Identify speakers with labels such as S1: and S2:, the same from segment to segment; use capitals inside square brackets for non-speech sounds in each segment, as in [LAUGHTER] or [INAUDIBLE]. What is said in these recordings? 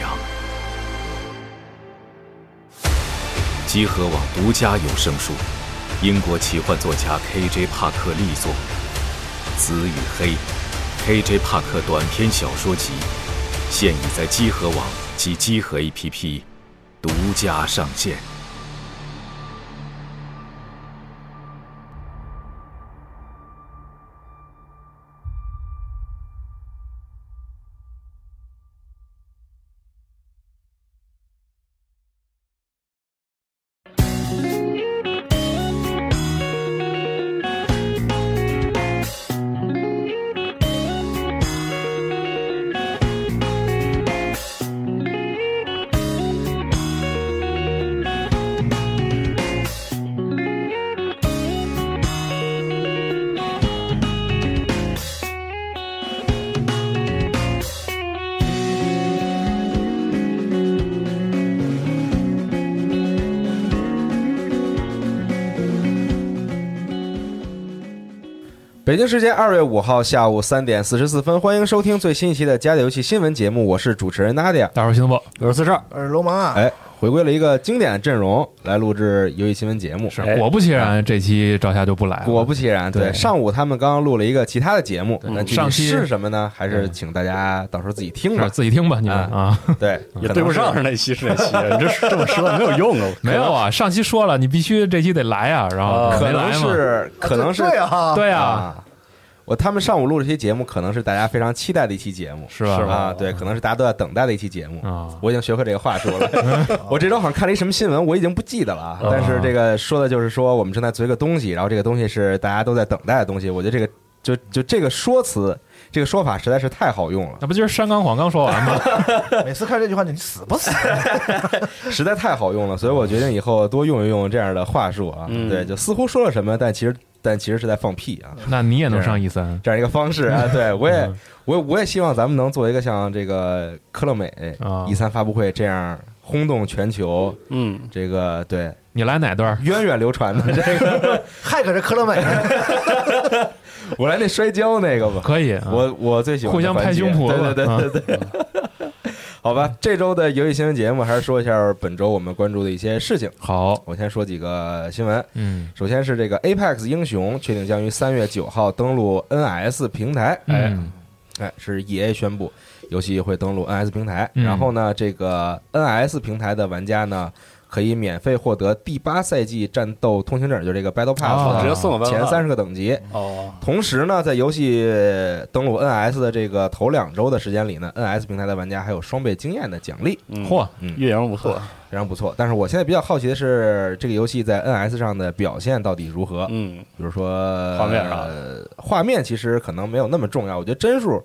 S1: 洋。集合网独家有声书，英国奇幻作家 K.J. 帕克力作《紫与黑》，K.J. 帕克短篇小说集，现已在集合网及集合 APP 独家上线。
S2: 北京时间二月五号下午三点四十四分，欢迎收听最新一期的《家里游戏新闻》节目，我是主持人 Nadia。
S3: 大伙儿行不？
S4: 我是四少，
S5: 我是龙王啊，
S2: 哎，回归了一个经典的阵容来录制游戏新闻节目。
S3: 是，果不其然，这期赵夏就哎不来了。
S2: 果不其然，对
S3: 对
S2: 上午他们刚刚录了一个其他的节目，那具
S3: 上
S2: 体
S3: 期
S2: 是什么呢？还是请大家到时候自己听吧
S3: 是。自己听吧，你们啊，
S2: 对，
S4: 也
S2: 可能
S4: 对不
S2: 是
S4: 上是那期是那期，你这这么说没有用啊！
S3: [LAUGHS] 没有啊，上期说了，你必须这期得来啊，然后
S4: 啊
S2: 可
S3: 没来
S2: 能
S3: 嘛，
S2: 是可能是
S5: 对啊，
S3: 对啊，
S2: 啊，我他们上午录这期节目，可能是大家非常期待的一期节目，
S3: 是吧？
S2: 啊，对，可能是大家都在等待的一期节目。
S3: 啊，
S2: 我已经学会这个话术了。
S3: [LAUGHS]
S2: 我这周好像看了一什么新闻，我已经不记得了啊。
S3: 哦
S2: 但是这个说的就是说，我们正在做一个东西，然后这个东西是大家都在等待的东西。我觉得这个就就这个说辞，这个说法实在是太好用了，
S3: 那不就是山冈晃刚说完吗？ [LAUGHS]
S5: 每次看这句话，你死不死？ [LAUGHS]
S3: 嗯
S2: 实在太好用了。所以我决定以后多用一用这样的话术啊。
S4: 嗯
S2: 对，就似乎说了什么，但其实但其实是在放屁啊。
S3: 那你也能上 E 三？
S2: 这样一个方式
S3: [LAUGHS]
S2: 啊，对我
S3: 嗯
S2: 也，我我也希望咱们能做一个像这个科乐美
S3: 啊
S2: 一三发布会这样轰动全球，
S4: 嗯，
S2: 这个对
S3: 你来哪段？
S2: 源远流传的这个
S5: 还可是科乐美，
S2: [LAUGHS] 我来那摔跤那个吧，
S3: 可以，啊
S2: 我我最喜欢
S3: 互相
S2: 的环
S3: 拍
S2: 节
S3: 胸脯啊
S2: 对
S3: 吧
S2: 对对对对。好吧，这周的游戏新闻节目还是说一下本周我们关注的一些事情。
S3: 好，
S2: 我先说几个新闻，
S3: 嗯，
S2: 首先是这个 Apex 英雄确定将于三月九号登陆 NS 平台，
S3: 哎，
S2: 哎，是 EA 宣布游戏会登陆 NS 平台，
S3: 嗯
S2: 然后呢，这个 NS 平台的玩家呢可以免费获得第八赛季战斗通行证，就是这个 Battle
S3: 哦
S4: 直
S2: Pass
S4: 接
S2: 的
S4: 送我
S2: 前三十个等级，
S4: 哦，
S2: 同时呢，在游戏登录 NS 的这个头两周的时间里呢，NS 平台的玩家还有双倍经验的奖励，
S4: 嗯
S3: 嚯，
S4: 岳阳不错，
S2: 非常不错。但是我现在比较好奇的是，这个游戏在 NS 上的表现到底如何？
S4: 嗯，
S2: 比如说
S4: 画面上
S2: 呃画面其实可能没有那么重要，我觉得帧数，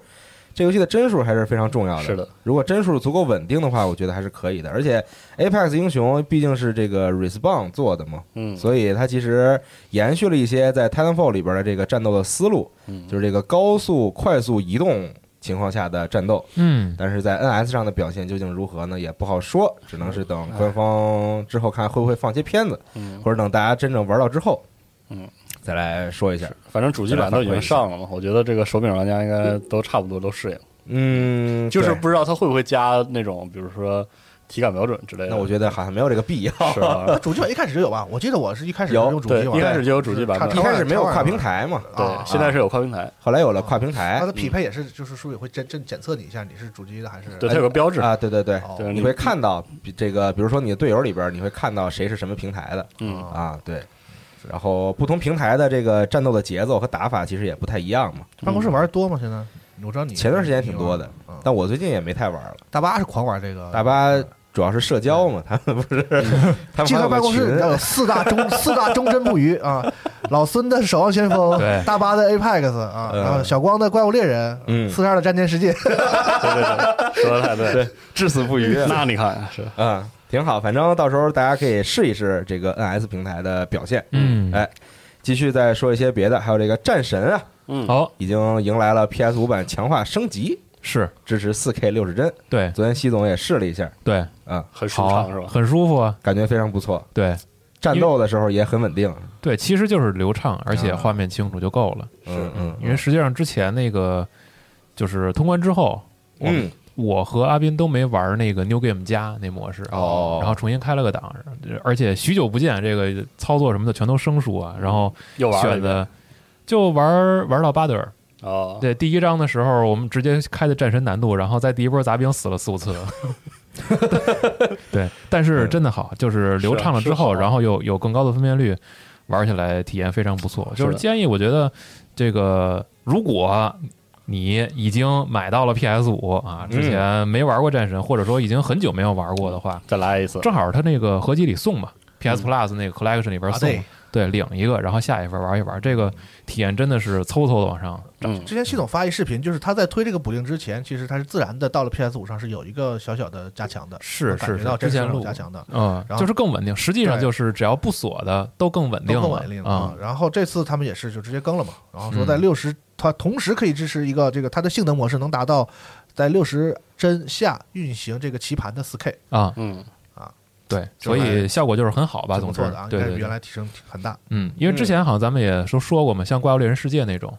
S2: 这游戏的帧数还是非常重要的。
S4: 是的，
S2: 如果帧数足够稳定的话，我觉得还是可以的。而且 Apex 英雄毕竟是这个 Respawn 做的嘛，
S4: 嗯，
S2: 所以它其实延续了一些在 Titanfall 里边的这个战斗的思路，
S4: 嗯
S2: 就是这个高速、快速移动情况下的战斗。
S3: 嗯，
S2: 但是在 NS 上的表现究竟如何呢？也不好说，只能是等官方之后看会不会放些片子，
S4: 嗯，
S2: 或者等大家真正玩到之后，
S4: 嗯，
S2: 再来说一下。
S4: 反正主机版都已经上了嘛，我觉得这个手柄玩家应该都差不多都适应，
S2: 嗯，
S4: 就是
S2: 对
S4: 不知道它会不会加那种，比如说。体感标准之类的。
S2: 那我觉得好像没有这个必要。
S4: 是吧？
S5: 那 [LAUGHS] 主机版一开始就有吧？我记得我是一开始就
S2: 有
S5: 用主
S4: 对
S5: 机玩，
S4: 一开始就有主机版本
S5: 是
S2: [LAUGHS] 一
S5: 插
S2: 开始没有
S5: 插
S2: 跨平
S5: 玩
S2: 台嘛，
S5: 啊
S4: 对，现在是有跨平台，
S2: 后来有了跨平
S5: 它
S2: 台
S5: 的匹配也是，就是是不是也会检检检测你一下，你是主机的还是？
S4: 对，它有个标志，
S2: 啊，对对对，
S5: 哦
S4: 对，
S2: 你会看到比这个，比如说你的队友里边，你会看到谁是什么平台的
S4: 嗯，
S5: 啊
S2: 啊，对。然后不同平台的这个战斗的节奏和打法其实也不太一样嘛。
S5: 办公室玩的多吗？现在我知道你
S2: 前段时间挺多的，
S5: 嗯
S2: 但我最近也没太玩了。
S5: 大巴是狂玩这个，
S2: 大巴主要是社交嘛，他们不是，他们
S5: 嗯集
S2: 还
S5: 合
S2: 有
S5: 办
S2: 个
S5: 公室
S2: 群啊
S5: 你知道有四大忠四大忠贞不渝啊，老孙的守望先锋
S3: 对，
S5: 大巴的 Apex 啊，
S2: 嗯
S5: 然后小光的怪物猎人，
S2: 嗯
S5: 四十二的战舰世界，
S4: 对对对， [LAUGHS] 说的太对，
S2: 至死不渝
S4: 那你看是
S2: 啊，挺好。反正到时候大家可以试一试这个 NS 平台的表现。
S3: 嗯，
S2: 哎，继续再说一些别的，还有这个战神啊，
S3: 好
S2: 已经迎来了 PS 五版强化升级，
S3: 是
S2: 支持 4K 六十帧。
S3: 对
S2: 昨天西总也试了一下，
S3: 对，
S2: 啊，
S4: 很舒
S3: 好
S4: 畅是，吧？
S3: 很舒服啊，
S2: 感觉非常不错。
S3: 对
S2: 战斗的时候也很稳定，
S3: 对，其实就是流畅，而且画面清楚就够了。
S2: 嗯嗯，
S3: 因为实际上之前那个就是通关之后，我们
S2: 嗯
S3: 我和阿斌都没玩那个 New Game 加那模式
S2: 哦
S3: 然后重新开了个档，而且许久不见，这个操作什么的全都生疏啊。然后
S4: 又玩了
S3: 选
S4: 一遍
S3: 的就玩玩到巴德尔，
S4: 哦，
S3: 对第一章的时候，我们直接开的战神难度，然后在第一波杂兵死了四五次。 [LAUGHS] 对，但是真的好，就是流畅了之后，
S4: 嗯是是好
S3: 然后有有更高的分辨率，玩起来体验非常不错。就是是
S4: 的
S3: 建议，我觉得这个如果你已经买到了 PS 五啊，
S4: 嗯
S3: 之前没玩过战神，或者说已经很久没有玩过的话，
S4: 再来一次，
S3: 正好它那个合集里送嘛，PS
S4: 嗯
S3: Plus 那个 Collection 里边
S5: 啊
S3: 送
S5: 对，
S3: 对，领一个，然后下一份玩一玩，这个体验真的是嗖嗖的往上。
S4: 嗯，
S5: 之前系统发一视频，就是他在推这个补丁之前，其实他是自然的到了 PS 五上是有一个小小的加强的，
S3: 是
S5: 我感
S3: 是
S5: 觉到
S3: 是
S5: 这
S3: 之前
S5: 是有
S3: 录
S5: 加强的，
S3: 嗯
S5: 然，后
S3: 就是更稳定。实际上
S5: 对
S3: 就是只要不锁的都更稳定了，
S5: 都更稳定了
S3: 啊
S5: 啊。。然后这次他们也是就直接更了嘛，然后说
S3: 嗯
S5: 在六十，它同时可以支持一个这个它的性能模式能达到在六十帧下运行这个棋盘的四 K，
S3: 啊，
S4: 嗯，
S3: 对，
S5: 就
S3: 所
S5: 是
S3: 以效果就是很好吧，
S5: 挺
S3: 总
S5: 不
S3: 之
S5: 错的啊，，应
S3: 对
S5: 该
S3: 对
S5: 比原
S3: 对，
S5: 来提升很大。
S3: 嗯，因为之前好像咱们也说说过嘛，像《怪物猎人世界》那种，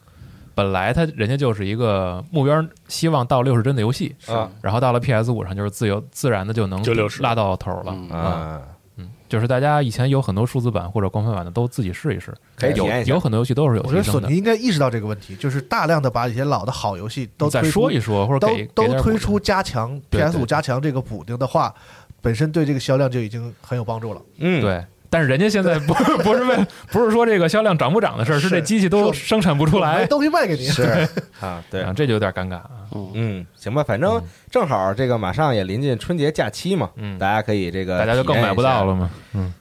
S3: 本来它人家就是一个目标希望到六十帧的游戏，
S2: 啊
S3: 然后到了 PS 五上就是自由自然的就能
S4: 就60
S3: 拉到头了
S4: 嗯
S2: 啊，
S3: 嗯，就是大家以前有很多数字版或者光盘版的都自己试一试，
S2: 可以体
S3: 有
S2: 验一下
S3: 有很多游戏都是有
S5: 我觉得
S3: 提升
S5: 索
S3: 的
S5: 尼。应该意识到这个问题，就是大量的把一些老的好游戏都
S3: 你再
S5: 推出
S3: 说一说，或者
S5: 都
S3: 给给
S5: 都
S3: 点
S5: 推
S3: 补
S5: 出加强
S3: 对对
S5: PS 五加强这个补丁的话，本身对这个销量就已经很有帮助了。
S2: 嗯，
S3: 对，但是人家现在不不是为
S2: [LAUGHS]
S3: 不是说这个销量涨不涨的事儿，是这
S5: 是
S3: 机器都
S5: 说
S3: 生产不出
S5: 没
S3: 来，
S5: 东西卖给你，
S2: 是啊，对
S3: 啊，，这就有点尴尬啊。
S2: 嗯，行吧，反正正好这个马上也临近春节假期嘛，
S3: 嗯
S2: 大家可以这个
S3: 大家就更买不到了嘛。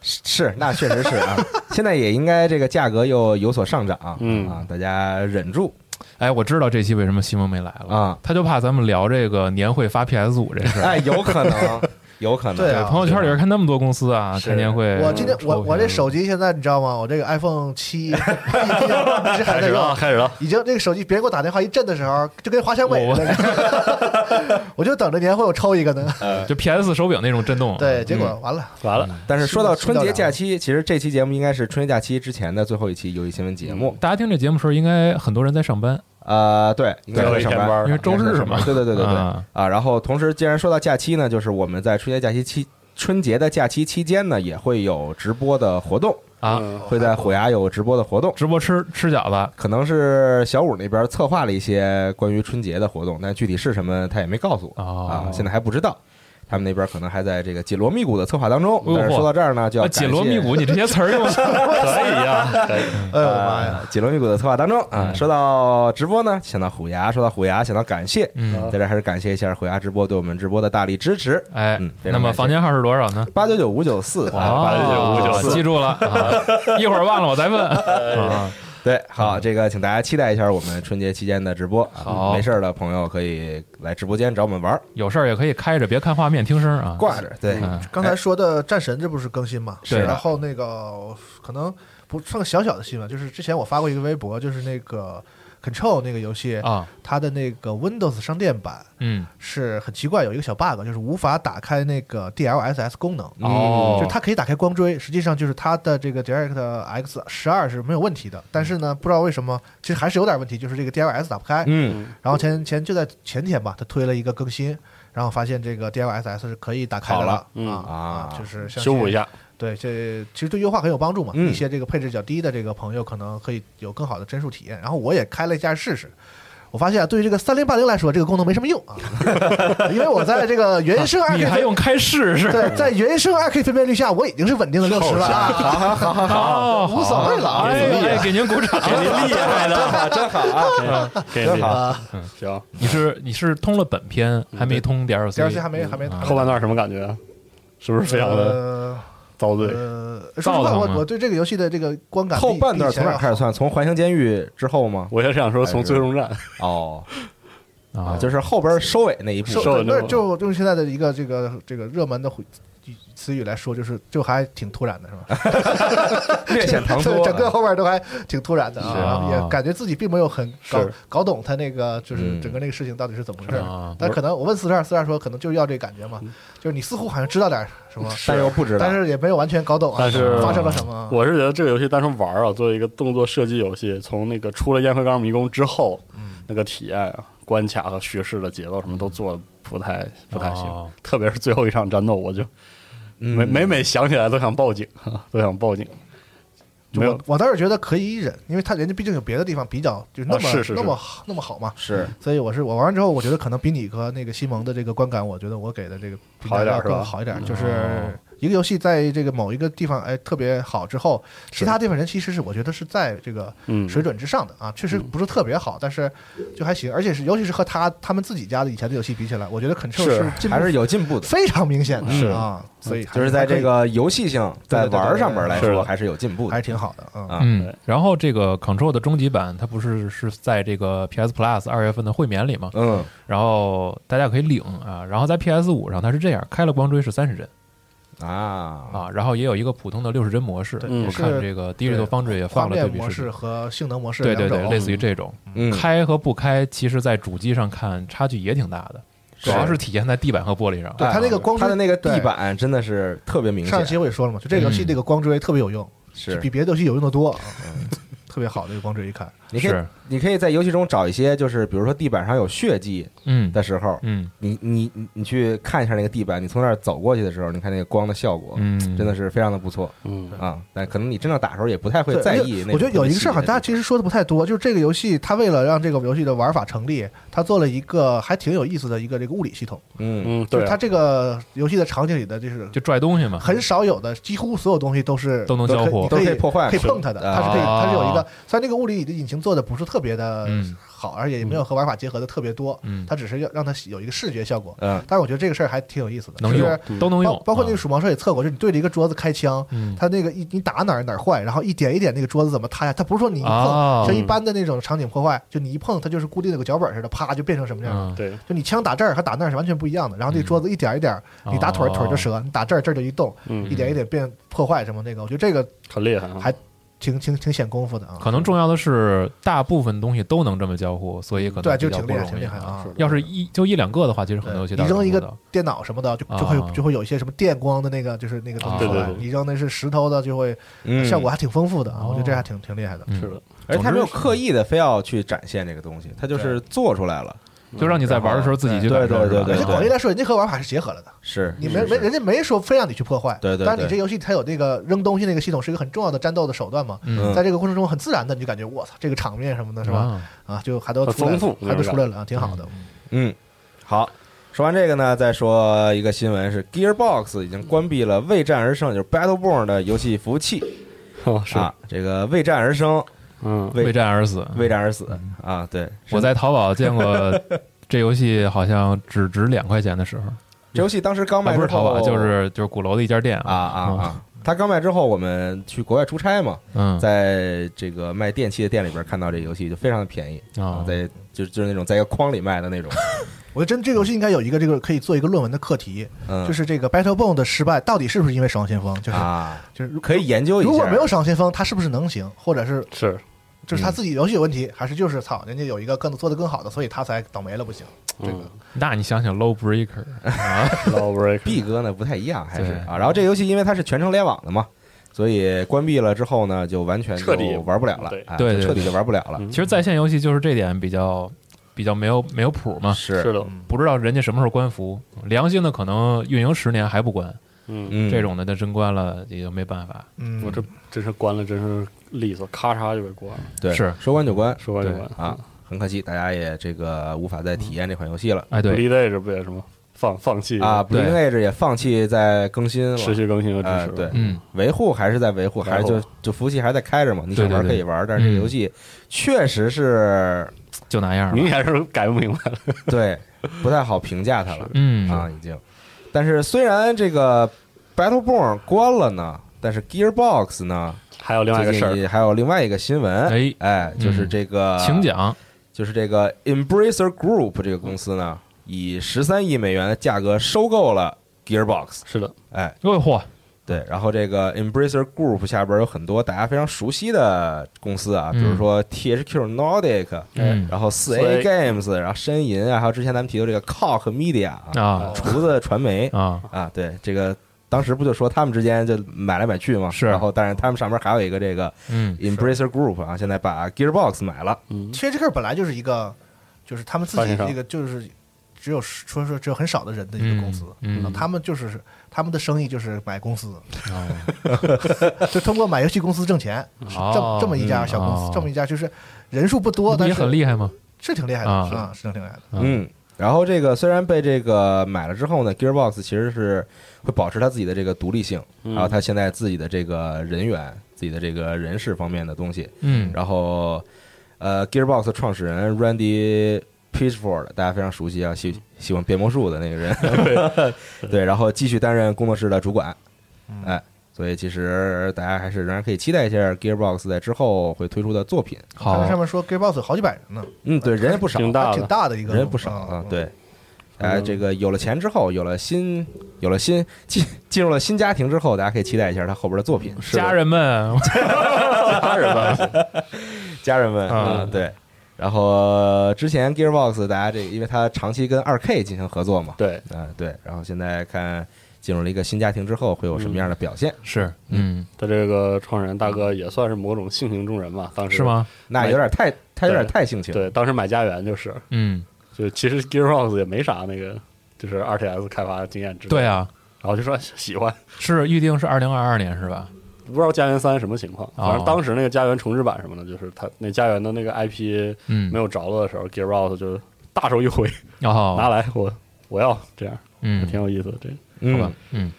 S2: 是，是，那确实是啊，现在也应该这个价格又有所上涨，
S4: 嗯
S2: 啊，大家忍住
S3: 哎，我知道这期为什么西蒙没来了，
S2: 啊，
S3: 他就怕咱们聊这个年会发 PS 五这事儿。
S2: [LAUGHS] 哎，有可能，有可能，
S5: 对啊
S3: 朋友圈里边看那么多公司啊，
S4: 是
S3: 开年会。
S5: 我今天
S3: 抽嗯
S5: 我我这
S3: 屏
S5: 手机现在你知道吗？我这个 iPhone 七已经一直还在
S3: [LAUGHS]
S5: 用，
S4: 开始了，
S5: 已经这个手机别人给我打电话一震的时候，就跟华强北
S3: 我
S5: 似的，我就等着年会我抽一个呢。
S3: 啊就 PS 手柄那种震动，，啊
S5: 对，结
S3: 嗯
S5: 果完了，
S4: 完了，
S2: 但是说到春
S5: 说
S2: 节
S5: 到
S2: 假期，其实这期节目应该是春节假期之前的最后一期游戏新闻节目。
S3: 大家听这节目时候，应该很多人在上班，
S5: 嗯
S2: 呃，对，应该
S4: 最后
S2: 是
S4: 一
S2: 上
S4: 天
S2: 班，
S4: 班
S3: 因为
S4: 了，
S3: 周日嘛
S2: 应该是上班。对对对对对
S3: 啊
S2: 啊。然后同时，既然说到假期呢，就是我们在春节假期期春节的假期期间呢，也会有直播的活动，
S3: 啊，
S4: 嗯
S2: 会在虎牙有直播的活动。
S3: 直播吃吃饺子，
S2: 可能是小五那边策划了一些关于春节的活动，但具体是什么他也没告诉我
S3: 哦
S2: 啊，现在还不知道。他们那边可能还在这个紧锣密鼓的策划当中
S3: 哎。呦
S2: 但是说到这儿呢，就要
S3: 啊紧锣密
S2: 感谢
S3: 鼓，你这些词
S2: [LAUGHS]
S3: 儿用的
S4: 可以啊呀，可以，
S5: 哎呦我的妈呀！
S2: 呃，紧锣密鼓的策划当中啊。
S3: 嗯
S2: 说到直播呢，想到虎牙，说到虎牙，想到感谢，
S3: 嗯，
S2: 在这还是感谢一下虎牙直播对我们直播的大力支持，
S3: 哎
S2: 嗯，非常
S3: 那么
S2: 感谢
S3: 房间号是多少呢？
S2: 八九九五九四啊。
S3: 哦
S4: 8994
S3: 记住了，啊、一会儿忘了我再问。啊、
S2: 对，好，这个请大家期待一下我们春节期间的直播。啊
S3: 好
S2: 没事儿的朋友可以来直播间找我们玩儿，
S3: 有事儿也可以开着，别看画面，听声啊。
S2: 挂着。对，
S3: 嗯，
S5: 刚才说的战神这不是更新嘛？
S2: 是
S3: 的
S5: 然后那个可能不算个小小的新闻，就是之前我发过一个微博，就是那个 Control 那个游戏，
S3: 啊，
S5: 它的那个 Windows 商店版
S3: 嗯，
S5: 是很奇怪，有一个小 bug，就是无法打开那个 DLSS 功能。
S3: 哦，
S5: 就是它可以打开光追，实际上就是它的这个 Direct X 十二是没有问题的，但是呢，不知道为什么，其实还是有点问题，就是这个 DLS 打不开。
S2: 嗯
S5: 然后前前就在前天吧，它推了一个更新，然后发现这个 DLSS 是可以打开的
S2: 好了
S4: 嗯
S5: 啊
S2: 啊
S5: 就是像
S4: 修补一
S5: 下。
S4: 下，
S5: 对，这其实对优化很有帮助嘛。
S2: 嗯
S5: 一些这个配置较低的这个朋友，可能可以有更好的帧数体验。然后我也开了一下试试，我发现、啊、对于这个三零八零来说，这个功能没什么用啊， [LAUGHS] 因为我在这个原生二
S3: [LAUGHS] 你
S5: K
S3: 还用开试试？
S5: 对，在原生二 K 分辨率下，我已经是稳定的六十了啊，好好好
S3: 好
S5: 无所谓了啊。
S3: 哎哎，给您鼓掌，
S4: 厉害的，
S2: 哎真好
S5: [LAUGHS]
S2: 啊，
S4: 给力
S2: 真好，
S4: 行，
S3: 你是你是通了本片，还没通 DLC，
S5: 第二期还
S2: 哎
S5: 没还没
S3: 啊
S4: 后半段什么感觉？是不是非常的
S5: 呃
S4: 遭罪？
S5: 呃，说实话，
S3: 造成吗
S5: 我我对这个游戏的这个观感
S2: 后
S5: 比
S2: 半段
S5: 比以前
S2: 从哪儿开始
S5: 要好
S2: 算？从环形监狱之后吗？
S4: 我也想说，从
S2: 还是
S4: 最终战
S2: 哦，
S3: 啊，
S2: 就是后边收尾那一部
S5: 受
S4: 受了
S5: 那
S4: 这么
S5: 就用现在的一个这个这个热门的回词语来说，就是就还挺突然的，是吧？ [LAUGHS]
S2: 略显唐
S5: 对
S2: 突，啊
S5: 整个后边都还挺突然的
S3: 是
S5: 啊，
S3: 啊
S5: 然后也感觉自己并没有很搞
S4: 是
S5: 搞懂他那个就是
S2: 嗯
S5: 整个那个事情到底是怎么回事儿。
S3: 啊，
S5: 但可能我问四十二，四十二说可能就是要这感觉嘛，就是你似乎好像知道点什么，
S2: 但又不知道
S5: 但。是也没有完全搞懂啊，
S4: 但是
S5: 发生了什么。啊
S4: 我是觉得这个游戏单纯玩儿啊，作为一个动作射击游戏，从那个出了烟灰缸迷宫之后，那个体验啊、关卡和叙事的节奏什么都做的不太不太行，
S3: 哦
S4: 特别是最后一场战斗，我就
S2: 嗯
S4: 每、每每想起来都想报警， [LAUGHS] 都想报警。没有
S5: 我，我倒是觉得可以忍，因为他人家毕竟有别的地方比较就是那么、
S4: 啊是是
S5: 那么好那么好嘛，
S2: 是
S5: 所以我是我玩完之后，我觉得可能比你和那个西蒙的这个观感，我觉得我给的这个评价要更好一点，
S3: 哦
S5: 就是一个游戏在这个某一个地方哎特别好之后，其他地方人其实是我觉得是在这个
S4: 嗯，
S5: 水准之上的啊，确实不是特别好，但是就还行，而且是尤其是和他他们自己家的以前的游戏比起来，我觉得 Control
S4: 是
S5: 进步
S2: 还是有进步的，
S5: 非常明显
S4: 是
S5: 的啊，所以
S2: 就是在这个游戏性在玩儿上面来
S4: 是
S2: 说
S4: 的
S2: 还是有进步
S5: 还
S2: 的
S5: 是。挺好的嗯
S2: 啊
S3: 嗯
S4: 对，
S3: 然后这个 Control 的终极版，它不是是在这个 PS Plus 二月份的会免里嘛，
S2: 嗯，
S3: 然后大家可以领啊，然后在 PS 五上它是这样，开了光追是三十帧
S2: 啊，
S3: 啊，然后也有一个普通的六十帧模式，
S5: 对
S4: 嗯
S3: 我看这个 Digital Foundry 也
S5: 画
S3: 放了对
S5: 面
S3: 比
S5: 模
S3: 视
S5: 式和性能模式
S3: 频，对对对，
S5: 两
S3: 类
S5: 种
S3: 似于这种，
S2: 嗯，
S3: 开和不开，其实在主机上看差距也挺大的，主要是体现在地板和玻璃上。
S5: 对它那个光
S2: 它的那个地
S5: 对
S2: 板真的是特别明
S5: 上期
S2: 显，
S5: 我也说了嘛，就这个游戏
S3: 嗯
S5: 这个光追特别有用，
S2: 是嗯
S5: 比别的游戏有用的多，啊 [LAUGHS] 特别好的一个光追一看，
S2: 你可以
S3: 是，
S2: 你可以在游戏中找一些，就是比如说地板上有血迹
S3: 嗯
S2: 的时候，
S3: 嗯
S2: 你你你你去看一下那个地板，你从那儿走过去的时候，你看那个光的效果，
S3: 嗯，
S2: 真的是非常的不错
S4: 嗯，
S2: 啊。但可能你真正打的时候也不太会
S5: 对
S2: 在
S5: 而且
S2: 意那种
S5: 我觉得有一个
S2: 细
S5: 事儿，好
S2: 节
S5: 像大家其实说的不太多，就是这个游戏它为了让这个游戏的玩法成立，它做了一个还挺有意思的一个这个物理系统，
S2: 嗯
S4: 嗯，
S5: 就
S4: 对
S5: 是
S4: 啊，
S5: 它这个游戏的场景里的就是
S3: 就拽东西嘛，
S5: 很少有的，几乎所有东西都是
S3: 都能交互
S5: 你可以
S2: 都可以破坏
S5: 可以
S2: 是
S5: 碰它的，
S2: 啊
S5: 它是可以，它是有一个，虽然这个物理引擎做的不是特别的
S3: 嗯
S5: 好，而且也没有和玩法结合的特别多，
S3: 嗯
S5: 它只是要让它有一个视觉效果，
S2: 嗯
S5: 但是我觉得这个事儿还挺有意思的，
S3: 能
S5: 就是
S3: 用都能
S5: 包
S3: 用，
S5: 包括那个
S3: 啊
S5: 鼠毛社也测过，就是你对着一个桌子开枪，
S3: 嗯
S5: 它那个一你打哪儿哪儿坏，然后一点一点那个桌子怎么塌下，它不是说你一
S3: 哦
S5: 碰，像一般的那种场景破坏，就你一碰它就是固定的有个脚本似的，啪就变成什么样了。
S3: 嗯
S4: 对，
S5: 就你枪打这儿和打那儿是完全不一样的，然后那个桌子一点一点，
S3: 嗯
S5: 你打腿儿
S3: 哦
S5: 腿儿就折，你打这儿这儿就一动，
S4: 嗯
S5: 一，点一点变破坏什么那个，我觉得这个
S4: 很厉害啊，
S5: 还挺挺挺显功夫的啊。
S3: 可能重要的是，大部分东西都能这么交互，所以可能
S5: 对，就
S3: 比较
S5: 挺
S3: 不
S5: 厉害，
S3: 容易
S5: 挺厉害啊！
S3: 要是一就一两个的话，其实很多游戏
S5: 你
S3: 倒是
S5: 扔一
S3: 能做
S5: 个
S3: 到
S5: 电脑什么的，就就会有
S3: 啊
S5: 就会有一些什么电光的那个，就是那个东西
S3: 啊
S5: 出来
S4: 对对对
S5: 你扔的是石头的，就会
S2: 嗯，
S5: 效果还挺丰富的啊！
S3: 哦
S5: 我觉得这还挺挺厉害的。
S3: 嗯
S4: 是的，
S2: 而且他没有刻意的非要去展现这个东西，他就是做出来了，
S3: 就让你在玩的时候自己去感受
S2: 对对对
S5: 而
S2: 对
S5: 且
S3: 是吧
S5: 广义来说，人家和玩法是结合了的，
S2: 是
S5: 你没
S2: 是
S5: 没人家没说非让你去破坏，
S2: 对对对
S5: 但是你这游戏它有那个扔东西那个系统，是一个很重要的战斗的手段嘛。
S2: 嗯
S5: 在这个过程中，很自然的你就感觉我操，这个场面什么的，是吧？？啊，就还都出来
S4: 很丰
S5: 了
S4: 富，
S5: 还都出来了，啊，挺好的。
S2: 嗯，好。说完这个呢，再说一个新闻是 Gearbox 已经关闭了《为战而生》就是 Battleborn 的游戏服务器
S4: 哦是，
S2: 啊，这个《为战而生》
S4: 嗯，
S3: 为
S2: 为
S3: 战而死。
S2: 为战而死啊，对，
S3: 我在淘宝见过这游戏好像只值两块钱的时候，
S2: 这游戏当时刚
S3: 啊
S2: 卖
S3: 不是
S2: 之
S3: 淘宝，
S2: 后，
S3: 就是就是鼓楼的一家店
S2: 啊啊啊！它刚卖之后，我们去国外出差嘛，
S3: 嗯，
S2: 在这个卖电器的店里边看到这游戏就非常的便宜
S3: 啊
S2: 在就就是那种在一个筐里卖的那种，
S5: 我觉得真这个游戏应该有一个这个可以做一个论文的课题，
S2: 嗯，
S5: 就是这个 Battlebone 的失败到底是不是因为守望先锋？就是
S2: 啊，
S5: 就是如
S2: 可以研究一下。嗯
S5: 如果没有守望先锋，它是不是能行？或者是
S4: 是
S5: 就是他自己游戏有问题，还是就是操人家有一个更做的更好的，所以他才倒霉了不行？这个
S3: 那你想想 Low Breaker 啊，[LAUGHS]
S4: 老 break
S2: B 哥呢不太一样，还是
S3: 对
S2: 啊。然后这个游戏因为它是全程联网的嘛，所以关闭了之后呢，就完全就
S4: 彻底嗯
S2: 玩不了了，
S4: 对
S2: 哎
S3: 对
S2: 就
S3: 对嗯
S2: 彻底就玩不了了。
S3: 其实在线游戏就是这点比较比较没有没有谱嘛，
S4: 是
S2: 啊是，
S4: 的，
S3: 不知道人家什么时候关服，良心的可能运营十年还不关，
S4: 嗯，
S2: 嗯，
S3: 这种的那真关了也就没办法。
S5: 嗯，
S4: 我这真是关了，真是利索，咔嚓就给关了，
S2: 对
S3: 是
S2: 说关就关
S4: 说关就关。
S2: 啊，很可惜大家也这个无法再体验这款游戏了。
S3: 哎，对，
S4: ，Bleed Edge 不也什么放放弃
S2: 啊
S3: 对
S2: ，Bling Age 也放弃再更新了，
S4: 嗯持续更新和
S2: 呃
S4: 支持，
S2: 对
S3: 嗯，
S2: 维护还是在维护，还是就
S4: 维
S2: 就服务器还在开着嘛？你想
S3: 对对
S2: 玩可以
S3: 对
S2: 玩，但是这个
S3: 嗯
S2: 游戏确实是
S3: 就那样
S4: 明
S3: 吧。
S4: 显是改不明白了。
S2: 对不太好评价它了。
S3: 嗯
S2: 啊，已经。但是虽然这个 Battleborn 关了呢，但是 Gearbox 呢，
S4: 还有另外一个
S2: 最
S4: 事儿，
S2: 近还有另外一个新闻，
S3: 哎
S2: 就是
S3: 嗯
S2: 这个，
S3: 请讲，
S2: 就是这个 Embracer Group 这个公司呢，以十三亿美元的价格收购了 Gearbox，
S4: 是的，
S2: 哎，
S3: 哟哦嚯，啊
S2: 对，然后这个 Embracer Group 下边有很多大家非常熟悉的公司啊，比如
S3: 嗯
S2: 说 THQ Nordic，
S3: 嗯
S2: 然后哎四 A
S4: 4A
S2: Games，然后申银啊，还有之前咱们提到这个 Cock Media 啊，
S3: 啊
S2: 厨子传媒
S3: 啊，
S2: 啊，对，这个当时不就说他们之间就买来买去嘛，
S3: 是
S2: 然后但是他们上面还有一个这个
S3: 嗯
S2: Embracer Group 啊，现在把 Gearbox 买了，
S4: 嗯，
S5: 其实这个本来就是一个，就是他们自
S4: 发
S5: 己
S4: 行商
S5: 这个就是只有说说只有很少的人的一个公司，
S3: 嗯嗯
S5: 然后他们就是他们的生意就是买公司，
S3: 哦
S5: 就通过买游戏公司挣钱，
S2: 嗯
S5: 是
S3: 哦
S5: 这这么一家小公司，
S3: 哦
S5: 这么一家就是人数不多，但
S3: 你
S5: 是
S3: 也很厉害吗？
S5: 是挺厉害的
S3: 啊
S5: 啊，是挺厉害的。
S2: 嗯。然后这个虽然被这个买了之后呢，Gearbox 其实是会保持它自己的这个独立性，
S4: 嗯
S2: 然后它现在自己的这个人员、自己的这个人事方面的东西，
S3: 嗯，
S2: 然后呃，Gearbox 的创始人 Randy Pitchford，大家非常熟悉啊，喜喜欢变魔术的那个 [LAUGHS] 人，对，然后继续担任工作室的主管，哎，所以其实大家还是仍然可以期待一下 Gearbox 在之后会推出的作品。
S5: 他
S3: 好
S5: 们，上面说 Gearbox 有好几百人呢，
S2: 嗯，对，人也不少，
S4: 挺大
S5: 还
S4: 的
S5: 挺大的一个，
S2: 人也不少啊
S5: 啊，，
S2: 对。
S4: 嗯
S2: 哎，这个有了钱之后，有了新，有了新进进入了新家庭之后，大家可以期待一下他后边的作品。
S4: 是的
S3: 家人们，
S4: 家人吧，
S2: 家人们，
S3: 啊
S2: 嗯，对。然后之前 Gearbox 大家这，因为它长期跟 2K 进行合作嘛，
S4: 对，
S2: 嗯、对。然后现在看进入了一个新家庭之后会有什么样的表现，
S3: 是，
S2: [LAUGHS]
S3: 嗯，
S4: 他这个创始人大哥也算是某种性情中人吧，当时
S3: 是？吗？
S2: 那有点太，它有点太性情，
S4: 对，当时买家园就是，
S3: 嗯，
S4: 就其实 Gearbox 也没啥那个，就是 RTS 开发经验之类的
S3: 对，啊，
S4: 然后就说喜欢，
S3: 是预定是二零二二年是吧？
S4: 不知道家园三什么情况，
S3: 哦
S4: 反正当时那个家园重置版什么的，就是他那家园的那个 IP
S3: 嗯
S4: 没，有着落的时候，Gearbox 就大手一挥，
S3: 然后
S4: 拿来我我要这样，
S3: 哦嗯，
S4: 挺有意思的，这个
S3: 好
S2: 嗯
S3: 吧，，嗯，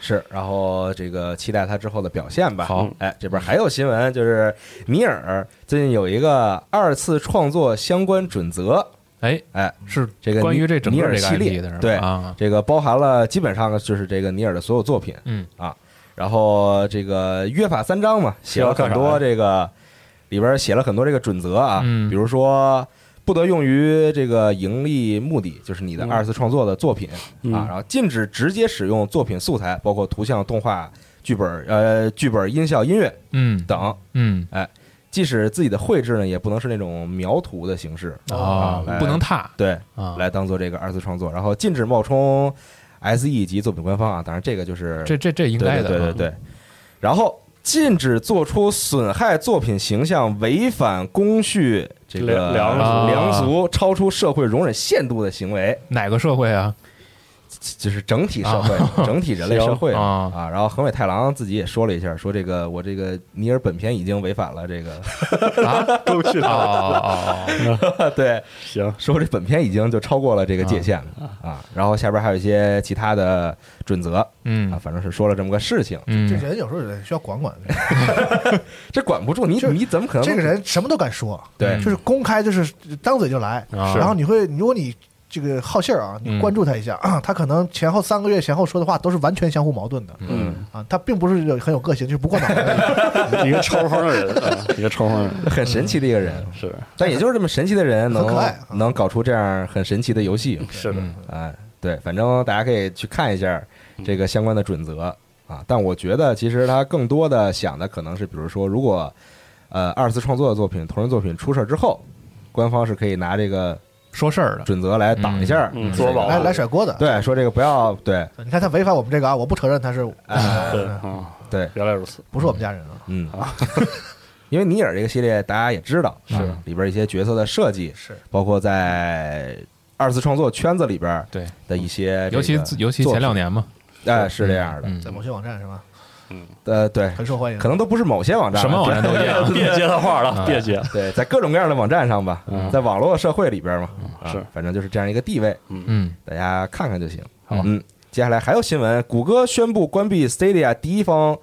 S2: 是。然后这个期待它之后的表现吧。
S3: 好，
S2: 哎，这边还有新闻，就是米尔最近有一个二次创作相关准则，
S3: 哎，
S2: 哎，
S3: 是
S2: 这个
S3: 关于这整
S2: 尼
S3: 个
S2: 尔
S3: 这个
S2: 系列
S3: IP 的是吧？
S2: 对
S3: 啊，
S2: 这个包含了基本上就是这个尼尔的所有作品，
S3: 嗯
S2: 啊，然后这个约法三章嘛，写了很多这个里边写了很多这个准则啊，
S3: 嗯
S2: 比如说不得用于这个盈利目的，就是你的
S4: 嗯
S2: 二次创作的作品、
S4: 嗯
S2: 啊，然后禁止直接使用作品素材，包括图像、动画、剧本、呃剧本、音效、音乐
S3: 嗯
S2: 等，
S3: 嗯
S2: 即使自己的绘制呢，也不能是那种描图的形式
S3: 啊
S2: 来，
S3: 不能踏
S2: 对。
S3: 啊，
S2: 来当做这个二次创作，然后禁止冒充 SE 及作品官方啊，当然这个就是
S3: 这这这应
S2: 对对
S3: 该的，
S2: 对
S3: 啊
S2: 对对，然后禁止做出损害作品形象、违反公序这个啊
S4: 良良
S3: 俗
S2: 良俗、超出社会容忍限度的行为，
S3: 哪个社
S2: [LAUGHS]
S3: 会啊？
S2: 就是整体社会、 [LAUGHS] 整体人类社会
S3: [LAUGHS] 行啊
S2: 啊。然后横尾太郎自己也说了一下，说这个我这个尼尔本片已经违反了这
S3: [LAUGHS]
S2: 个，
S4: 都去
S3: 哦
S4: 他
S3: 哦哦，
S2: 对，
S4: 行，
S2: 说这本片已经就超过了这个界限了啊。然后下边还有一些其他的准则，啊，
S3: 嗯
S2: 反正是说了这么个事情，
S5: 这
S3: 嗯，
S5: 人有时候也需要管管，
S2: 这管不住你，
S5: 这
S2: 你怎么嗯可能
S5: 这个人什么都敢说，
S2: 对
S5: 就是公开就是张嘴就来，
S3: 啊
S5: 然后你会，如果你这个好信儿啊，你
S3: 嗯
S5: 关注他一下，他可能前后三个月前后说的话都是完全相互矛盾的
S4: 嗯，
S5: 啊，他并不是有很有个性，就是不过脑子。
S4: 一个抽风的人，啊一个抽风的人
S2: 很神奇的一个人？
S4: 是
S2: 但也就是这么神奇的人能
S5: 很可爱啊
S2: 能搞出这样很神奇的游
S5: [LAUGHS]
S2: 戏，
S4: 是的，
S2: 哎，对，反正大家可以去看一下
S5: 嗯
S2: 这个相关的准则啊。但我觉得其实他更多的想的可能是，比如说如果。呃二次创作的作品、同人作品出事儿之后，官方是可以拿这个
S3: 说事儿的，
S2: 准则来挡一下，
S4: 嗯嗯
S2: 这个
S4: 做保护
S5: 来来甩锅的。
S2: 对，说这个不要对，
S5: 你看他违反我们这个啊，我不承认他是，
S2: 哎
S4: 对嗯，
S2: 对，
S4: 原来如此，
S5: 不是我们家人啊，
S2: 嗯， [LAUGHS]
S5: [LAUGHS]
S2: 因为尼尔这个系列大家也知道，
S3: 是
S2: 啊里边一些角色的设计，
S5: 是
S2: 包括在二次创作圈子里边
S3: 对，
S2: 的一些这个，
S3: 尤其尤其前两年嘛，
S2: 年，哎，是这样的，
S3: 嗯
S5: 在，某些网站是吧？
S2: 呃，对，
S5: 很受欢迎。
S2: 可能都不是某些网站，
S3: 什么网站都一样，
S4: 别接他话了，别接，
S2: [LAUGHS] 对，在各种各样的网站上吧，
S4: 嗯
S2: 在网络社会里边嘛，啊
S4: 是
S2: 反正就是这样一个地位，
S3: 嗯，
S2: 大家看看就行。
S3: 好
S2: 嗯，接下来还有新闻，谷歌宣布关闭 Stadia 第一方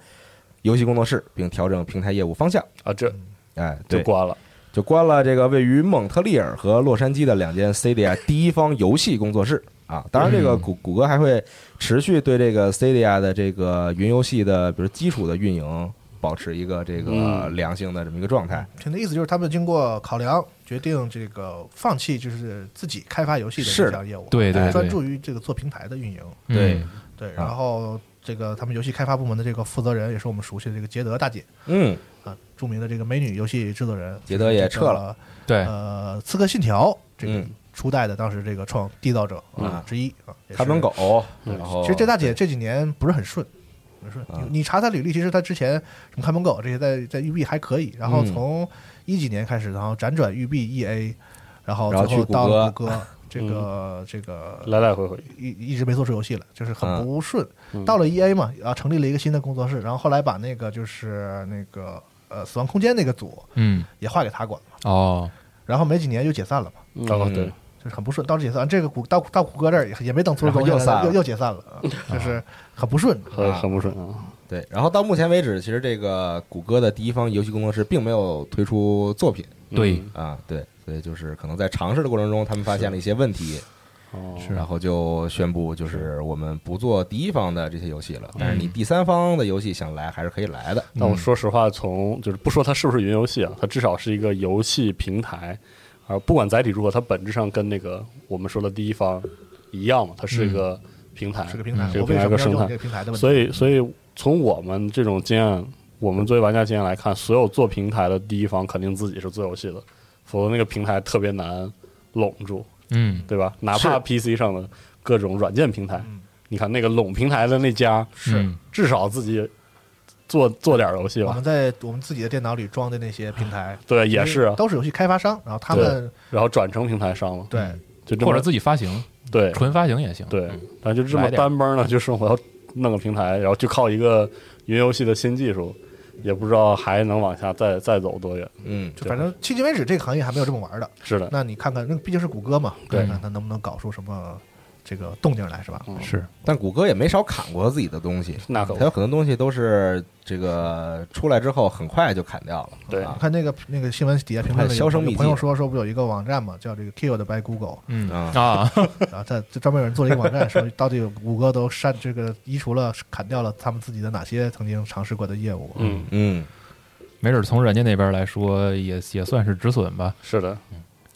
S2: 游戏工作室，并调整平台业务方向。
S4: 啊，这
S2: 哎，
S4: 就
S2: 对，
S4: 关了，
S2: 就关了这个位于蒙特利尔和洛杉矶的两间
S5: [LAUGHS]
S2: Stadia 第一方游戏工作室啊。当然，这个
S3: 嗯
S2: 谷谷歌还会持续对这个 Stadia 的这个云游戏的，比如基础的运营，保持一个这个
S4: 嗯
S2: 良性的这么一个状态。
S5: 听的意思就是他们经过考量，决定这个放弃就是自己开发游戏的
S2: 是
S5: 这项业务，
S3: 对对对
S5: 专注于这个做平台的运营。
S2: 对
S3: 嗯
S5: 对，
S2: 啊
S5: 然后这个他们游戏开发部门的这个负责人也是我们熟悉的这个捷德大姐
S2: 嗯，
S5: 啊，著名的这个美女游戏制作人，
S2: 捷德也撤了。哎
S3: 对，
S5: 呃，《刺客信条》这个
S2: 嗯
S5: 初代的当时这个创缔造者啊
S2: 嗯
S5: 之一啊，也是
S2: 看门。狗，
S4: 嗯
S2: 然后
S5: 其实这大姐这几年不是很顺，不是顺。
S2: 啊
S5: 你你查她履历，其实她之前什么看门狗这些在在育碧还可以，然后
S2: 嗯
S5: 从一几年开始，然后辗转育碧 EA，然后
S2: 然后
S5: 最后
S2: 去谷
S5: 到了
S2: 歌
S5: 谷歌，
S2: [LAUGHS]
S5: 这个这个
S4: 来来回回，
S5: 一一直没做出游戏来，就是很
S2: 嗯
S5: 不顺。
S4: 嗯
S5: 到了 E A 嘛，啊，成立了一个新的工作室，然后后来把那个就是那个呃死亡空间那个组
S3: 嗯，
S5: 也划给他管了，
S3: 哦，
S5: 然后没几年又解散了嘛，
S4: 哦，对，
S5: 就是很不顺。到这解散，这个谷到到谷歌这儿也也没等出
S2: 然后
S5: 东西
S2: 又散
S5: 来，
S2: 了
S5: 又又解散了，啊就是很不顺。
S4: 很很不顺啊，
S2: 对，然后到目前为止，其实这个谷歌的第一方游戏工作室并没有推出作品
S3: 对，
S2: 啊，对，所以就是可能在尝试的过程中，他们发现了一些问题，
S4: 哦，
S3: 是
S2: 然后就宣布就是我们不做第一方的这些游戏了，但是
S3: 嗯
S2: 你第三方的游戏想来还是可以来的，
S4: 但我说实话，从就是不说它是不是云游戏啊，它至少是一个游戏平台，而不管载体如何，它本质上跟那个我们说的第一方一样嘛，它是一个平台，
S5: 是个平台，
S4: 嗯这
S5: 我
S4: 个
S5: 为
S4: 平台
S5: 什
S4: 一
S5: 么要用
S4: 个生态
S5: 这个。平台的问题？
S4: 所以，所以从我们这种经验，我们作为玩家经验来看，所有做平台的第一方肯定自己是做游戏的，否则那个平台特别难拢住，
S3: 嗯，
S4: 对吧？哪怕 PC 上的各种软件平台，你看那个拢平台的那家，
S3: 是
S4: 至少自己做做点儿游戏
S5: 我
S4: 嗯吧
S3: 嗯
S5: 们。在我们自己的电脑里装的那些平台
S4: 对，也是啊，
S5: 都是游戏开发商，然后他们
S4: 然后转成平台上了，
S5: 对
S4: 就这么
S3: 或者自己发行，
S4: 对
S3: 纯发行也行，
S4: 对，但就这么
S3: 来点儿
S4: 单帮呢，就是我要弄个平台，然后就靠一个云游戏的新技术，也不知道还能往下再再走多远。
S2: 嗯，
S5: 就反正迄今为止这个行业还没有这么玩的。
S4: 是的，
S5: 那你看看，那毕竟是谷歌嘛，
S3: 对
S5: 看看他能不能搞出什么这个动静来，是吧？
S4: 嗯
S3: 是，
S2: 但谷歌也没少砍过自己的东西，
S4: 那可
S2: 它有很多东西都是这个出来之后很快就砍掉了，
S4: 对
S2: 啊
S5: 我看那个那个新闻底下评论
S2: 还
S5: 里，
S2: 有销声
S5: 有
S2: 匿迹
S5: 朋友说说不有一个网站嘛，叫这个 Killed by Google，
S3: 嗯
S2: 啊
S3: 啊，
S5: 然后他就专门有人做了一个网站，说到底谷歌都删这个移除了砍掉了他们自己的哪些曾经尝试过的业务。
S4: 嗯，
S2: 嗯，
S3: 没准从人家那边来说，也也算是止损吧，
S4: 是的，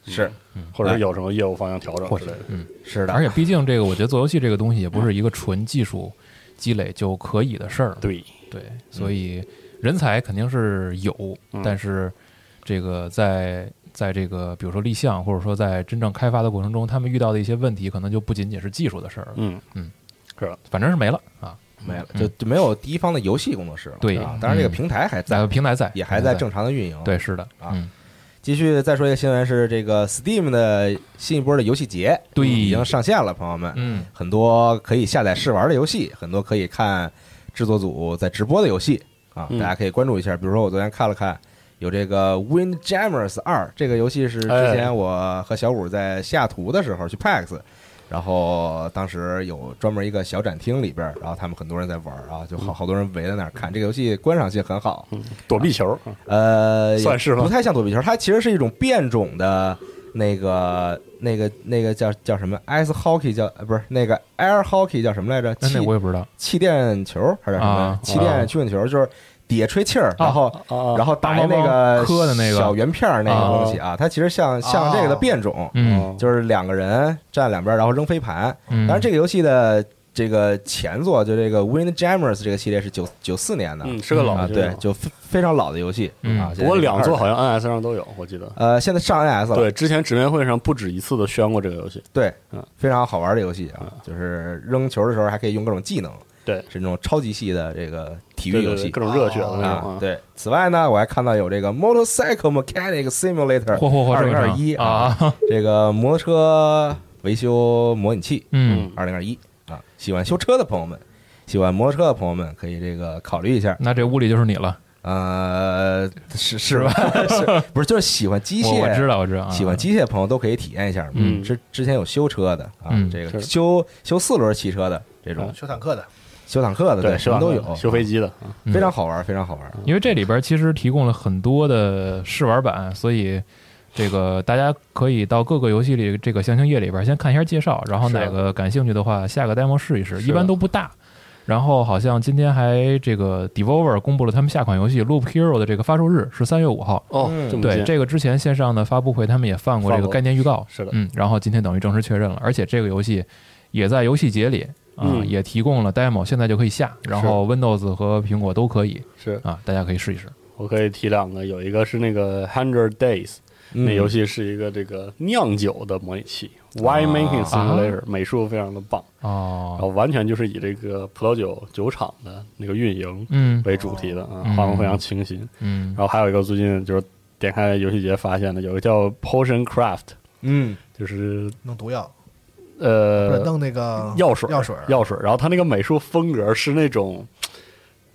S2: 是
S4: 或
S2: 哎
S4: 者有什么业务方向调整
S3: 或
S4: 之
S3: 许
S4: 类的，，
S3: 嗯，
S2: 是的，
S3: 而且毕竟这个，我觉得做游戏这个东西也不是一个纯技术积累就可以的事儿，
S4: 对，
S3: 对，所以人才肯定是有，
S4: 嗯
S3: 但是这个在在这个比如说立项，或者说在真正开发的过程中，他们遇到的一些问题，可能就不仅仅是技术的事儿了，
S4: 嗯
S3: 嗯，
S4: 是的，
S3: 反正是没了啊。
S2: 没了，
S3: 嗯
S2: 就就没有第一方的游戏工作室了，
S3: 对
S2: 啊，当然这个
S3: 嗯
S2: 平台还
S3: 在
S2: 在，
S3: 平台在
S2: 也还
S3: 平台
S2: 在正常的运营，
S3: 对，是的
S2: 啊
S3: 嗯
S2: 继续再说一个新闻是这个 Steam 的新一波的游戏节，
S3: 对
S2: 已经上线了，朋友们，
S3: 嗯
S2: 很多可以下载试玩的游戏，很多可以看制作组在直播的游戏啊，
S4: 嗯
S2: 大家可以关注一下。比如说我昨天看了看，有这个《Windjammers 二》这个游戏是之
S4: 哎
S2: 前我和小五在西雅图的时候去 PAX，然后当时有专门一个小展厅里边儿，然后他们很多人在玩儿啊，就好好多人围在那儿看这个游戏，观赏性很好。
S4: 嗯，躲避球，嗯
S2: 呃，也
S4: 算是吧
S2: 不太像躲避球，它其实是一种变种的那个、那个、那个叫叫什么 ice hockey 叫呃不是那个 air hockey 叫什么来着？
S3: 哎那
S2: 气哦
S3: 那我也不知道
S2: 气垫球还是什么？
S3: 啊
S2: 气垫曲棍球就是底下吹气儿，然后、
S4: 啊
S2: 然后打一那
S3: 帮忙
S2: 个
S3: 磕的那个
S2: 小圆片儿那个东西啊，它其实像像这个的变种，
S3: 嗯
S2: 就是两个人站两边儿，然后扔飞盘。
S3: 嗯，
S2: 当然，这个游戏的。这个前作，就这个 Wind Jammers 这个系列是九九四年的，
S4: 嗯，是个老
S2: 啊，
S4: 的这个
S2: 对
S4: 老，
S2: 就非非常老的游戏、
S3: 哦嗯
S2: 啊。
S4: 不过两座
S2: 座
S4: 好像 NS 上都有，我记得。
S2: 呃，现在上 NS 了，
S4: 对，之前直面会上不止一次的宣过这个游戏。
S2: 对
S4: 嗯，
S2: 非常好玩的游戏啊，就是扔球的时候还可以用各种技能，
S4: 对
S2: 是那种超级系的这个体育
S4: 对
S2: 游
S4: 对
S2: 戏
S4: 对，各种热血的那种
S2: 啊。，对，此外呢，我还看到有这个 Motorcycle Mechanic Simulator
S3: 嚯嚯嚯，
S2: 二
S3: 这
S2: 零
S3: 个
S2: 二
S3: 上
S2: 一，
S3: 啊，
S2: 这个摩托车维修模拟器
S3: 嗯，
S2: 二零二一啊，喜欢修车的朋友们，喜欢摩托车的朋友们可以这个考虑一下。
S3: 那这屋里就是你了，
S2: 呃，是是吧？ [LAUGHS] 是不是就是喜欢机
S3: 我我知
S2: 械？
S3: 道我知道，啊
S2: 喜欢机械朋友都可以体验一下嘛。
S3: 嗯
S2: 之之前有修车的啊，
S3: 嗯
S2: 这个
S4: 是啊
S2: 修修四轮汽车的这种，
S5: 修嗯坦克的，
S2: 修坦克的
S4: 对，
S2: 什么都有，
S4: 修飞机的，嗯
S3: 嗯
S2: 非常好玩，非常好玩。
S3: 因为这里边其实提供了很多的试玩版，所以这个大家可以到各个游戏里这个详情页里边先看一下介绍，然后
S4: 是
S3: 哪个感兴趣的话下个 demo 试一试，
S4: 是
S3: 一般都不大。然后好像今天还这个 Devolver 公布了他们下款游戏《Loop Hero》的这个发售日是三月五号。
S4: 哦
S2: 嗯，
S4: 这么
S3: 对，
S4: 近
S3: 这个之前线上的发布会他们也放过这个
S4: 放过
S3: 概念预告，
S4: 是的
S3: 嗯，然后今天等于正式确认了，而且这个游戏也在游戏节里啊、
S4: 嗯
S3: 也提供了 demo，现在就可以下，然后 Windows 和苹果都可以
S4: 是
S3: 啊，大家可以试一试。
S4: 我可以提两个，有一个是那个 Hundred Days，那
S2: 嗯
S4: 游戏是一个这个酿酒的模拟器，Wine
S2: 啊
S4: Making Simulator，美术非常的棒，然
S3: 哦，
S4: 后完全就是以这个葡萄酒酒厂的那个运营
S3: 嗯
S4: 为主题的啊
S2: 哦
S3: 嗯，
S4: 画风非常清新。
S3: 嗯
S4: 然，后还有一个最近就是点开游戏节发现的，有一个叫 Potion Craft，
S2: 嗯，
S4: 就是
S5: 弄毒药，不是
S4: 呃
S5: 弄那个
S4: 药水
S5: 药水，啊
S4: 药水，然后它那个美术风格是那种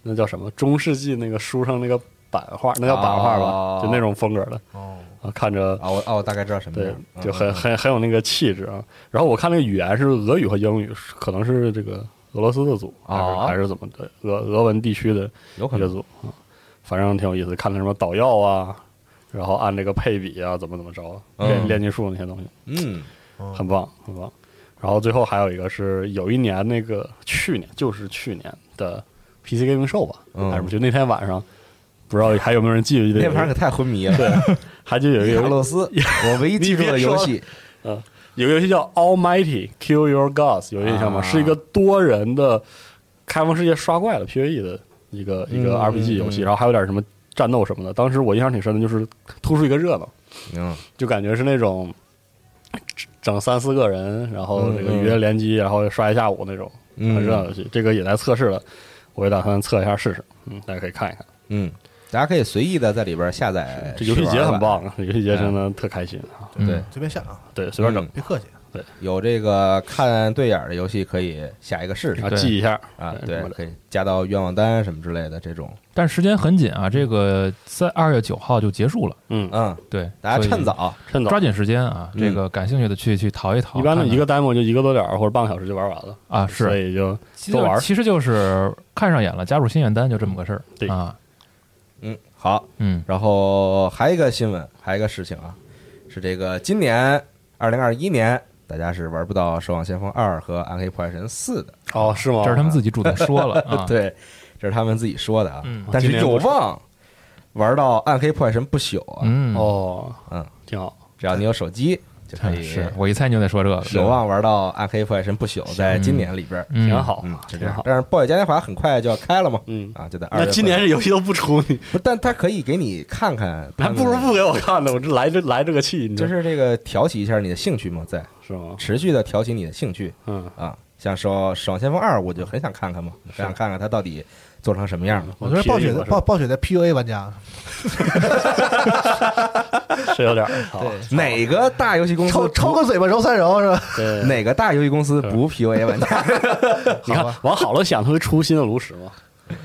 S4: 那叫什么中世纪那个书上那个版画，那叫版画吧，
S2: 哦
S4: 就那种风格的
S5: 哦，
S4: 啊，看着
S2: 啊，我哦，我大概知道什么
S4: 对
S2: 样，，
S4: 就
S2: 嗯
S4: 很很很有那个气质啊。然后我看那个语言是俄语和英语，是可能是这个俄罗斯的组，还是、
S2: 哦
S4: 还是怎么的，俄俄文地区的
S2: 有可
S4: 一个
S2: 能
S4: 组啊，反正挺有意思。看的什么捣药啊，然后按这个配比啊，怎么怎么着，
S2: 嗯
S4: 炼炼金术那些东西，
S2: 嗯，
S5: 嗯
S4: 很棒，很棒。然后最后还有一个是有一年那个去年就是去年的 PC Gaming Show 吧，
S2: 嗯
S4: 还是就那天晚上，不知道还有没有人记得？
S2: 那盘可太昏迷了。对， [LAUGHS]
S4: 还就有一
S2: 俄
S4: 个
S2: 罗
S4: [LAUGHS]
S2: 斯，我唯一记住的游戏
S4: 有个游戏叫《Almighty Kill Your Gods》，有印象吗？
S2: 啊
S4: 是一个多人的开放世界刷怪的 PVE 的一个一个
S2: 嗯
S4: RPG 游戏，然后还有点什么战斗什么的。当时我印象挺深的，就是突出一个热闹，
S2: 嗯，
S4: 就感觉是那种整三四个人，然后这个
S2: 嗯嗯
S4: 鱼跃联机，然后刷一下午那种
S2: 嗯
S4: 很热闹的游戏。这个也在测试了，我也打算测一下试试。嗯，大家可以看一看，
S2: 嗯，大家可以随意的在里边下载
S4: 这游戏节
S2: 哎试玩版，
S4: 很棒，游戏节真的特开心啊！
S3: 嗯
S2: 对，
S5: 随便下啊，
S4: 对，随便整
S2: 嗯
S5: 别客气。
S2: 有这个看对眼儿的游戏可以下一个试
S4: 啊，
S2: 试
S3: 对
S4: 记一下
S2: 啊，
S4: 什
S2: 对
S4: 么，的
S2: 可以加到愿望单什么之类的这种，
S3: 但时间很紧啊，这个在二月九号就结束了，
S4: 嗯，
S2: 嗯，
S3: 对，
S2: 大家
S3: 所以
S2: 趁早，
S4: 趁早
S3: 抓。紧时间啊，
S2: 嗯
S3: 这个感兴趣的去去淘一淘，
S4: 一般的
S3: 看看
S4: 一个 demo 就一个多点儿或者半个小时就玩完了，
S3: 啊
S4: 所
S3: 是，
S4: 以就
S3: 其
S4: 多玩
S3: 实
S4: 儿
S3: 其实就是看上眼了，加入心愿单就这么个事儿，
S4: 对
S3: 啊，
S2: 嗯，好，
S3: 嗯
S2: 然后还有一个新闻，还有一个事情啊，是这个今年二零二一年，大家是玩不到《守望先锋二》和《暗黑破坏神四》的，
S4: 哦，是吗
S3: 这是他们自己主动说
S4: [LAUGHS]
S3: 了啊，
S2: 对，这是他们自己说的啊
S3: 嗯，
S2: 但
S4: 嗯今
S2: 是
S4: 年
S2: 有
S4: 不是
S2: 望玩到《暗黑破坏神不朽》啊，
S3: 嗯，
S4: 哦，
S2: 嗯，
S4: 挺好，
S2: 只要你有手机就可
S3: 哎
S2: 以
S4: 嗯
S3: 是我一猜你就得说这个，
S2: 有啊望玩到《暗黑破坏神不朽》在今年里边儿，
S3: 嗯
S4: 挺好，
S2: 嗯，是这
S4: 挺
S2: 样。
S4: 好。
S2: 但是《暴雪嘉年华》很快就要开了嘛，
S4: 嗯
S2: 啊，就在二月
S4: 那
S2: 份
S4: 今年这游戏都不出，你
S2: 不，但它可以给你看看，
S4: 还
S2: 他们
S4: 不如不给我看呢，我这来这来这个气，你
S2: 就
S4: 知道
S2: 是这个挑起一下你的兴趣嘛，在
S4: 是吗？
S2: 持续的挑起你的兴趣
S4: 嗯，
S2: 啊。像说《守望先锋二》，我就很想看看嘛，很想看看它到底做成什么
S4: 嗯
S2: 样了。
S5: 我觉得暴雪暴暴雪在 PUA 玩家，
S4: 是有点儿好，
S3: 嗯
S2: 哪个大游戏公司
S5: 抽
S2: 不
S5: 抽个嘴巴揉三揉是吧？
S4: 对， [LAUGHS]
S2: 哪个大游戏公司不 PUA 玩
S3: [LAUGHS]
S2: 家？
S4: 你看往好了想，他会出新的炉石吗？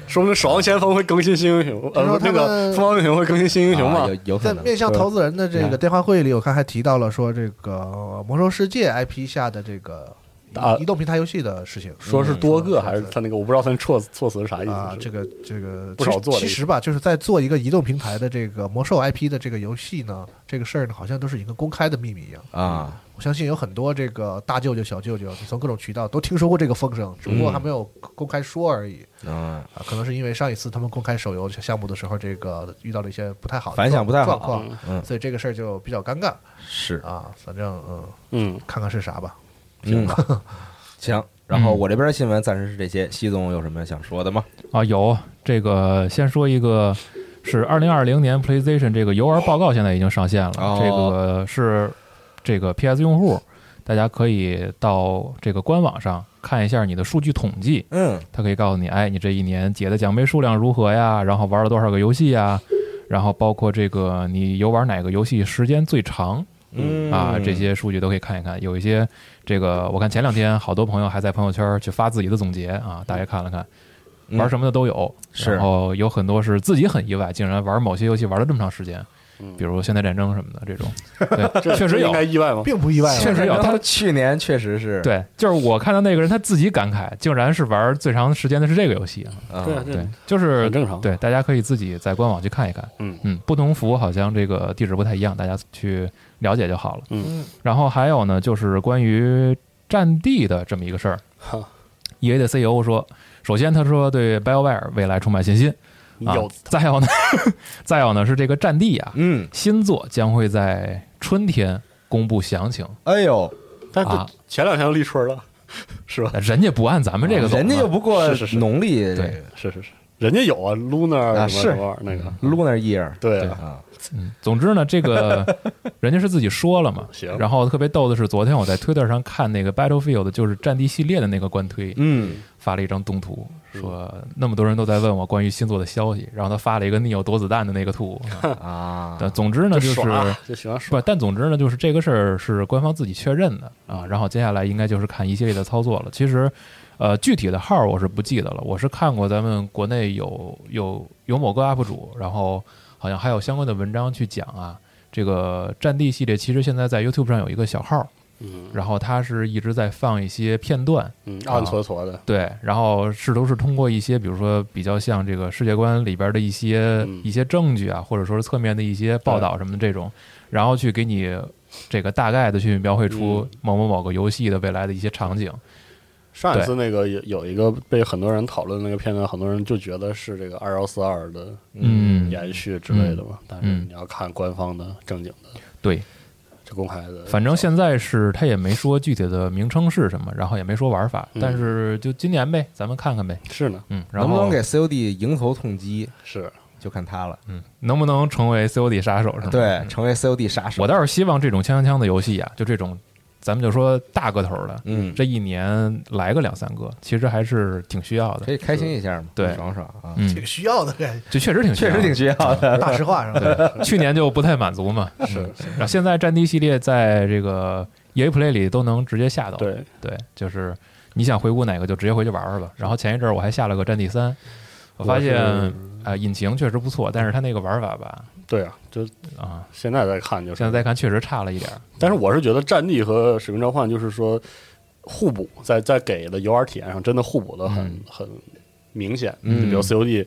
S4: 说明《守望先锋》会更新新英雄，
S5: 听
S4: 呃
S5: 说，
S4: 那
S5: 他们
S4: 个《疯狂英雄》会更新新英雄
S2: 啊
S4: 嘛？
S2: 有有可
S5: 在
S2: 能
S5: 面向投资人的这
S4: 对
S5: 个电话会议里，我看还提到了说这个呃《魔兽世界》IP 下的这个
S4: 啊
S5: 移动平台游戏的事情，
S4: 说是多个
S5: 嗯
S4: 还是他那个？我不知道他那措措辞是啥意
S5: 啊，
S4: 思，
S5: 这
S4: 是
S5: 个这个
S4: 不少
S5: 其
S4: 做了
S5: 其
S4: 已
S5: 实吧，就是在做一个移动平台的这个魔兽 IP 的这个游戏呢，这个事儿呢，好像都是一个公开的秘密一样。
S2: 啊，
S5: 我相信有很多这个大舅舅、小舅舅，你从各种渠道都听说过这个风声，只不
S4: 嗯
S5: 过还没有公开说而已
S2: 嗯，
S5: 啊。可能是因为上一次他们公开手游项目的时候，这个遇到了一些不太好的
S2: 反响不太好
S5: 状况，
S2: 嗯
S5: 所以这个事儿就比较尴尬
S2: 是，
S5: 啊。反正嗯，
S4: 嗯，
S5: 看看是啥吧。
S2: 嗯，行，然后我这边的新闻暂时是这些，西总有什么想说的吗？
S3: 啊，有这个先说一个，是二零二零年 PlayStation 这个游玩报告现在已经上线了，
S2: 哦
S3: 这个是这个 PS 用户，大家可以到这个官网上看一下你的数据统计，
S2: 嗯，
S3: 它可以告诉你，哎，你这一年解的奖杯数量如何呀？然后玩了多少个游戏呀？然后包括这个你游玩哪个游戏时间最长
S2: 嗯
S3: 啊？这些数据都可以看一看。有一些这个，我看前两天好多朋友还在朋友圈去发自己的总结
S4: 嗯
S3: 啊，大家看了看，
S2: 嗯
S3: 玩什么的都有。
S2: 是
S3: 然后有很多是自己很意外，竟然玩某些游戏玩了这么长时间，比如《现代战争》什么的
S4: [LAUGHS]
S3: 这种，对，确实
S4: 嗯这应
S3: 有。
S4: 该意外吗？
S5: 并不意外啊了。
S3: 确实有
S2: 然
S3: 他
S2: 后去年确实是，
S3: 对，就是我看到那个人他自己感慨，竟然是玩最长时间的是这个游戏啊。
S2: 啊
S4: 对啊，这
S3: 对，就是
S4: 很正常
S3: 对，大家可以自己在官网去看一看。
S4: 嗯
S3: 不同服好像这个地址不太一样，大家去了解就好了。
S4: 嗯，
S3: 然后还有呢，就是关于战地的这么一个事儿
S4: 哈。
S3: E A 的 C E O 说，首先他说对 BioWare 未来充满信心啊
S4: 有。
S3: 再有呢， [LAUGHS] 再有呢是这个战地啊，
S2: 嗯，
S3: 新作将会在春天公布详情。
S2: 哎呦，
S4: 但是
S3: 啊
S4: 前两天就立春了，是吧？
S3: 人家不按咱们这个走嘛，
S2: 啊人家又不过
S4: 是是是
S2: 农历这
S3: 对
S2: 个
S4: 是是是，人家有啊，Lunar 嗯
S2: 啊
S4: 什么
S2: 是
S4: 什么玩意儿那个，
S2: lunar year
S4: 对啊，
S2: 啊，
S3: 嗯，总之呢，这个
S2: [LAUGHS]
S3: 人家是自己说了嘛。
S4: 行
S3: 然后特别逗的是，昨天我在 Twitter 上看那个 Battlefield，就是战地系列的那个官推，
S2: 嗯，
S3: 发了一张动图，
S4: 嗯
S3: 说那么多人都在问我关于星座的消息，然后他发了一个 Neo 躲子弹的那个图。啊
S2: 啊，
S3: 但总之呢，
S4: 就
S3: 就是
S4: 爽啊，就喜欢爽。
S3: 不，但总之呢，就是这个事儿是官方自己确认的
S4: 嗯
S3: 啊。然后接下来应该就是看一系列的操作了。其实，呃，具体的号儿我是不记得了，我是看过咱们国内有有有某个 UP 主，然后好像还有相关的文章去讲啊。这个《战地》系列其实现在在 YouTube 上有一个小号儿，
S4: 嗯
S3: 然后他是一直在放一些片段，
S4: 嗯，暗搓搓的，
S3: 对，然后试图是通过一些，比如说比较像这个世界观里边的一些、
S4: 嗯
S3: 一些证据啊，或者说是侧面的一些报道什么的这种，然后去给你这个大概的去描绘出
S2: 嗯
S3: 某某某个游戏的未来的一些场景。
S4: 上一次那个有有一个被很多人讨论的那个片段，很多人就觉得是这个二幺四二的
S3: 嗯
S4: 延续之类的嘛。但是
S3: 嗯
S4: 你要看官方的正经的
S3: 对，
S4: 这公开的，
S3: 反正现在是他也没说具体的名称是什么，然后也没说玩法，
S4: 嗯
S3: 但是就今年呗，咱们看看呗。
S4: 是呢，
S3: 嗯，然
S2: 能
S3: 后
S2: 不能给 COD 迎头痛击，
S4: 是
S2: 就看他了。
S3: 嗯能不能成为 COD 杀手是吗？
S2: 对，
S3: 嗯
S2: 成为 COD 杀手。
S3: 我倒是希望这种枪枪枪的游戏啊，就这种咱们就说大个头的，
S2: 嗯，
S3: 这一年来个两三个，其实还是挺需要的
S2: 可。以开心一下嘛，
S3: 对
S2: 爽爽啊，
S3: 嗯
S5: 挺，需要的，感啊
S3: 就确实挺需
S2: 确
S3: 要
S2: 实
S3: 的
S2: 挺需要的。
S5: 觉大实话是吧？
S3: 对，去年就不太满足嘛。
S4: 是
S3: 嗯，然后现在《战地》系列在这个 EA Play 里都能直接下到。
S4: 对，
S3: 对，就是你想回顾哪个就直接回去玩玩吧。然后前一阵儿我还下了个《战地三》，我发现
S4: 我
S3: 啊
S4: 是、
S3: 引擎确实不错，但是它那个玩法吧，
S4: 对啊，就
S3: 啊，
S4: 现在再看就是。
S3: 现在再看确实差了一点儿。
S4: 但是我是觉得《战地》和《使命召唤》就是说互补，在在给的游玩体验上真的互补的很、
S3: 嗯
S4: 很明显。
S2: 嗯
S4: 就比如 COD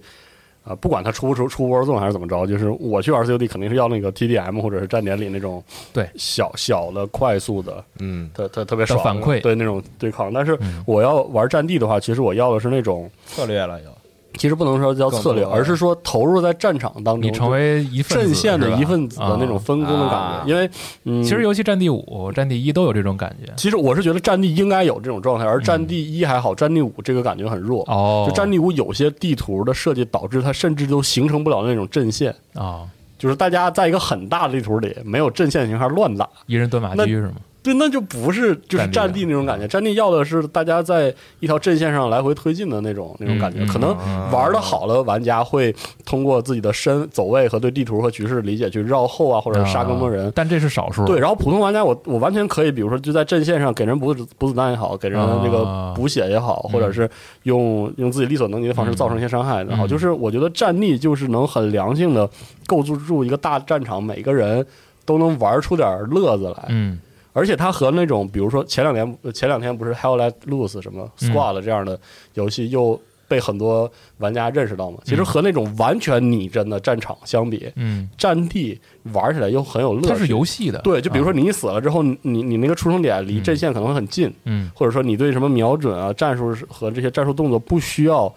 S4: 啊、不管它出不出出 Warzone 还是怎么着，就是我去玩 COD 肯定是要那个 TDM 或者是站点里那种
S3: 对
S4: 小小的快速的，
S2: 嗯，
S4: 特特特别爽的
S3: 反馈
S4: 对那种对抗。但是
S3: 嗯
S4: 我要玩战地的话，其实我要的是那种，
S2: 策略了又。
S4: 其实不能说叫
S2: 更
S4: 策略，
S2: 多
S4: 而是说投入在战场当中，
S3: 你成为一份子
S4: 阵线的
S3: 是吧
S4: 一份子的那种
S3: 啊
S4: 分工的感觉。
S2: 啊
S4: 因为、嗯、
S3: 其实尤其《战地五》《战地一》都有这种感觉。
S4: 其实我是觉得战地应该有这种状态，而战地一还好，战地五这个感觉很弱。
S3: 哦，
S4: 就战地五有些地图的设计导致它甚至都形成不了那种阵线，
S3: 哦，
S4: 就是大家在一个很大的地图里没有阵线型号乱打，
S3: 一人蹲马
S4: 那
S3: 驹是吗？
S4: 对，那就不是就是战地那
S3: 嗯
S4: 种感觉。战地要的是大家在一条阵线上来回推进的那种那种感觉。
S3: 嗯嗯
S4: 可能玩的好的玩家会通过自己的身走位和对地图和局势理解去绕后啊，或者杀更多人
S3: 啊。但这是少数。
S4: 对，然后普通玩家我我完全可以，比如说就在阵线上给人补补子弹也好，给人那个
S3: 啊嗯
S4: 补血也好，或者是用用自己力所能及的方式造成一些伤害。然后就是我觉得战力就是能很良性的构筑住一个大战场，每个人都能玩出点乐子来。
S3: 嗯，
S4: 而且它和那种比如说前两年前两天不是 Hell Let Loose 什么
S3: 嗯
S4: Squad 这样的游戏又。被很多玩家认识到嘛，其实和那种完全拟真的战场相比，
S3: 嗯，
S4: 战地玩起来又很有乐趣。
S3: 它是游戏的。
S4: 对，就比如说
S3: 啊，
S4: 你一死了之后，你你你那个出生点离
S3: 嗯
S4: 阵线可能会很近，
S3: 嗯
S4: 或者说你对什么瞄准啊、战术和这些战术动作不需要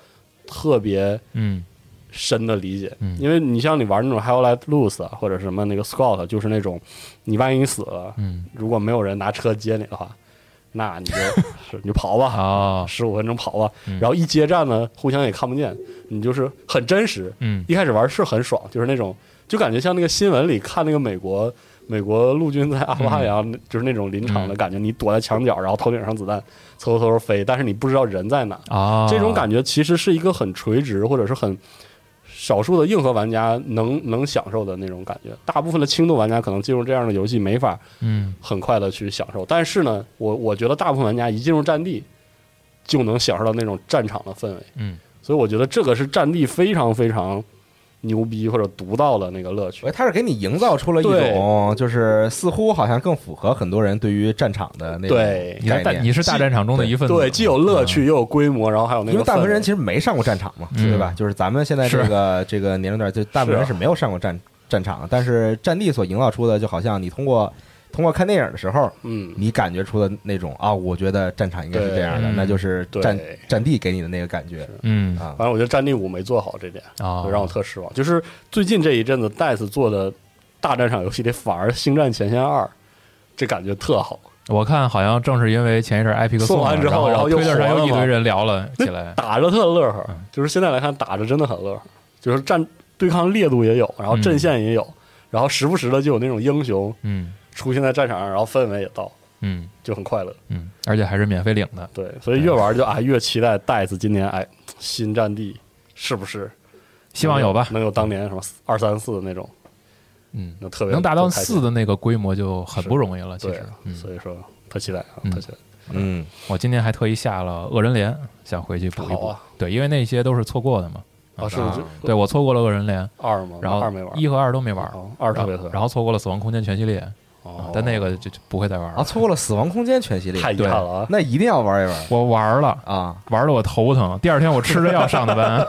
S4: 特别
S3: 嗯
S4: 深的理解，
S3: 嗯
S4: 因为你像你玩那种 Hell Let Loose 啊，或者什么那个 Scout，就是那种你万一死了，
S3: 嗯
S4: 如果没有人拿车接你的话，那你就是你就跑吧，
S3: [LAUGHS] 啊，
S4: 十五分钟跑吧
S3: 嗯，
S4: 然后一接站呢，互相也看不见，你就是很真实。
S3: 嗯
S4: 一开始玩是很爽，就是那种就感觉像那个新闻里看那个美国美国陆军在阿富汗呀，
S3: 嗯
S4: 就是那种临场的感觉，你躲在墙角，然后头顶上子弹嗖嗖嗖飞，但是你不知道人在哪。
S3: 啊，
S4: 这种感觉其实是一个很垂直或者是很少数的硬核玩家能能享受的那种感觉，大部分的轻度玩家可能进入这样的游戏没法
S3: 嗯
S4: 很快的去享受。但是呢，我我觉得大部分玩家一进入战地，就能享受到那种战场的氛围。
S3: 嗯，
S4: 所以我觉得这个是战地非常非常牛逼或者独到的那个乐趣
S2: 哎，。它是给你营造出了一种，就是似乎好像更符合很多人对于战场的那种
S4: 对
S3: 你在
S2: 概
S3: 大
S2: 念
S3: 你是大战场中的一份子，
S4: 对，既有乐趣又有规模，然后还有那个
S2: 因为大部分人
S4: 氛
S2: 其实没上过战场嘛，
S3: 嗯
S2: 对吧？就是咱们现在这个这个年龄段，就大部分人
S4: 是啊
S2: 是没有上过战战场的，但是战地所营造出的，就好像你通过通过看电影的时候，
S4: 围嗯，
S2: 你感觉出的那种啊，我觉得战场应该是这样的，
S3: 对
S2: 那就是
S4: 对
S2: 战战地给你的那个感觉
S3: 嗯
S2: 啊。
S4: 反正我觉得《战地五》没做好这点，
S3: 啊，
S4: 让我特失望。就是最近这一阵子，DICE 做的大战场游戏里，反而《星战前线二》这感觉特好。
S3: 我看好像正是因为前一阵 Epic
S4: 送完
S3: 了
S4: 之后
S3: 然
S4: 然后又
S3: 推特上
S4: 火
S3: 又
S4: 了
S3: 一
S4: 嘛
S3: 堆人聊了起来，
S4: 打着特乐
S3: 嗯
S4: 呵，就是现在来看打着真的很乐呵，就是战对抗烈度也有，然后阵线也有，然后时不时的就有那种英雄
S3: 嗯
S4: 出现在战场上，然后氛围也到，
S3: 嗯
S4: 就很快乐。
S3: 嗯，而且还是免费领的，
S4: 对，所以越玩就啊越期待戴斯今年哎新战地是不是
S3: 希望有吧，
S4: 能有当年什么二三四那种，
S3: 嗯，
S4: 那特别
S3: 能达到
S4: 特开心
S3: 四的那个规模就很
S4: 是
S3: 不容易了，其
S4: 对
S3: 实，嗯，
S4: 所以说特期待啊，
S3: 嗯
S4: 特期待。
S2: 嗯，
S3: 我今天还特意下了恶人连，想回去补一
S4: 好
S3: 补
S4: 啊，
S3: 对，因为那些都是错过的嘛，
S4: 啊，是不是
S3: 对我错过了恶人连，
S4: 二吗？
S3: 然后
S4: 哦二没玩，
S3: 一和二都没玩，
S4: 哦二特别特，
S3: 然后错过了死亡空间全系列，啊
S4: 哦
S3: 但那个就就不会再玩
S2: 啊，
S3: 了，
S2: 错过了《死亡空间》全系列，
S4: 太遗
S2: 对
S4: 憾了啊
S2: 那一定要玩一玩
S3: 我玩了。
S2: 啊
S3: 玩的我头疼，第二天我吃着药上的
S4: [LAUGHS]
S3: 班，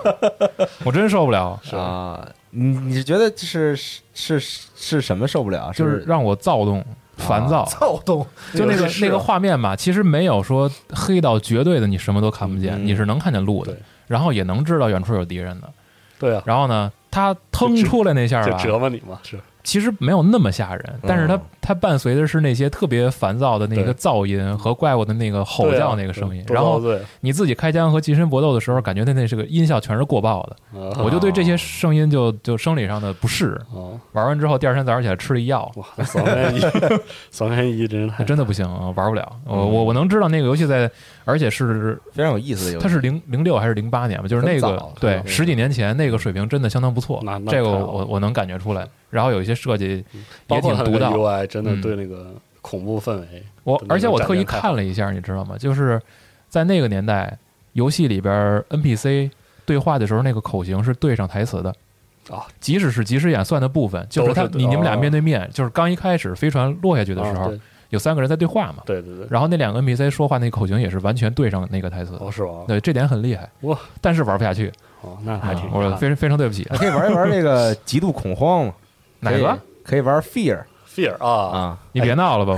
S3: 我真受不了。
S4: 是
S2: 啊！你你是觉得是是是是什么受不了？
S3: 就是让我躁动、烦
S4: [LAUGHS]
S3: 躁，
S5: 躁动，
S3: 就那个
S4: 啊是
S3: 那个画面吧，其实没有说黑到绝对的，你什么都看不见，
S2: 嗯
S3: 你是能看见路的
S4: 对，
S3: 然后也能知道远处有敌人的。
S4: 对啊，
S3: 然后呢，他腾出来那下
S4: 就
S3: 吧，
S4: 折磨你嘛，是
S3: 其实没有那么吓人，但是它它伴随的是那些特别烦躁的那个
S4: 嗯对
S3: 噪音和怪物的那个吼
S4: 对啊
S3: 叫那个声音，
S4: 多
S3: 然后
S4: 对，
S3: 你自己开枪和近身搏斗的时候，感觉那那是个音效全是过爆的，我
S4: 我
S3: 就对这些声音就就生理上的不适。
S4: 啊哦，
S3: 玩完之后，第二天早上起来吃了一药，
S4: 哇，三万一，三万
S3: [LAUGHS]
S4: 一真是太
S3: 真的不行，玩不了。
S4: 嗯
S3: 我我我能知道那个游戏在，而且是
S2: 非常有意思的游戏，
S3: 它是零零六还是零八年吧，就是那
S4: 很
S3: 个
S4: 早
S3: 对
S4: 很早
S3: 十几年前那个水平真的相当不错
S4: 那，那
S3: 这个
S4: 太好嗯
S3: 我我能感觉出来。然后有一些设计也
S4: 包括
S3: 挺
S4: 它那
S3: 独
S4: 个
S3: 到，
S4: UI 真的
S3: 嗯
S4: 对那个恐怖氛围，
S3: 我
S4: 真的
S3: 而且我特意
S4: 展现太好
S3: 看了一下，你知道吗？就是在那个年代，游戏里边儿 NPC 对话的时候，那个口型是对上台词的
S4: 啊。
S3: 即使是即时演算的部分，就是他
S4: 都是
S3: 你你们俩
S4: 哦
S3: 面对面，就是刚一开始飞船落下去的时
S4: 啊
S3: 候，有三个人在对话嘛。
S4: 对对对对，
S3: 然后那两个 NPC 说话那口型也是完全对上那个台词，
S4: 哦是吧？
S3: 对，这点很厉害
S4: 哇。
S3: 但是玩不下去，
S4: 哦，那
S3: 啊
S4: 还挺
S3: 我非常非常对不
S4: 哎
S3: 起。
S2: 可以玩一玩那个极度恐慌嘛？
S3: 哪个？
S2: 可以玩 Fear
S4: fear 啊
S2: 啊
S3: 你别闹了吧，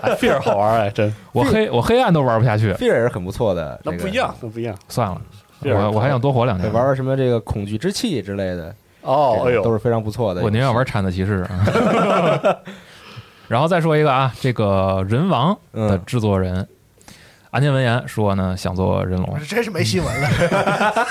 S4: 哎，fear 好玩哎，
S3: [LAUGHS]
S4: 真 [LAUGHS]
S3: 我黑我黑暗都玩不下去，
S2: ，Fear 也是很不错的，
S4: 那
S2: 这个
S4: 不一样，那不一样
S3: 算了，
S4: Fear
S3: 我我还想多活两
S2: 可以
S4: 哎
S3: 年。
S2: 玩玩什么这个恐惧之气之类的，
S4: 哦，哎
S2: 这种都
S4: 呦，
S2: 是非常不错的。
S3: 我宁愿玩《铲子骑士》啊。 [LAUGHS] 然后再说一个啊，这个《人王》的制作人安田文彦说呢，想做人龙
S5: [LAUGHS] 我。这真是没新闻了。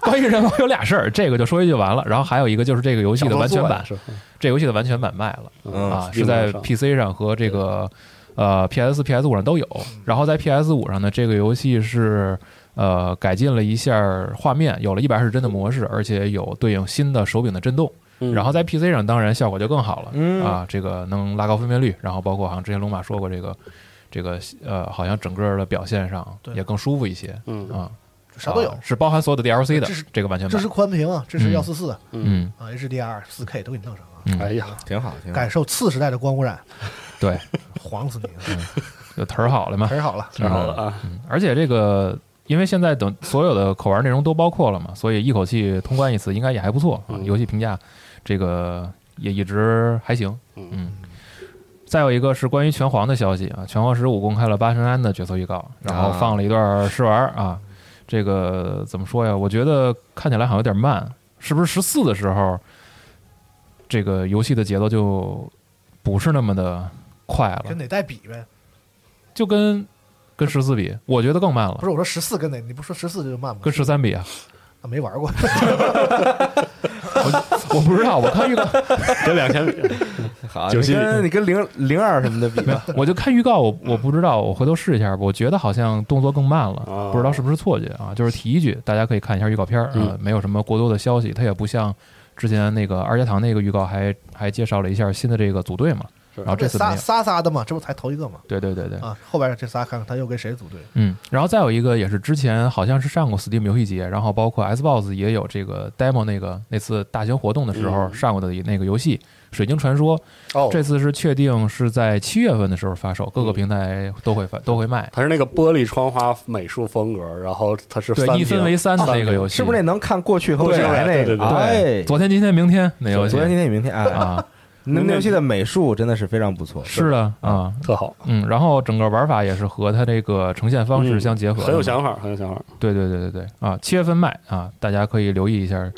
S3: 关于人龙有俩事儿，这个就说一句完了。然后还有一个就是这个游戏的完全版，
S4: 是
S3: 这游戏的完全版卖了
S2: 嗯
S3: 啊，是在 PC 上和这个呃 PS、PS 五上都有。然后在 PS 五上呢，这个游戏是。呃，改进了一下画面，有了一百二十帧的模式，而且有对应新的手柄的震动。
S4: 嗯
S5: 嗯
S3: 然后在 PC 上，当然效果就更好了、
S2: 嗯
S3: 啊，这个能拉高分辨率，然后包括好像之前龙马说过这个，这个呃，好像整个的表现上
S5: 对
S3: 也更舒服一些
S4: 嗯
S3: 啊，
S5: 啥都有
S3: 啊是包含所有的 DLC 的
S5: 这是
S3: 这个完全
S5: 支
S3: 版
S5: 持，宽屏啊，支持
S3: 嗯
S5: 幺四四啊
S3: 嗯
S5: ，HDR 四 K 都给你弄上啊，
S3: 嗯，
S4: 哎呀，
S2: 挺好，挺好。
S5: 感受次时代的光污染，
S3: 对，
S5: 晃死你
S3: [LAUGHS]
S5: 啊！
S3: 就词儿好了嘛，
S5: 很好了，
S4: 太好了啊，
S3: 嗯而且这个。因为现在等所有的口玩内容都包括了嘛，所以一口气通关一次应该也还不错啊。
S4: 嗯
S3: 游戏评价这个也一直还行，
S4: 嗯
S3: 嗯。再有一个是关于拳皇的消息啊，拳皇十五公开了八神庵的角色预告，然后
S2: 啊
S3: 放了一段试玩啊。这个怎么说呀？我觉得看起来好像有点慢，是不是十四的时候，这个游戏的节奏就不是那么的快了
S5: 跟？哪代比呗？
S3: 就跟跟十四比，我觉得更慢了
S5: 不，是我说十四跟哪？你不说十四就慢吗？
S3: 跟十三比啊，
S5: 啊没玩过，
S3: 我不知道，我看预告，
S4: 跟
S3: [LAUGHS]
S4: 两千比，
S2: 好，
S4: 九
S2: 你
S4: 七
S2: 跟你跟零零二什么的比吧，
S3: 我就看预告，我我不知道，我回头试一下吧。我觉得好像动作更慢了，
S4: 哦
S3: 不知道是不是错觉啊。就是提一句，大家可以看一下预告片儿啊、
S4: 嗯
S3: 没有什么过多的消息，它也不像之前那个二阶堂那个预告还还介绍了一下新的这个组队嘛。
S4: 是
S3: 然后
S5: [LAUGHS]
S3: 这
S5: 对
S3: 次没
S5: 仨
S3: 有，
S5: 仨仨的嘛，这不才头一个嘛
S3: 对对对对，
S5: 啊，后边这仨看看他又跟谁组队。
S3: 嗯，然后再有一个也是之前好像是上过 Steam 游戏节，然后包括 Xbox 也有这个 demo 那个那次大型活动的时候
S4: 嗯
S3: 上过的那个游戏《水晶传说》，
S4: 哦，
S3: 这次是确定是在七月份的时候发售，各个
S4: 嗯
S3: 平台都会发都会卖。
S4: 它是那个玻璃窗花美术风格，然后它是
S3: 对，
S4: 三
S3: 一分
S4: 屏
S3: 为三的
S4: 三
S3: 那个
S4: 屏
S3: 游戏，
S2: 是不是那能看过去和未来那
S4: 对对对
S2: 个？
S4: 对
S2: 哎
S3: 对，，昨天、今天、明天那游戏
S2: 昨天、今天、明天，哎，
S3: 啊，
S2: 那那游戏的美术真的是非常不错，
S3: 是的啊，
S4: 特好，
S3: 嗯，然后整个玩法也是和它这个呈现方式
S4: 嗯
S3: 相结合的嘛，嗯
S4: 很有想法，很有想法。
S3: 对对对对对啊，七月份卖啊，大家可以留意一下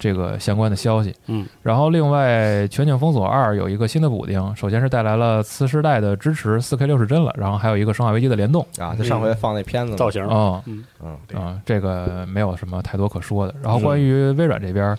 S3: 这个相关的消息。
S4: 嗯，
S3: 然后另外《全景封锁二》有一个新的补丁，首先是带来了次世代的支持四 K 六十帧了，然后还有一个《生化危机》的联动。
S2: 啊，就上回放那片子嘛
S4: 造，型，
S3: 哦，
S4: 嗯
S2: 嗯
S3: 啊，这个没有什么太多可说的。然后关于微软这边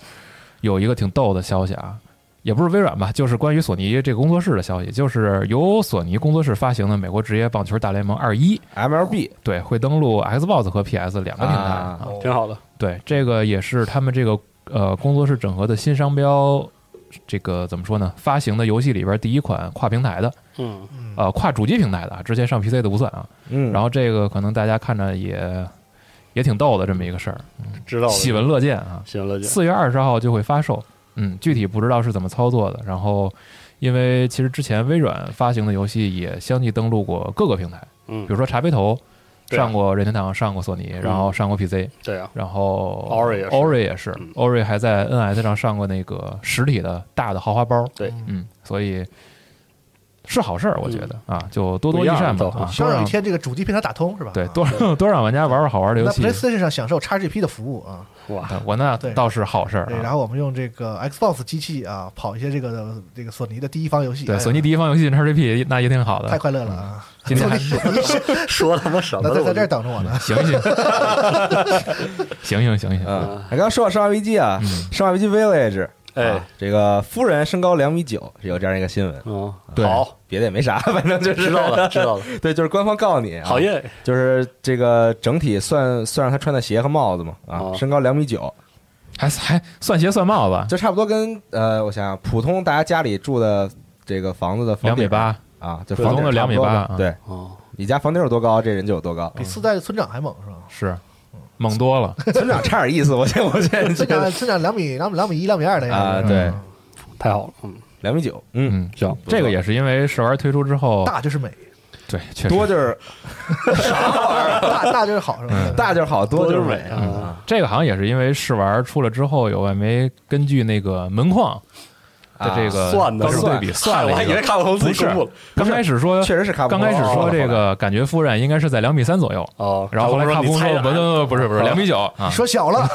S3: 有一个挺逗的消息啊，也不是微软吧，就是关于索尼这个工作室的消息，就是由索尼工作室发行的《美国职业棒球大联盟二一》，
S2: ，MLB
S3: 对，会登陆 Xbox 和 PS 两个平台
S2: 啊
S3: 啊
S4: 挺好的。
S3: 对，这个也是他们这个呃工作室整合的新商标，这个怎么说呢？发行的游戏里边第一款跨平台的，
S4: 嗯，
S5: 嗯，
S3: 呃，跨主机平台的，啊，之前上 PC 的不算啊。
S2: 嗯，
S3: 然后这个可能大家看着也也挺逗的这么一个事儿，
S4: 知道了。
S3: 喜闻乐见啊。
S4: 喜闻乐见。
S3: 四月二十号就会发售，嗯，具体不知道是怎么操作的。然后，因为其实之前微软发行的游戏也相继登陆过各个平台，
S4: 嗯
S3: 比如，说茶杯头
S4: 对啊
S3: 上过任天堂，上过索尼，然后上过 PC，
S4: 这样
S3: 然后
S4: Ori 也是
S3: Ori 也是
S4: 嗯
S3: ，Ori 还在 NS 上上过那个实体的大的豪华包，
S4: 对
S3: 嗯，所以是好事儿，我觉得啊，就多多益善
S4: 嗯不一
S3: 吧
S4: 样，
S3: 啊，多
S5: 希望有一
S3: 让
S5: 天这个主机平台打通是吧？
S3: 对
S5: 啊
S3: 多让多让玩家玩玩好玩的游
S5: 那
S3: 戏，
S5: PlayStation 上享受 XGP 的服务啊，
S4: 哇，
S3: 啊我那
S5: 对
S3: 倒是好事儿
S5: 对，然
S3: 啊。
S5: 后我们用这个 Xbox 机器啊，跑一些这个这个索尼的第一方游戏，哎
S3: 对，
S5: 呀
S3: 索尼第一方游戏进 XGP 那也挺好的，
S5: 太快乐了啊！
S3: 今天还
S4: [LAUGHS]
S5: [LAUGHS]
S4: 说他妈什么
S5: 那
S4: 了？
S5: 在在这儿
S4: 我
S5: 等着我呢，。
S3: 行行行行行行，
S2: 嗯，哎刚刚说到《生化危机》啊，
S3: 嗯
S2: 《生化危机 Village》
S4: 哎
S2: 啊，，这个夫人身高两米九是有这样一个新闻，
S4: 嗯，
S3: 对
S4: 好，
S2: 别的也没啥，反正就是
S4: 知道 [LAUGHS] 了，知道了，
S2: 对，就是官方告你啊，
S4: 好耶，
S2: 就是这个整体算算上他穿的鞋和帽子嘛，啊，
S4: 哦
S2: 身高两米九，
S3: 还还算鞋算帽子，
S2: 就差不多跟呃，我想想，普通大家家里住的这个房子的房
S3: 两米
S2: 顶
S3: 八，
S2: 啊，就
S4: 普
S2: 房
S4: 通
S2: 顶
S3: 的
S2: 差不多
S3: 2.8
S2: 吧
S3: 啊
S2: 对
S4: 哦，
S2: 你家房顶有多高，这人就有多高
S3: 嗯
S5: 比四代的村长还猛
S3: [LAUGHS]
S5: 是吧？
S3: 是猛多了，
S2: 村长差点意思，我现在我现 [LAUGHS] 在觉
S5: 村
S2: 得
S5: 长村长两米两米两米一两米二
S3: 哎
S5: 的
S2: 啊
S5: 样子，
S2: 对
S5: 嗯
S4: 太好了，嗯，
S2: 两米九，嗯，
S3: 嗯，
S4: 行，
S3: 这个也是因为试玩推出之后，
S5: 大就是美，
S3: 对，嗯确实
S2: 多就是
S5: 大大就是好是吧？
S3: 嗯
S2: 大就是好，多
S4: 就是是美
S2: 美。
S4: 啊，
S3: 这个好像也是因为试玩出了之后，有外媒根据那个门框的这
S2: 啊
S3: 个
S4: 算的
S3: 高
S4: 是
S3: 度
S4: 吧
S3: 对比算
S4: 嗨我
S3: 了
S4: 还
S3: 一
S4: 以为
S3: 个。
S4: 卡普空自己公布了，
S3: 刚开始说，
S2: 啊确实是看不啊
S3: 刚
S2: 懂
S3: 开始说这个感觉夫人应该是在两米三左右，
S4: 哦，
S3: 然后后来
S4: 卡
S3: 看不
S4: 普空
S3: 空
S4: 说
S3: 说
S4: 你
S3: 不
S4: 猜的，
S3: 不不是不是
S4: 哦
S3: 两米九啊，
S5: 说小了，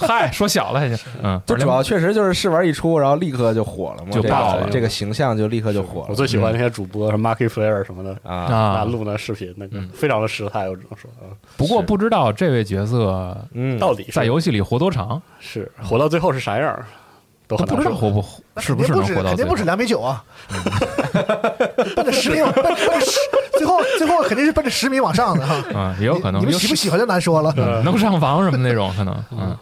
S3: 嗨，说小了还行，嗯，
S2: 就主要确实就是试玩一出，然后立刻就火了嘛，
S3: 就
S2: 这
S3: 爆
S2: 个
S4: 了
S2: 这个形象就立刻就火
S4: 我
S2: 了
S4: 最喜欢那些主播，什么 Marky Flair 什么的。
S2: 啊。
S3: 嗯啊
S4: 那，录那视频，那个
S3: 嗯
S4: 非常的失态，我只能说，啊
S3: 不过不知道这位角色
S2: 嗯，
S4: 到底是
S3: 在游戏里活多长，
S4: 是活到最后是啥样儿，都
S3: 都
S4: 很
S3: 不
S4: 难
S3: 知道活
S4: 说。
S3: 不 [LAUGHS] 是不是能
S5: 肯定止
S3: 活到最嗯
S5: 肯定
S3: 后
S5: 不止两米九啊， [LAUGHS] 奔着十米，奔奔着十，最后最后肯定是奔着十米往上的哈。
S3: 啊，也有可能
S5: 你你
S3: 有嗯
S5: 们喜不喜欢就难说了。
S3: 能上房什么那种可能，嗯。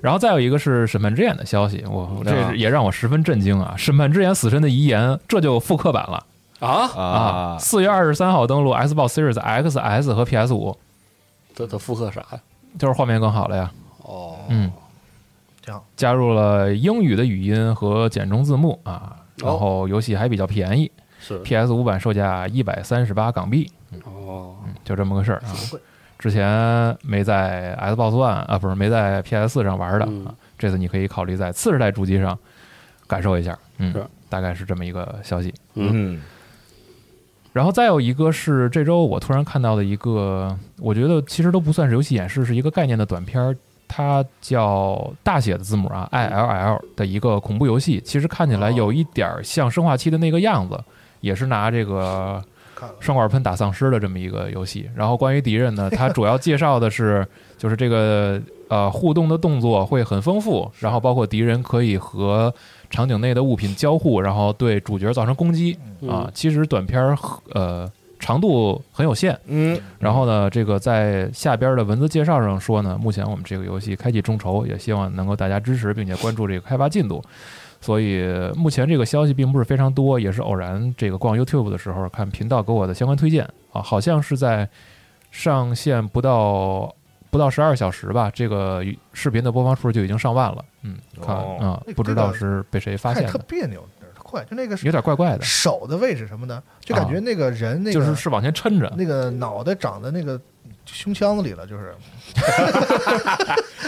S3: 然后再有一个是《审判之眼》的消息，我
S5: 啊
S3: 这是也让我十分震惊啊！《审判之眼》死神的遗言，这就复刻版了
S4: 啊，
S2: 啊，
S3: 四月二十三号登陆 Xbox Series X、S 和 PS 五，
S4: 他他复刻啥呀？
S3: 就是画面更好了呀。
S4: 哦，
S3: 嗯，
S5: 这样
S3: 加入了英语的语音和简中字幕啊。
S4: 哦
S3: 然后游戏还比较便宜
S4: 是
S3: ，PS 五版售价一百三十八港币，
S4: 哦，
S3: 就这么个事儿啊。
S5: 贵
S3: 之前没在 Xbox One 啊，不是没在 PS 上玩的、
S4: 嗯
S3: 啊，这次你可以考虑在次世代主机上感受一下。嗯
S4: 是，
S3: 大概是这么一个消息。
S2: 嗯，
S3: 然后再有一个是这周我突然看到的一个，我觉得其实都不算是游戏演示，是一个概念的短片儿，它叫大写的字母啊
S4: 嗯
S3: I L L 的一个恐怖
S4: 哦
S3: 游戏，其实看起来有一点儿像生化七的那个样子，也是拿这个
S5: 看了，
S3: 双管喷打丧尸的这么一个游戏。然后关于敌人呢，它主要介绍的是就是这个呃互动的动作会很丰富，然后包括敌人可以和场景内的物品交互，然后对主角造成攻击啊。其实短片儿呃长度很有限，
S2: 嗯，
S3: 然后呢，这个在下边的文字介绍上说呢，目前我们这个游戏开启众筹，也希望能够大家支持并且关注这个开发进度。所以目前这个消息并不是非常多，也是偶然这个逛 YouTube 的时候看频道给我的相关推荐啊，好像是在上线不到不到十二小时吧，这个视频的播放数就已经上万了。嗯，看啊、
S2: 哦
S5: 那
S3: 不知道
S5: 这个
S3: 是被谁发
S5: 看
S3: 现
S5: 着特
S3: 的，
S5: 别扭，特快，就那个
S3: 有点怪怪的，
S5: 手的位置什么的，就感觉那个人那个、
S3: 就是是往前抻着。
S5: 那个脑袋长在那个胸腔子里了，就是，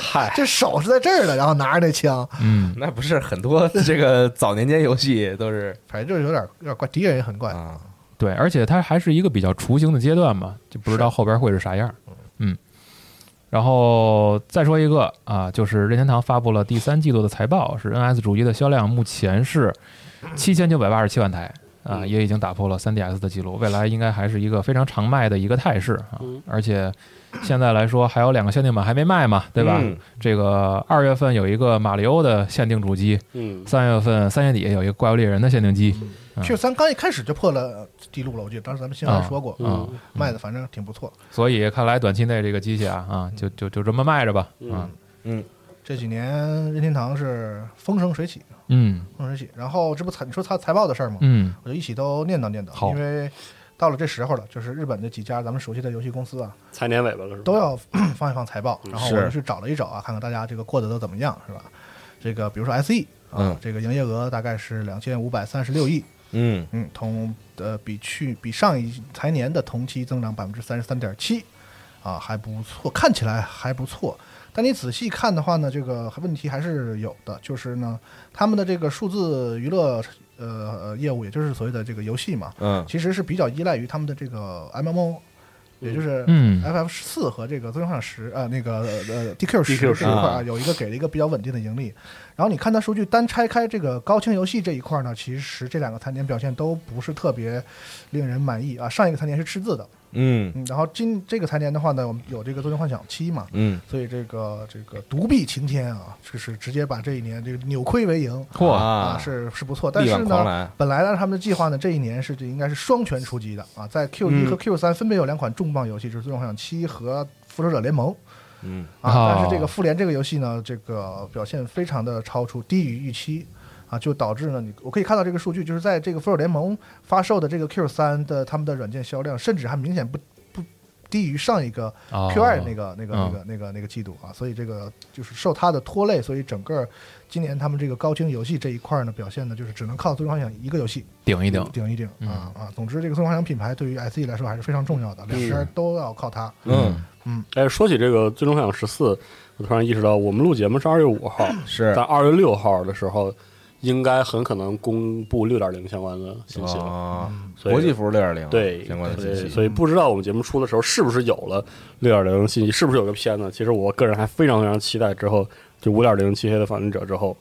S4: 嗨，
S5: [LAUGHS] 这手是在这儿的，然后拿着那枪，
S3: 嗯，
S2: 那不是很多这个早年间游戏都是
S5: 反正就是有点有点怪，敌人也很怪。
S2: 啊，
S3: 对，而且它还是一个比较雏形的阶段嘛，就不知道后边会是啥样。嗯，然后再说一个啊，就是任天堂发布了第三季度的财报，是 NS 主机的销量目前是七千九百八十七万台啊，
S4: 嗯
S3: 也已经打破了 3DS 的记录，未来应该还是一个非常常卖的一个态势啊
S4: 嗯。
S3: 而且现在来说，还有两个限定版还没卖嘛，对吧？
S2: 嗯
S3: 这个二月份有一个马里奥的限定主机，
S4: 嗯，
S3: 三月份三月底有一个怪物猎人的限定机。嗯
S5: Q 三刚一开始就破了记录了，我记得当时咱们新闻还说过，
S3: 嗯
S4: 嗯
S5: 卖的反正挺不错。
S3: 所以看来短期内这个机器啊啊，
S4: 嗯
S3: 就就就这么卖着吧，啊，
S5: 这几年任天堂是风生水起，
S3: 嗯
S5: 风生水起。然后这不财你说财财报的事儿吗？
S3: 嗯
S5: 我就一起都念叨念
S3: 好
S5: 叨，因为到了这时候了，就是日本的几家咱们熟悉的游戏公司啊，
S4: 财年尾巴了是吧？
S5: 都要 [COUGHS] 放一放财报，然后我
S2: 嗯是
S5: 就去找了一找啊，看看大家这个过得都怎么样，是吧？这个比如说 SE 啊，
S2: 嗯
S5: 这个营业额大概是两千五百三十六亿，
S2: 嗯
S5: 嗯，同呃比去比上一财年的同期增长百分之三十三点七，啊，还不错，看起来还不错。但你仔细看的话呢，这个问题还是有的，就是呢，他们的这个数字娱乐呃呃业务，也就是所谓的这个游戏嘛，
S2: 嗯
S5: 其实是比较依赖于他们的这个 MMO，也就是
S3: 嗯
S5: FF 四和这个《最终幻想十》呃那个呃 DQ 十
S4: DQ10
S5: 这一块
S2: 啊
S5: 啊，有一个给了一个比较稳定的盈利。然后你看它数据单拆开这个高清游戏这一块呢，其实这两个财年表现都不是特别令人满意啊。上一个财年是赤字的，
S2: 嗯
S5: 嗯，然后今这个财年的话呢，我们有这个《最终幻想七》嘛，
S2: 嗯，
S5: 所以这个这个独臂擎天啊，就是直接把这一年这个扭亏为盈
S3: 嚯
S5: 啊，是是不错。但
S2: 力
S5: 是
S2: 挽狂
S5: 呢，
S2: 澜，
S5: 本来按照他们的计划呢，这一年是这应该是双拳出击的啊，在 Q 一
S2: 嗯
S5: 和 Q 三分别有两款重磅游戏，就是《最终幻想七》和《复仇者联盟》
S2: 嗯
S3: 哦
S5: 啊。但是这个复联这个游戏呢，这个表现非常的超出低于预期啊，就导致呢，你我可以看到这个数据，就是在这个复仇者联盟发售的这个 Q 三的他们的软件销量，甚至还明显不不低于上一个
S3: 哦
S5: Q 二那个那个
S3: 嗯
S5: 那个那个那个季度啊，所以这个就是受它的拖累，所以整个今年他们这个高清游戏这一块呢，表现呢就是只能靠《最终幻想》一个游戏
S3: 顶一顶，
S5: 顶一顶
S3: 嗯
S5: 啊啊！总之，这个《最终幻想》品牌对于 SE 来说还是非常重要的，两边都要靠它。
S2: 嗯，
S4: 哎，说起这个《最终幻想十四》，我突然意识到，我们录节目是二月五号，
S2: 是
S4: 但二月六号的时候，应该很可能公布六点零相关的信息了。
S2: 啊，
S4: 所以
S2: 国际服六点零啊
S4: 对
S2: 相关的
S4: 对
S2: 信息，
S4: 所以不知道我们节目出的时候是不是有了六点零信息，是不是有个片子？其实我个人还非常非常期待之后就五点零漆黑的反应者之后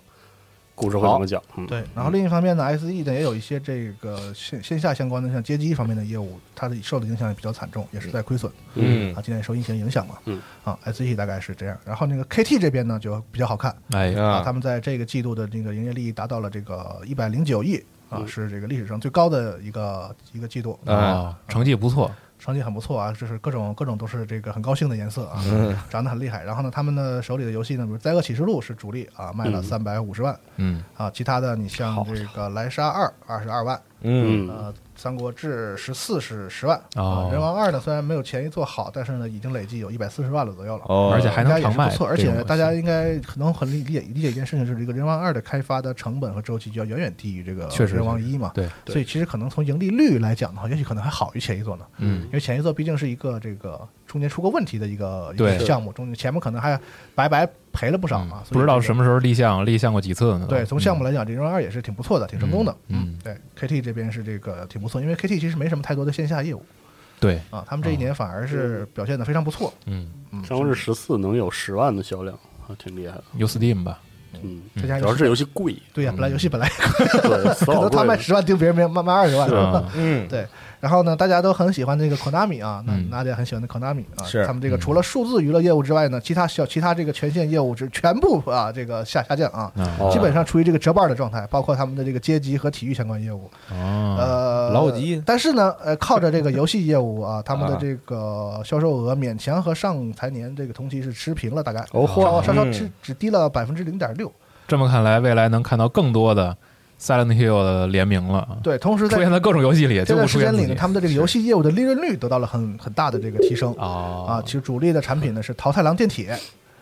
S4: 故事会怎么讲。嗯，
S5: 对，然后另一方面呢，SE 呢也有一些这个线线下相关的，像街机方面的业务，它的受的影响也比较惨重，也是在亏损
S2: 嗯
S5: 啊。今年受疫情影响嘛，
S4: 嗯
S5: 啊，SE 大概是这样。然后那个 KT 这边呢就比较好看，
S3: 哎，
S5: 啊，
S2: 啊
S5: 他，们在这个季度的这个营业利益达到了这个一百零九亿啊，
S4: 嗯
S5: 是这个历史上最高的一个一个季度，
S3: 哦，成绩不错，
S5: 成绩很不错啊，就是各种各种都是这个很高兴的颜色啊，涨得很厉害。然后呢，他们的手里的游戏呢，比如《灾厄启示录》是主力啊，卖了
S4: 嗯
S5: 三百五十万
S3: 嗯
S5: 啊，其他的你像这个《莱莎二》二十二万，
S2: 嗯
S4: 嗯
S5: 呃，《三国志十四》是十万啊
S3: 哦，
S5: 《人王二》呢虽然没有前一座好，但是呢已经累计有一百四十万了左右了。
S2: 哦，
S3: 而且还
S5: 啊应
S3: 能
S5: 该也
S3: 常
S5: 是不
S3: 卖
S5: 错，而
S3: 这种
S5: 且
S3: 游
S5: 大家
S3: 戏
S5: 应该可能很理解理解一件事情，就是这个《人王二》的开发的成本和周期就要远远低于这个
S3: 确
S5: 《
S3: 实
S5: 人王一》嘛。
S3: 对，
S4: 对
S5: 所以其实可能从盈利率来讲的话，也许可能还好于前一座呢，
S3: 嗯
S5: 因为前一座毕竟是一个这个中间出过问题的一个一
S3: 对嗯
S5: 个项目，中间前面可能还白白赔了不少啊，所以
S3: 不知道
S5: 这个
S3: 什么时候立项，立项过几次呢？
S5: 对，从项目
S3: 来，
S5: 来讲，这《人王二》也是挺不错的，挺成功的。
S3: 嗯嗯
S5: 对，KT 这边是这个挺不错，因为 KT 其实没什么太多的线下业务
S3: 嗯对，
S5: 啊，他们
S3: 哦
S5: 这一年反而是表现的非常不错。
S3: 嗯，
S5: 嗯，
S4: 上周日十四能有十万的销量，啊，挺厉害的。
S3: 有 Steam 吧？
S4: 嗯，
S5: 再加
S4: 主要
S5: 上
S4: 是这游戏贵，
S5: 对呀、
S3: 嗯
S5: 本来游戏本来
S3: [LAUGHS]
S4: 对，死
S5: 可
S4: 老
S5: 能
S4: 贵
S5: 他卖
S4: 了。
S5: 十万，定别人卖卖卖二十万。
S4: 是
S3: 啊，
S2: 嗯，
S5: 对，然后呢，大家都很喜欢这个 Konami 啊，那
S3: 嗯
S5: 娜姐很喜欢的 Konami 啊，
S2: 是
S5: 他们这个除了数字娱乐业务之外呢，其他小其他这个权限业务是全部啊这个下下降啊，
S4: 哦
S5: 基本上处于这个折半的状态，包括他们的这个街机和体育相关业务，
S3: 哦，
S5: 呃，
S2: 老友记
S5: 但是呢，呃，靠着这个游戏业务啊，他们的这个销售额勉强和上财年这个同期是持平了，大概
S4: 哦嚯
S5: 稍稍稍
S2: 嗯
S5: 只只低了百分之零点六。
S3: 这么看来，未来能看到更多的 Silent Hill 的联名了啊，
S5: 对，同时
S3: 出
S5: 在
S3: 现在各种游戏里，
S5: 这
S3: 就
S5: 段
S3: 不
S5: 时
S3: 出
S5: 间
S3: 现
S5: 里
S3: 自
S5: 呢，
S3: 己
S5: 他们的这个游戏业务的利润率得到了很很大的这个提升。
S3: 哦
S5: 啊，其实主力的产品呢是陶太郎
S3: [LAUGHS]
S5: 电铁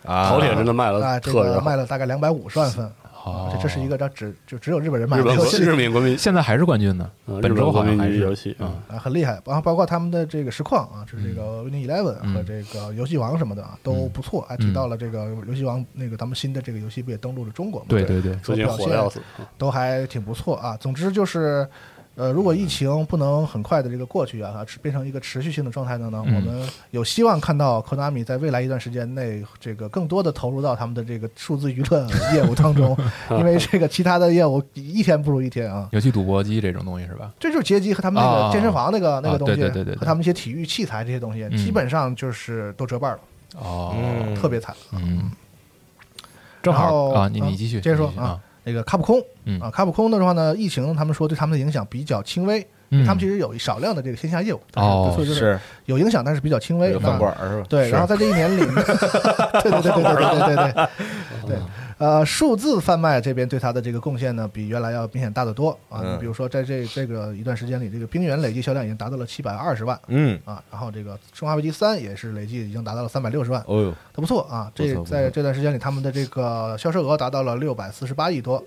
S2: 啊，
S4: 淘铁真的卖
S5: 啊，
S4: 了
S5: 这
S4: 特别
S5: 个
S4: 好
S5: 卖，了大概两百五十万份，啊
S3: 哦
S5: 这这是一个这只就只有日本人买
S4: 日
S5: 的
S4: 本
S5: 游
S4: 国
S5: 戏
S4: 日本国民
S3: 现在还是冠军呢，
S4: 嗯
S3: 本
S4: 日本
S3: 周
S4: 国
S3: 好像
S4: 民
S3: 还
S4: 级
S3: 是
S4: 游戏
S3: 嗯
S5: 啊，很厉害。然后包括他们的这个实况啊，就是这个 Win Eleven
S3: 嗯
S5: 和这个游戏王什么的啊，都不错。还提到了这个游戏王那个咱们新的这个游戏不也登陆了中国嘛？
S3: 对对对，
S4: 最近火的要死，嗯
S5: 都还挺不错啊。总之就是，呃，如果疫情不能很快的这个过去啊，持变成一个持续性的状态的呢，
S3: 嗯
S5: 我们有希望看到 Konami 在未来一段时间内，这个更多的投入到他们的这个数字娱乐业务当
S3: [LAUGHS]
S5: 中，因为这个其他的业务一天不如一天啊。
S3: 游戏赌博机这种东西是吧？
S5: 这就是街机和他们那
S3: 啊
S5: 个健身房那个、那
S3: 啊
S5: 个东西，
S3: 对对对对对
S5: 和他们一些体育器材这些东西，
S3: 嗯
S5: 基本上就是都折半了，
S3: 哦，
S2: 嗯，
S5: 特别惨。
S3: 嗯，正
S5: 然
S3: 好
S5: 后
S3: 啊，你
S5: 啊
S3: 你继续，
S5: 接着说
S3: 你继续
S5: 啊
S3: 啊，
S5: 那个卡普空，
S3: 嗯
S5: 啊，卡普空的话呢，疫情他们说对他们的影响比较轻微，
S3: 嗯
S5: 他们其实有少量的这个线下业务，
S3: 哦
S5: 所以就是
S2: 是
S5: 有影响，但是比较轻微。
S2: 有
S5: 那
S2: 饭馆儿是吧？
S5: 对，
S2: 是
S5: 然后在这一年里，
S2: [LAUGHS]
S5: 对对对对对对对对对，对，呃，数字贩卖这边对它的这个贡献呢，比原来要明显大得多啊。
S2: 嗯
S5: 你比如说，在这这个一段时间里，这个《冰原》累计销量已经达到了七百二十万
S2: 嗯，
S5: 啊，然后这个《生化危机三》也是累计已经达到了三百六十万，
S2: 哦呦，
S5: 都不错啊。
S2: 不
S5: 这
S2: 错不错
S5: 在这段时间里，他们的这个销售额达到了六百四十八亿多，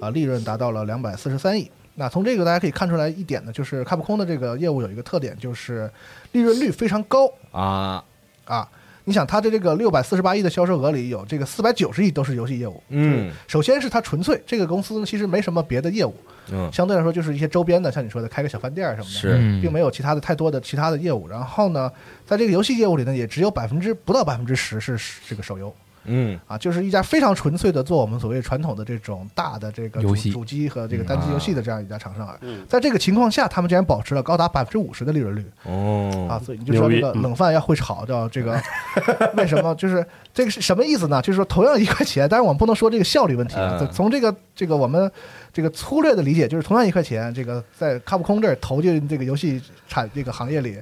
S5: 啊，利润达到了两百四十三亿。那从这个大家可以看出来一点呢，就是卡普空的这个业务有一个特点，就是利润率非常高
S2: 啊，
S5: 啊。你想，它的这个六百四十八亿的销售额里有这个四百九十亿都是游戏业务。
S2: 嗯
S5: 首先是它纯粹这个公司呢，其实没什么别的业务，
S2: 嗯，
S5: 相对来说就是一些周边的，像你说的开个小饭店儿什么的，
S2: 是
S3: 嗯
S5: 并没有其他的太多的其他的业务。然后呢，在这个游戏业务里呢，也只有百分之不到百分之十是这个手游。
S2: 嗯
S5: 啊，就是一家非常纯粹的做我们所谓传统的这种大的这个
S3: 游
S5: 主
S3: 戏
S5: 主机和这个单机游戏的这样一家厂商啊。
S4: 嗯
S5: 在这个情况下，他们竟然保持了高达百分之五十的利润率啊
S2: 哦，，
S5: 所以你就说
S4: 牛
S5: 这
S4: 逼
S5: 个
S4: 嗯
S5: 冷饭要会炒叫这个为什么？就是这个是什么意思呢？就是说同样一块钱，但是我们不能说这个效率问题啊。
S2: 嗯
S5: 从这个这个我们这个粗略的理解，就是同样一块钱，这个在卡普空这儿投进这个游戏产这个行业里，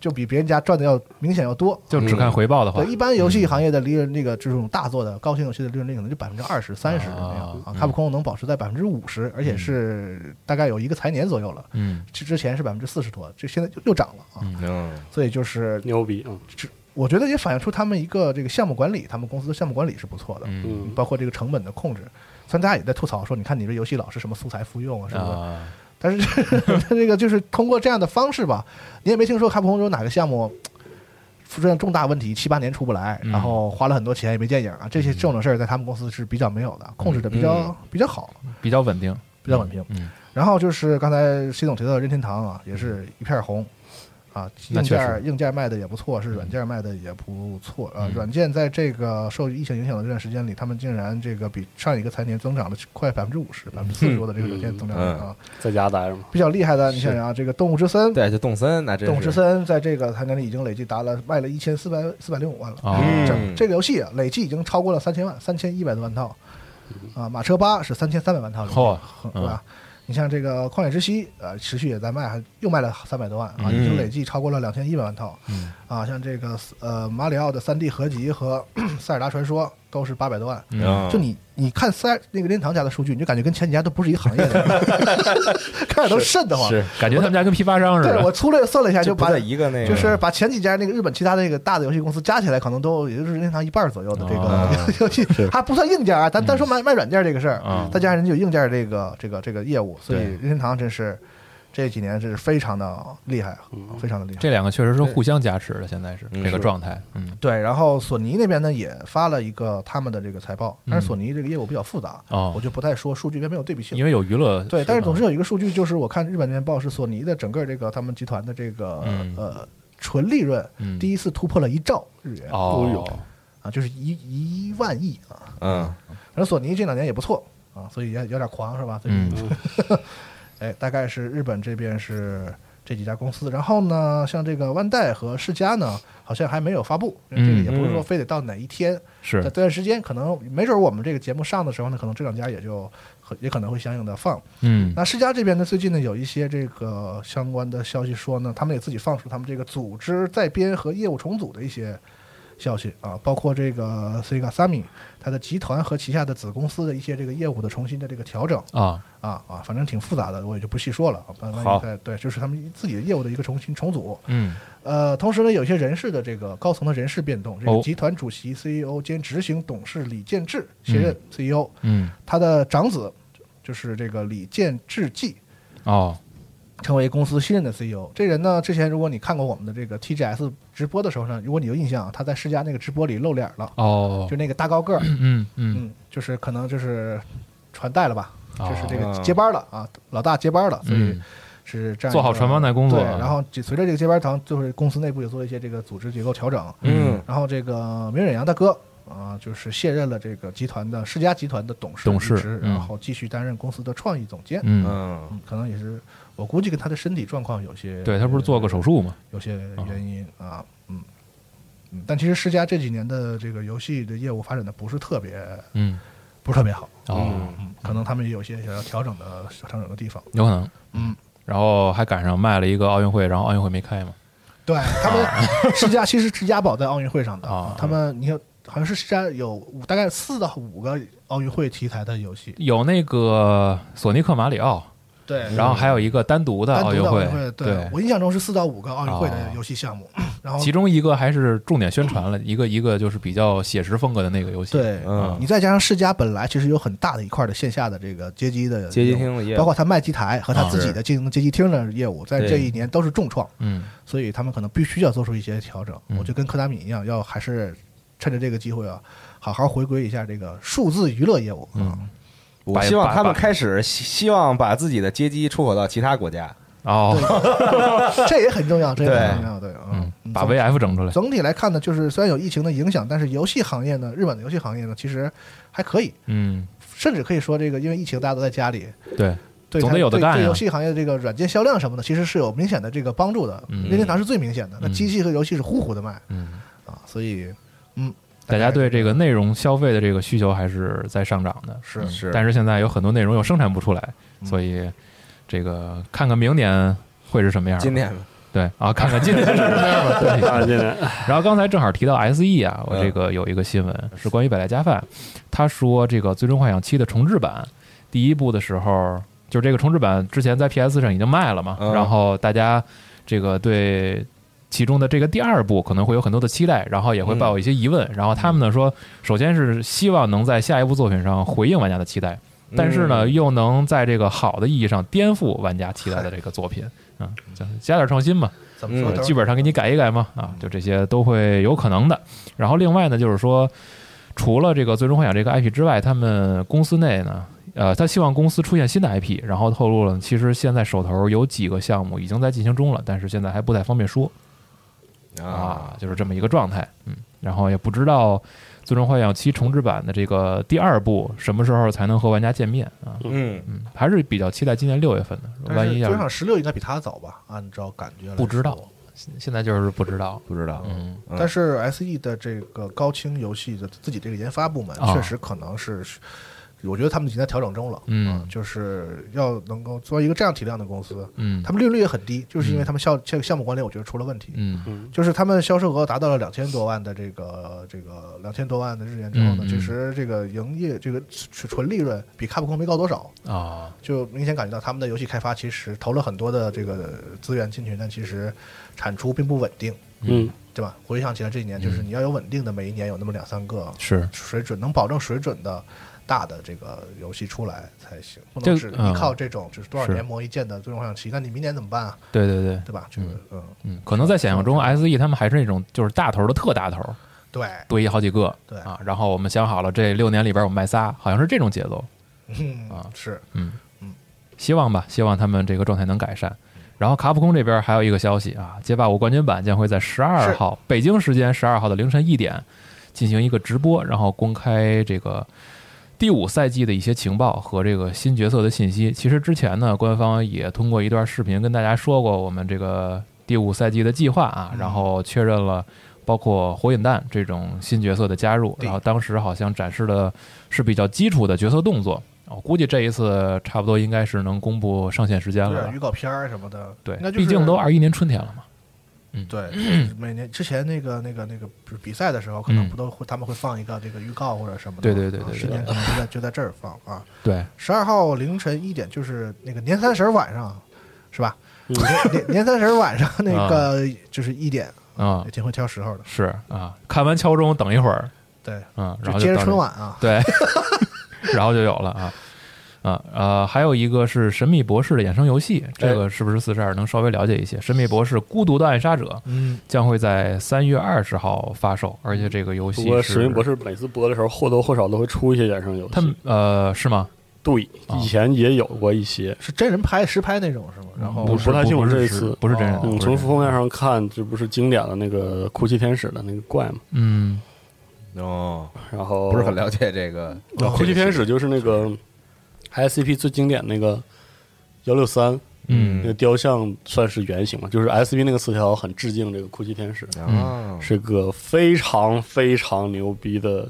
S5: 就比别人家赚的要明显要多。
S3: 就只看回报的话
S5: 对，，一般游戏行业的利润，那个这种大作的高性游戏的利润率可能就百分之二十、三十这样啊。
S3: 嗯
S5: 卡普空能保持在百分之五十，而且是大概有一个财年左右了。
S3: 嗯
S5: 之之前是百分之四十多，这现在又又涨了啊。
S3: 嗯
S2: 嗯
S5: 所以就是，
S4: 牛逼，嗯
S5: 我觉得也反映出他们一个这个项目管理，他们公司的项目管理是不错的，
S3: 嗯
S4: 嗯，
S5: 包括这个成本的控制。虽然大家也在吐槽说，你看你这游戏老是什么素材复用啊什么的，
S3: 啊，
S5: 但是 [LAUGHS] 他这个就是通过这样的方式吧，你也没听说卡普空有哪个项目出现重大问题，七八年出不来，
S3: 嗯
S5: 然后花了很多钱也没电影啊，这些这种事儿在他们公司是比较没有的，控制的比较
S2: 嗯
S5: 比较好，
S3: 比较稳定，
S5: 比较稳定。
S3: 嗯，
S5: 然后就是刚才习总提到的任天堂啊，也是一片红。啊，
S3: 那
S5: 硬
S3: 确实
S5: 件硬件卖的也不错，是软件卖的也不错啊。
S3: 嗯
S5: 软件在这个受疫情影响的这段时间里，他们竟然这个比上一个财年增长了快百分之五十、百分之四十多的这个软件增长率
S3: 嗯
S5: 啊。
S4: 在家待着嘛，
S5: 比较厉害的，你想想啊，这个《动物之森》，《
S2: 对，就动森那真是
S5: 动物之森》在这个财年里已经累计达了卖了一千四百四百零五万了。
S3: 哦
S2: 嗯
S5: 这这个游戏啊累计已经超过了三千万，三千一百多万套。啊，马车八是三千三百万套，
S3: 嚯嗯
S5: 很对吧？你像这个《旷野之息》，呃，持续也在卖，还又卖了三百多万啊，
S3: 嗯
S5: 已经累计超过了两千一百万套。
S3: 嗯
S5: 啊，像这个呃马里奥的三 D 合集和《塞尔达传说》都是八百多万。
S3: 嗯
S5: 就你你看塞那个任天堂家的数据，你就感觉跟前几家都不是一个行业的，看着都瘆得慌。
S2: 是
S3: 感觉他们家跟批发商似
S5: 对我
S3: 的，
S5: 粗略算了一下，
S2: 就不
S5: 把
S2: 在一个嗯那个，
S5: 就是把前几家那个日本其他那个大的游戏公司加起来，可能都也就是任天堂一半左右的这
S3: 哦
S5: 个 [LAUGHS] 游戏，还不算硬件啊。咱单说卖卖软件这个事儿
S3: 嗯，
S5: 再加上人家有硬件这个这个这个业务，所以
S3: 对
S5: 任天堂真是这几年真是非常的厉害，非常的厉害。
S3: 这两个确实是互相加持的，现在是
S2: 嗯
S3: 这个
S2: 是
S3: 状态，嗯，
S5: 对，然后索尼那边呢也发了一个他们的这个财报，但是索尼这个业务比较复杂，
S3: 哦
S5: 我就不太说数据，因为没有对比性
S3: 因。为有娱乐，
S5: 对，但是总之
S3: 吧
S5: 有一个数据，就是我看日本那边报是索尼的整个这个他们集团的这个
S3: 嗯
S5: 呃纯利润
S3: 嗯
S4: 哎
S5: 第一次突破了一兆日元
S3: 哦，
S5: 啊，就是一一万亿啊。
S2: 嗯，
S5: 反正索尼这两年也不错啊，所以也有点狂是吧？所以
S3: 嗯
S5: [LAUGHS] 哎，大概是日本这边是这几家公司。然后呢，像这个万代和世嘉呢，好像还没有发布，这个也不是说非得到哪一天，在
S3: 嗯是
S5: 这段时间可能没准我们这个节目上的时候呢，可能这两家也就也可能会相应的放。
S3: 嗯
S5: 那世嘉这边呢，最近呢有一些这个相关的消息说呢，他们也自己放出他们这个组织再编和业务重组的一些消息啊，包括这个 Sega Sammy 它的集团和旗下的子公司的一些这个业务的重新的这个调整。
S3: 啊
S5: 啊啊，反正挺复杂的，我也就不细说了。啊慢慢
S3: 好
S5: 再对，就是他们自己的业务的一个重新重组。
S3: 嗯
S5: 呃，同时呢，有一些人事的这个高层的人事变动，这个
S3: 哦
S5: 集团主席、CEO 兼执行董事李建志卸任 CEO，、
S3: 嗯
S5: 他的长子就是这个李建志继
S3: 哦
S5: 成为公司新任的 CEO。这人呢，之前如果你看过我们的这个 TGS 直播的时候呢，如果你有印象啊，他在世嘉那个直播里露脸了，
S3: 哦
S5: 就那个大高个儿，
S3: 嗯嗯
S5: 嗯，就是可能就是传代了吧，就是这
S2: 哦
S5: 个接班了啊，老大接班了，所以
S3: 嗯
S5: 是这样一个
S3: 做好传帮带工作
S5: 对，
S3: 啊
S5: 然后随着这个接班堂，就是公司内部也做一些这个组织结构调整。
S2: 嗯
S5: 然后这个明忍阳大哥啊、就是卸任了这个集团的世嘉集团的董事
S3: 董事
S5: 一职
S3: 嗯
S5: 然后继续担任公司的创意总监。
S3: 嗯
S2: 嗯
S5: 嗯可能也是我估计跟他的身体状况有些
S3: 对他不是做过手术吗？
S5: 有些原因啊，嗯嗯。但其实世嘉这几年的这个游戏的业务发展的不是特别
S3: 嗯
S5: 不是特别好，
S3: 哦，
S5: 嗯，可能他们也有些想要调整的调整的地方。
S3: 有可能。
S5: 嗯，
S3: 然后还赶上卖了一个奥运会，然后奥运会没开嘛。
S5: 对他 [LAUGHS] 们世嘉其实是押宝在奥运会上的，
S3: 啊
S5: 他们你看好像是世嘉有五大概四到五个奥运会题材的游戏，
S3: 有那个索尼克马里奥，
S5: 对，
S3: 然后还有一个单独的
S5: 嗯单
S3: 奥
S5: 独
S3: 运
S5: 的奥
S3: 会啊
S5: 运会，，我印象中是四到五个奥运会的游戏项目，然后
S3: 其中一个还是重点宣传了一个一个就是比较写实风格的那个游戏。
S5: 嗯对。啊
S2: 嗯，
S5: 你再加上世嘉本来其实有很大的一块的线下的这个街机的
S2: 街机
S5: 业务，
S2: 厅的业务
S5: 包括他卖机台和他
S3: 啊
S5: 自己的经营街机厅的业务，在
S2: 对
S5: 这一年都是重创，
S3: 嗯，
S5: 所以他们可能必须要做出一些调整。
S3: 嗯
S5: 我就跟科达米一样，要还是趁着这个机会啊，好好回归一下这个数字娱乐业务
S2: 嗯
S5: 啊。
S2: 我
S3: 把
S2: 希望
S3: 把
S2: 他们
S3: 把
S2: 开始希希望把自己的街机出口到其他国家。
S3: 哦，
S5: 啊这也很重要，这也
S2: 对
S5: 很重要，对，
S3: 嗯
S5: 嗯，，
S3: 把 VF 整出来。
S5: 总体来看呢，就是虽然有疫情的影响，但是游戏行业呢，日本的游戏行业呢，其实还可以，
S3: 嗯，
S5: 甚至可以说这个，因为疫情大家都在家里，
S3: 对，
S5: 对
S3: 总得
S5: 它
S3: 有的
S5: 对
S3: 干
S5: 对
S3: 呀
S5: 游戏行业的这个软件销量什么的，其实是有明显的这个帮助的。
S3: 嗯
S5: 任天堂是最明显的，那
S3: 嗯
S5: 机器和游戏是呼呼的卖
S3: 嗯，
S5: 啊，所以嗯，
S3: 大家对这个内容消费的这个需求还是在上涨的。
S5: 是
S3: 嗯
S2: 是
S3: 但是现在有很多内容又生产不出来，
S5: 嗯
S3: 所以这个看看明年会是什么样吧。
S2: 今天
S3: 对啊，看看今年是什么样吧。
S5: [LAUGHS]
S3: 对。
S4: 啊，今年
S3: 然后刚才正好提到 SE 啊，我
S2: 嗯
S3: 这个有一个新闻是关于百代加饭，他说这个《最终幻想七》的重置版，第一部的时候，就是这个重置版之前在 PS 上已经卖了嘛，
S2: 嗯
S3: 然后大家这个对其中的这个第二部可能会有很多的期待，然后也
S2: 嗯
S3: 会抱有一些疑问，然后他们呢说，首先是希望能在下一部作品上回应玩家的期待，但是呢，
S2: 嗯
S3: 又能在这个好的意义上颠覆玩家期待的这个作品，嗯，就是加点创新嘛。
S5: 怎么说
S2: 嗯
S5: 都
S3: 剧
S5: 是？
S3: 本上给你改一改嘛，
S5: 嗯
S3: 啊，就这些都会有可能的。然后另外呢，就是说，除了这个《最终幻想》这个 IP 之外，他们公司内呢，呃，他希望公司出现新的 IP，然后透露了，其实现在手头有几个项目已经在进行中了，但是现在还不太方便说啊
S2: 啊，，
S3: 就是这么一个状态，嗯，然后也不知道《最终幻想七》重置版的这个第二部什么时候才能和玩家见面啊，
S2: 嗯，
S3: 嗯，还是比较期待今年六月份的，
S5: 但
S3: 万
S5: 是
S3: 一
S5: 最
S3: 要
S5: 少
S3: 是
S5: 十六应该比他早吧？按照感觉来
S3: 不知道
S5: 说，
S3: 现在就是不知道，
S2: 不知道，
S3: 嗯。
S2: 嗯
S5: 但是 S E 的这个高清游戏的自己这个研发部门
S3: 啊
S5: 确实可能是，我觉得他们已经在调整中了。
S3: 嗯
S5: 啊就是要能够做一个这样体量的公司，
S3: 嗯，
S5: 他们利润率也很低，就是因为他们项这个项目管理，我觉得出了问题。
S3: 嗯
S5: 就是他们销售额达到了两千多万的这个这个两千多万的日元之后呢
S3: 嗯，嗯
S5: 其实这个营业这个纯纯利润比卡普空没高多少，
S3: 啊，
S5: 就明显感觉到他们的游戏开发其实投了很多的这个资源进去，但其实产出并不稳定，
S4: 嗯
S5: 对吧？回想起来这一年，就是你要有稳定的，每一年有那么两三个
S3: 是
S5: 水准能保证水准的大的这个游戏出来才行，不
S3: 这个
S5: 能是依靠这种就是多少
S3: 是
S5: 年磨一剑的最终幻想七，那你明年怎么办啊？
S3: 对对对，
S5: 对吧？这个嗯，
S3: 嗯，可能在想象中，SE 他们还是那种就是大头的特大头，
S5: 对，
S3: 堆好几个，
S5: 对
S3: 啊，然后我们想好了这六年里边我们卖仨，好像是这种节奏，啊
S5: 嗯，是
S3: 嗯
S5: 嗯，
S3: 希望吧，希望他们这个状态能改善。然后卡普空这边还有一个消息啊，街霸五冠军版将会在十二号北京时间十二号的凌晨一点进行一个直播，然后公开这个第五赛季的一些情报和这个新角色的信息。其实之前呢，官方也通过一段视频跟大家说过我们这个第五赛季的计划
S5: 嗯
S3: 啊，然后确认了包括火影弹这种新角色的加入，
S5: 对
S3: 然后当时好像展示的是比较基础的角色动作。我估计这一次差不多应该是能公布上线时间了
S5: 对
S3: 吧
S5: 预。告片儿什么的，
S3: 对
S5: 那，就是
S3: 毕竟都二一年春天了嘛。[CLEARS THROAT]
S5: 对，就是每年之前那个那个那个比比赛的时候，可能
S3: 嗯
S5: 不都会他们会放一个这个预告或者什么的
S3: 对对
S5: 嘛，
S3: 对对
S5: 啊
S3: 对
S5: 时间可
S3: [LAUGHS]
S5: 能就在就在这儿放啊。
S3: 对，
S5: 十二号凌晨一点，就是那个年三十晚上，是吧？
S4: 嗯
S5: 年年三十晚上那个就是一点，
S3: 啊、
S5: 也挺会挑时候的。
S3: 是啊，看完敲钟等一会儿，
S5: 对，
S3: 嗯，然
S5: 就
S3: 后
S5: 接着
S3: 到
S5: 春
S3: 这
S5: 晚啊，
S3: 对， [LAUGHS] 然后就有了啊。啊呃，还有一个是《神秘博士》的衍生游戏，
S5: 哎
S3: 这个是不是四十二能稍微了解一些？《神秘博士：孤独的暗杀者》
S5: 嗯，
S3: 将会在三月二十号发售，而且这个游
S4: 不
S3: 戏
S4: 过《
S3: 是
S4: 使命博士》每次播的时候，或多或少都会出一些衍生游戏。
S3: 他们呃是吗？
S4: 对
S3: 啊
S4: 以前也有过一些，
S5: 是真人拍实拍那种是吗？然后
S3: 不
S4: 不太清楚
S3: 不
S4: 这
S3: 是
S4: 一
S3: 实
S4: 次
S3: 不是真人
S5: 哦
S3: 的，不是
S4: 嗯，从
S3: 真人
S4: 封面上看，这不是经典的那个哭泣天使的那个怪嘛？
S3: 嗯
S2: 哦，
S4: 然后
S2: 不是很了解这个
S4: 哦哭泣天
S2: 天
S4: 使就是那个 SCP 最经典那个幺六三
S3: 嗯
S4: 那个雕像，算是原型嘛？就是 SCP 那个词条很致敬这个哭泣天使，
S2: 啊，
S4: 是个非常非常牛逼的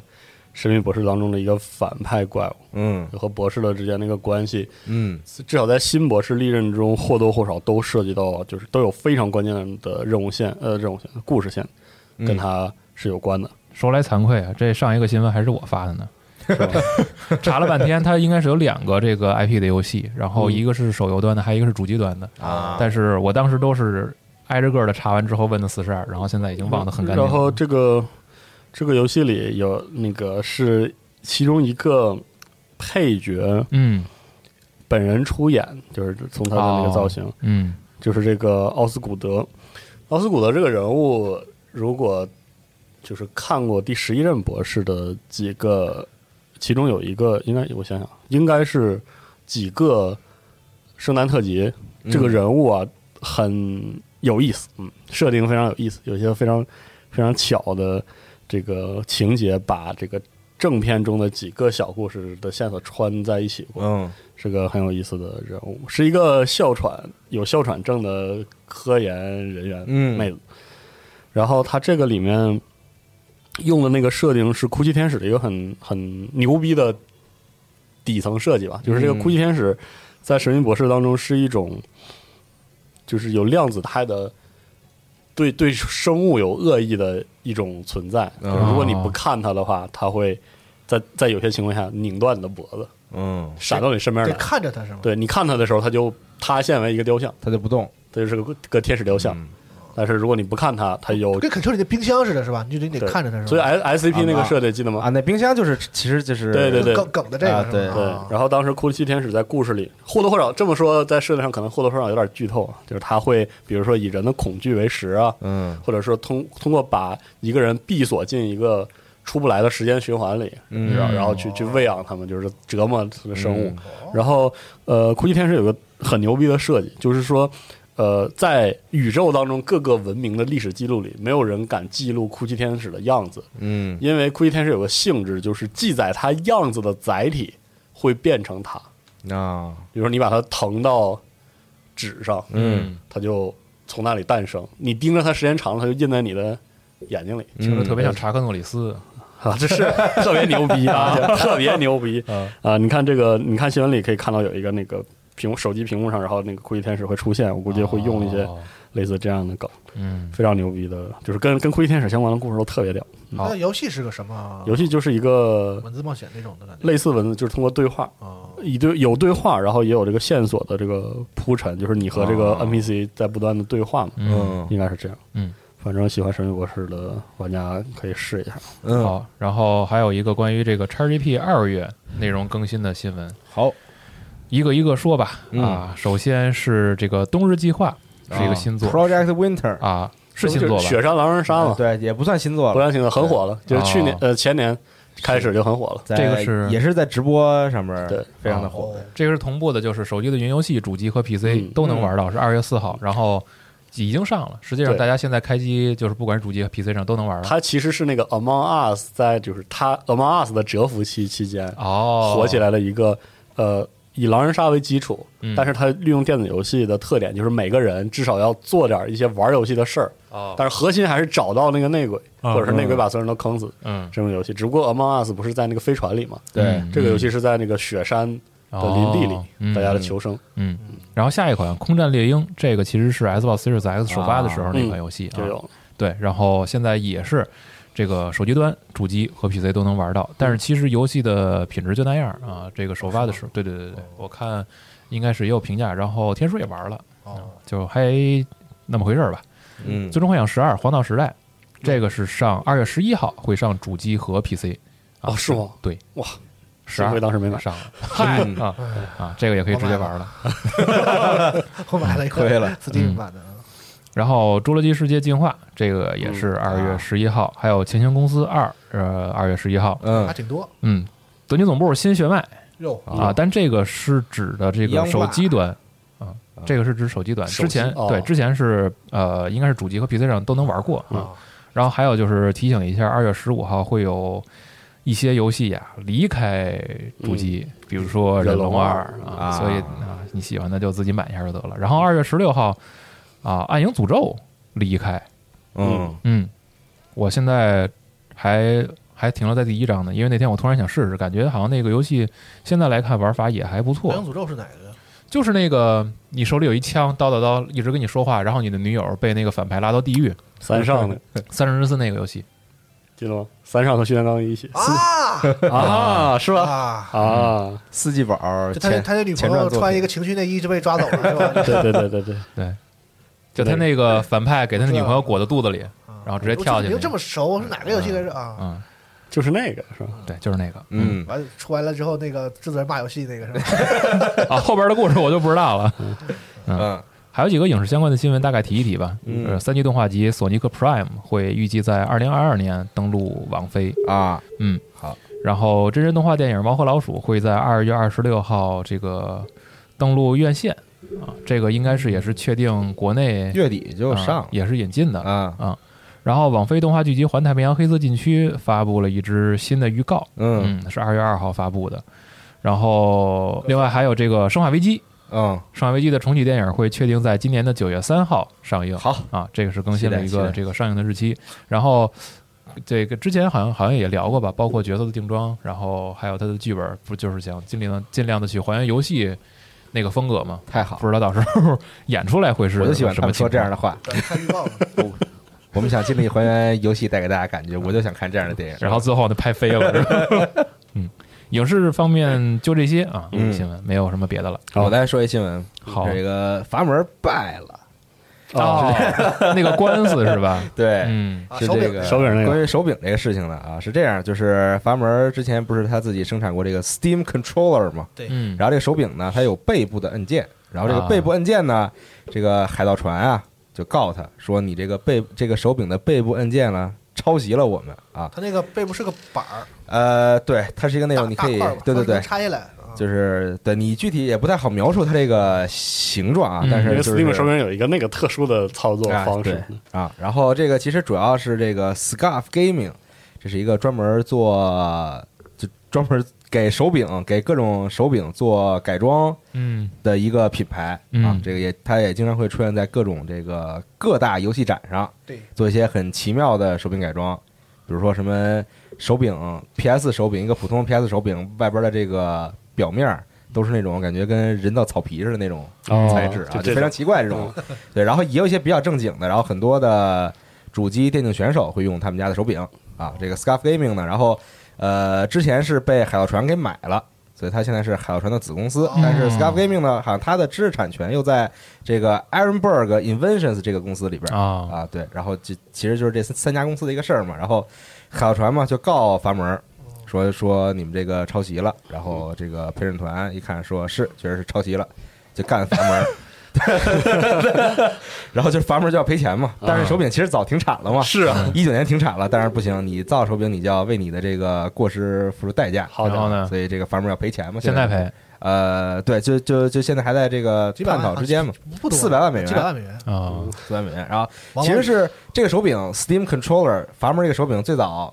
S4: 神秘博士当中的一个反派怪物，
S2: 嗯
S4: 和博士的之间那个关系，
S2: 嗯
S4: 至少在新博士历任中或多或少都涉及到，就是都有非常关键的任务线，呃，任务线、故事线跟他是有关的。
S3: 说来惭愧啊，这上一个新闻还是我发的呢。查了半天，它应该是有两个这个 IP 的游戏，然后
S4: 嗯
S3: 一个是手游端的，还有一个是主机端的。
S2: 啊，
S3: 但是我当时都是挨着个的查完之后问的四十二，然后现在已经忘得很干净
S4: 然
S3: 了。
S4: 后这个这个游戏里有那个是其中一个配角
S3: 嗯
S4: 本人出演，就是从他的那个造型，
S3: 嗯
S4: 就是这个奥斯古德。奥斯古德这个人物，如果就是看过第十一任博士的几个，其中有一个应该我想想，应该是几个圣诞特辑，
S2: 嗯
S4: 这个人物啊很有意思，嗯，设定非常有意思，有些非常非常巧的这个情节，把这个正片中的几个小故事的线索穿在一起过，
S2: 嗯
S4: 是个很有意思的人物，是一个哮喘有哮喘症的科研人员
S2: 嗯
S4: 妹子。然后他这个里面用的那个设定是哭泣天使的一个很很牛逼的底层设计吧，就是这个
S2: 嗯
S4: 哭泣天使在神秘博士当中是一种，就是有量子态的。对对，生物有恶意的一种存在。就是如果你不
S3: 哦
S4: 看它的话，它会在在有些情况下拧断你的脖子，
S2: 嗯，
S4: 闪到你身边
S5: 得
S4: 来。
S5: 看着他是吗？
S4: 对你看他的时候，他就塌陷为一个雕像，
S2: 他就不动，
S4: 他就是个个天使雕像。
S2: 嗯
S4: 但是如果你不看他，他有
S5: 跟肯丘里的冰箱似的，是吧？你就得
S4: 对
S5: 看着他是吧？
S4: 所以哎 S S C P
S2: 啊
S4: 那个设计记得吗？
S2: 啊，那冰箱就是其实就是
S4: 对对对
S5: 梗梗的这
S2: 啊
S5: 个是
S2: 对
S5: 吗
S4: 对
S5: 啊，
S4: 然后当时哭泣天使在故事里或多或少这么说，在设定上可能或多或少有点剧透啊，就是他会比如说以人的恐惧为食啊，
S2: 嗯
S4: 或者说通通过把一个人闭锁进一个出不来的时间循环里，
S2: 嗯
S4: 然后然后去去喂养他们，就是折磨这个生物。然后呃，哭泣天使有个很牛逼的设计，就是说。呃，在宇宙当中各个文明的历史记录里，没有人敢记录哭泣天使的样子，
S2: 嗯
S4: 因为哭泣天使有个性质，就是记载它样子的载体会变成它。
S2: 啊
S4: 比如说，你把它腾到纸上，
S2: 嗯，
S4: 它就从那里诞生。你盯着它时间长了，它就印在你的眼睛里。嗯
S3: 听着特别像查克诺里斯。
S4: [LAUGHS] 啊，
S3: [LAUGHS]
S4: 这是特别牛逼啊， [LAUGHS] 特别牛逼
S3: 嗯
S4: 啊！你看这个，你看新闻里可以看到有一个那个屏幕手机屏幕上，然后那个哭泣天使会出现，我估计会用一些
S3: 哦
S4: 类似这样的梗，
S3: 嗯
S4: 非常牛逼的，就是跟跟哭泣天使相关的故事都特别屌。嗯
S3: 好
S5: 那游戏是个什么？
S4: 游戏就是一个
S5: 文字冒险那种的感觉
S4: 类似文字，就是通过对话，
S5: 啊。
S4: 一对有对话，然后也有这个线索的这个铺陈，就是你和这个
S2: 哦
S4: NPC 在不断的对话嘛，
S3: 嗯
S2: 嗯
S4: 应该是这样。
S3: 嗯，
S4: 反正喜欢神秘博士的玩家可以试一下。
S2: 嗯
S3: 好，然后还有一个关于这个 XGP 二月内容更新的新闻，
S2: 好
S3: 一个一个说吧。
S4: 嗯
S3: 啊，首先是这个冬日计划是一
S4: 啊
S3: 个新作
S2: ，Project Winter
S3: 啊，是新作
S4: 就
S3: 吧？哎
S4: 雪山狼人杀嘛，
S2: 对，也不算新作
S4: 不
S2: 了，
S4: 算新的，很火了，就是去年
S3: 哦
S4: 呃前年开始就很火了。
S2: 在
S3: 这个是
S2: 也是在直播上面
S4: 对
S2: 非常的火，
S5: 哦
S3: 这个是同步的，就是手机的云游戏、主机和 PC
S4: 嗯
S3: 都能玩到，是二月四号。然后已经上了。实际上，
S4: 对
S3: 大家现在开机就是不管是主机和 PC 上都能玩了。
S4: 它其实是那个 Among Us 在就是它 Among Us 的蛰伏期期间
S3: 哦，
S4: 火起，来的一个呃，以狼人杀为基础
S3: 嗯，
S4: 但是它利用电子游戏的特点，就是每个人至少要做点一些玩游戏的事儿，
S3: 哦，
S4: 但是核心还是找到那个内鬼，
S3: 嗯
S4: 或者是内鬼把所有人都坑死
S3: 嗯，
S4: 这种游戏。只不过 Among Us 不是在那个飞船里嘛，
S2: 对
S3: 嗯
S4: 这个游戏是在那个雪山的林地
S3: 哦
S4: 里，
S3: 嗯
S4: 大家的求生。
S3: 嗯，然后下一款《空战猎鹰》，这个其实是 Xbox Series X 首发的时候那款游戏啊，
S4: 就嗯有
S3: 对，然后现在也是这个手机端、主机和 PC 都能玩
S4: 嗯
S3: 到，但是其实游戏的品质就那样啊。这个首发的时候，对对对对，我看应该是也有评价，然后天书也玩了，嗯
S5: 哦，
S3: 就还那么回事儿吧。
S2: 嗯
S3: 《最终幻想十二：黄道时代》
S4: 嗯
S3: 这个是上二月十一号会上主机和 PC 啊，
S4: 哦是吗？
S3: 对，
S4: 哇，
S3: 十
S4: 幸
S3: 二
S4: 亏当时没买
S3: 上了，嗨啊啊，这个也可以直接玩了。
S5: [LAUGHS] 我买了一个
S2: 亏了
S3: 嗯
S5: Steam 版的，
S3: 然后《侏罗纪世界进化》这个也是
S4: 嗯
S3: 二月十一号，还有《前行公司二》呃二月十一号，
S5: 还
S2: 嗯，
S5: 挺多
S3: 嗯，德军总部新血脉
S5: 哟。
S3: 啊，但这个是指的这个手机端啊，这个是指手机端，
S4: 手
S3: 之
S4: 机
S3: 前
S4: 哦
S3: 对之前是呃应该是主机和 PC 上都能玩过
S4: 嗯
S3: 啊。
S5: 啊
S3: 然后还有就是提醒一下，二月十五号会有。一些游戏呀、离开主机，比如说《
S4: 忍
S3: 忍
S4: 嗯龙
S3: 龙二》
S2: 啊
S3: 所以啊，你喜欢的就自己买一下就得了。然后二月十六号，啊，《暗影诅咒》离开，
S2: 嗯
S3: 嗯，我现在还还停留在第一章呢，因为那天我突然想试试，感觉好像那个游戏现在来看玩法也还不
S5: 《
S3: 错
S5: 暗影，诅咒》是哪个？
S3: 就是那个你手里有一枪，叨叨叨一直跟你说话，然后你的女友被那个反派拉到地狱，
S4: 三上的，
S3: 三生之四那个游戏，
S4: 记得吗？三上和徐元刚一起
S5: 啊
S4: 啊，是吧？
S3: [LAUGHS]
S5: 啊！
S4: 啊，
S2: 四季宝
S5: 就他那
S2: 前
S5: 他那女
S2: 前
S5: 朋
S2: 传
S5: 友
S2: 作
S5: 穿
S2: 品
S5: 一个情趣内衣就被抓走了，
S3: [LAUGHS]
S5: 是吧？
S4: 对对对对对，
S3: 对，就他那个反派给他的女朋友裹到肚子里，
S5: 啊
S3: 然后直接跳下去
S5: 我记得你就这么熟，是哪个游戏来着啊？
S3: 嗯，
S4: 就是那个是吧？
S3: 对，就是那个，
S2: 嗯
S5: 完了出完了之后，那个制作人骂游戏那个是
S3: [LAUGHS] 啊，
S5: 吧？
S3: 后边的故事我就不知道了。
S2: 嗯
S3: 还有几个影视相关的新闻，大概提一提吧。
S2: 嗯
S3: 呃，三 D 动画集《索尼克 Prime》会预计在二零二二年登陆网飞。
S2: 啊
S3: 嗯，
S2: 好。
S3: 然后真人动画电影《猫和老鼠》会在二月二十六号这个登陆院线啊，这个应该是也是确定国内
S2: 月底就上
S3: 啊也是引进的。
S2: 啊
S3: 然后网飞动画剧集《环太平洋黑色禁区》发布了一支新的预告，
S2: 嗯
S3: 嗯，是二月二号发布的。然后另外还有这个《生化危机》。
S2: 嗯
S3: 《生化危机》的重启电影会确定在今年的九月三号上映。
S2: 好
S3: 啊，这个是更新了一
S2: 期待期
S3: 个
S2: 待
S3: 这个上映的日期。然后这个之前好像好像也聊过吧，包括角色的定妆，然后还有它的剧本，不就是想尽量尽量的去还原游戏那个风格嘛？
S2: 太好，
S3: 不知道到时候 [LAUGHS] 演出来会是
S2: 哦我就喜欢
S3: 什
S2: 他
S3: 么
S2: 们
S3: 情
S2: 说这样
S3: 况。
S2: 的 [LAUGHS] 话。
S5: 看预告了，
S2: 我们想尽力还原游戏带给大家感觉，我就想看这样的电影。
S3: 然后最后呢，拍飞了。是吧 [LAUGHS] 嗯，影视方面就这些啊，
S2: 嗯哦
S3: 新闻没有什么别的了。
S2: 我再说一新闻，
S3: 好
S2: 这个阀门败了，
S3: 哦， [LAUGHS] 那个官司是吧？
S2: [LAUGHS] 对，
S3: 嗯，
S5: 啊
S2: 是
S5: 手
S2: 这
S5: 柄
S2: 个
S4: 手柄那个
S2: 关于手柄这个事情的啊，是这样，就是阀门之前不是他自己生产过这个 Steam Controller 嘛，
S3: 嗯，
S2: 然后这个手柄呢，它有背部的按键，然后这个
S3: 啊
S2: 背部按键呢，这个海盗船啊就告他说你这个背这个手柄的背部按键呢抄袭了我们啊，
S5: 它那个背部是个板儿，
S2: 呃，对，它是一个那
S5: 大
S2: 种你可以
S5: 大块儿吧
S2: 对对
S5: 它能
S2: 对。
S5: 拆下来啊
S2: 就是对你具体也不太好描述它这个形状啊，
S3: 嗯
S2: 但
S4: 因
S2: 是
S4: 为
S2: 就是
S4: Steam 手柄有一个那个特殊的操作
S2: 啊
S4: 方式嗯
S2: 对，啊，然后这个其实主要是这个 Scarf Gaming，这是一个专门做就专门给手柄给各种手柄做改装
S3: 嗯
S2: 的一个品牌啊
S3: 嗯，
S2: 这个也它也经常会出现在各种这个各大游戏展上，
S5: 对，
S2: 做一些很奇妙的手柄改装，比如说什么手柄 PS 手柄，一个普通 PS 手柄外边的这个表面儿都是那种感觉跟人造草皮似的那种
S4: 哦
S2: 材质
S4: 就
S2: 啊，
S4: 这
S2: 非常
S4: 种嗯
S2: 奇怪这种。 [LAUGHS] 对，然后也有一些比较正经的，然后很多的主机电竞选手会用他们家的手柄啊。这个 Scarf Gaming 呢，然后呃之前是被海盗船给买了。所以它现在是海盗船的子公司
S5: 哦，
S2: 但是 Scarf Gaming 呢，好像它的知识产权又在这个 Ironberg Inventions 这个公司里边儿
S3: 啊
S2: 啊，对，然后这其实就是这三三家公司的一个事儿嘛。然后海盗船嘛就告阀门儿，说说你们这个抄袭了。然后这个陪审团一看，说是确实是抄袭了，就干阀门儿。 [LAUGHS] 然后就是阀门就要赔钱嘛。但是手柄其实早停产了嘛，
S4: 嗯是啊，
S2: 一九年停产了，但是不行，你造手柄你就要为你的这个过失付出代价，
S4: 好
S3: 然后
S4: 的，
S3: 呢，
S2: 所以这个阀门要赔钱嘛。
S3: 现在
S2: 在
S3: 赔
S2: 呃，对，就就就现在还在这个
S5: 几百
S2: 探
S5: 万
S2: 讨之间嘛，
S5: 不多，
S2: 400万美元
S5: 几百万美元。
S3: 啊，
S2: 四百美元。然后
S5: 王
S2: 其实是这个手柄 Steam Controller 阀门这个手柄最早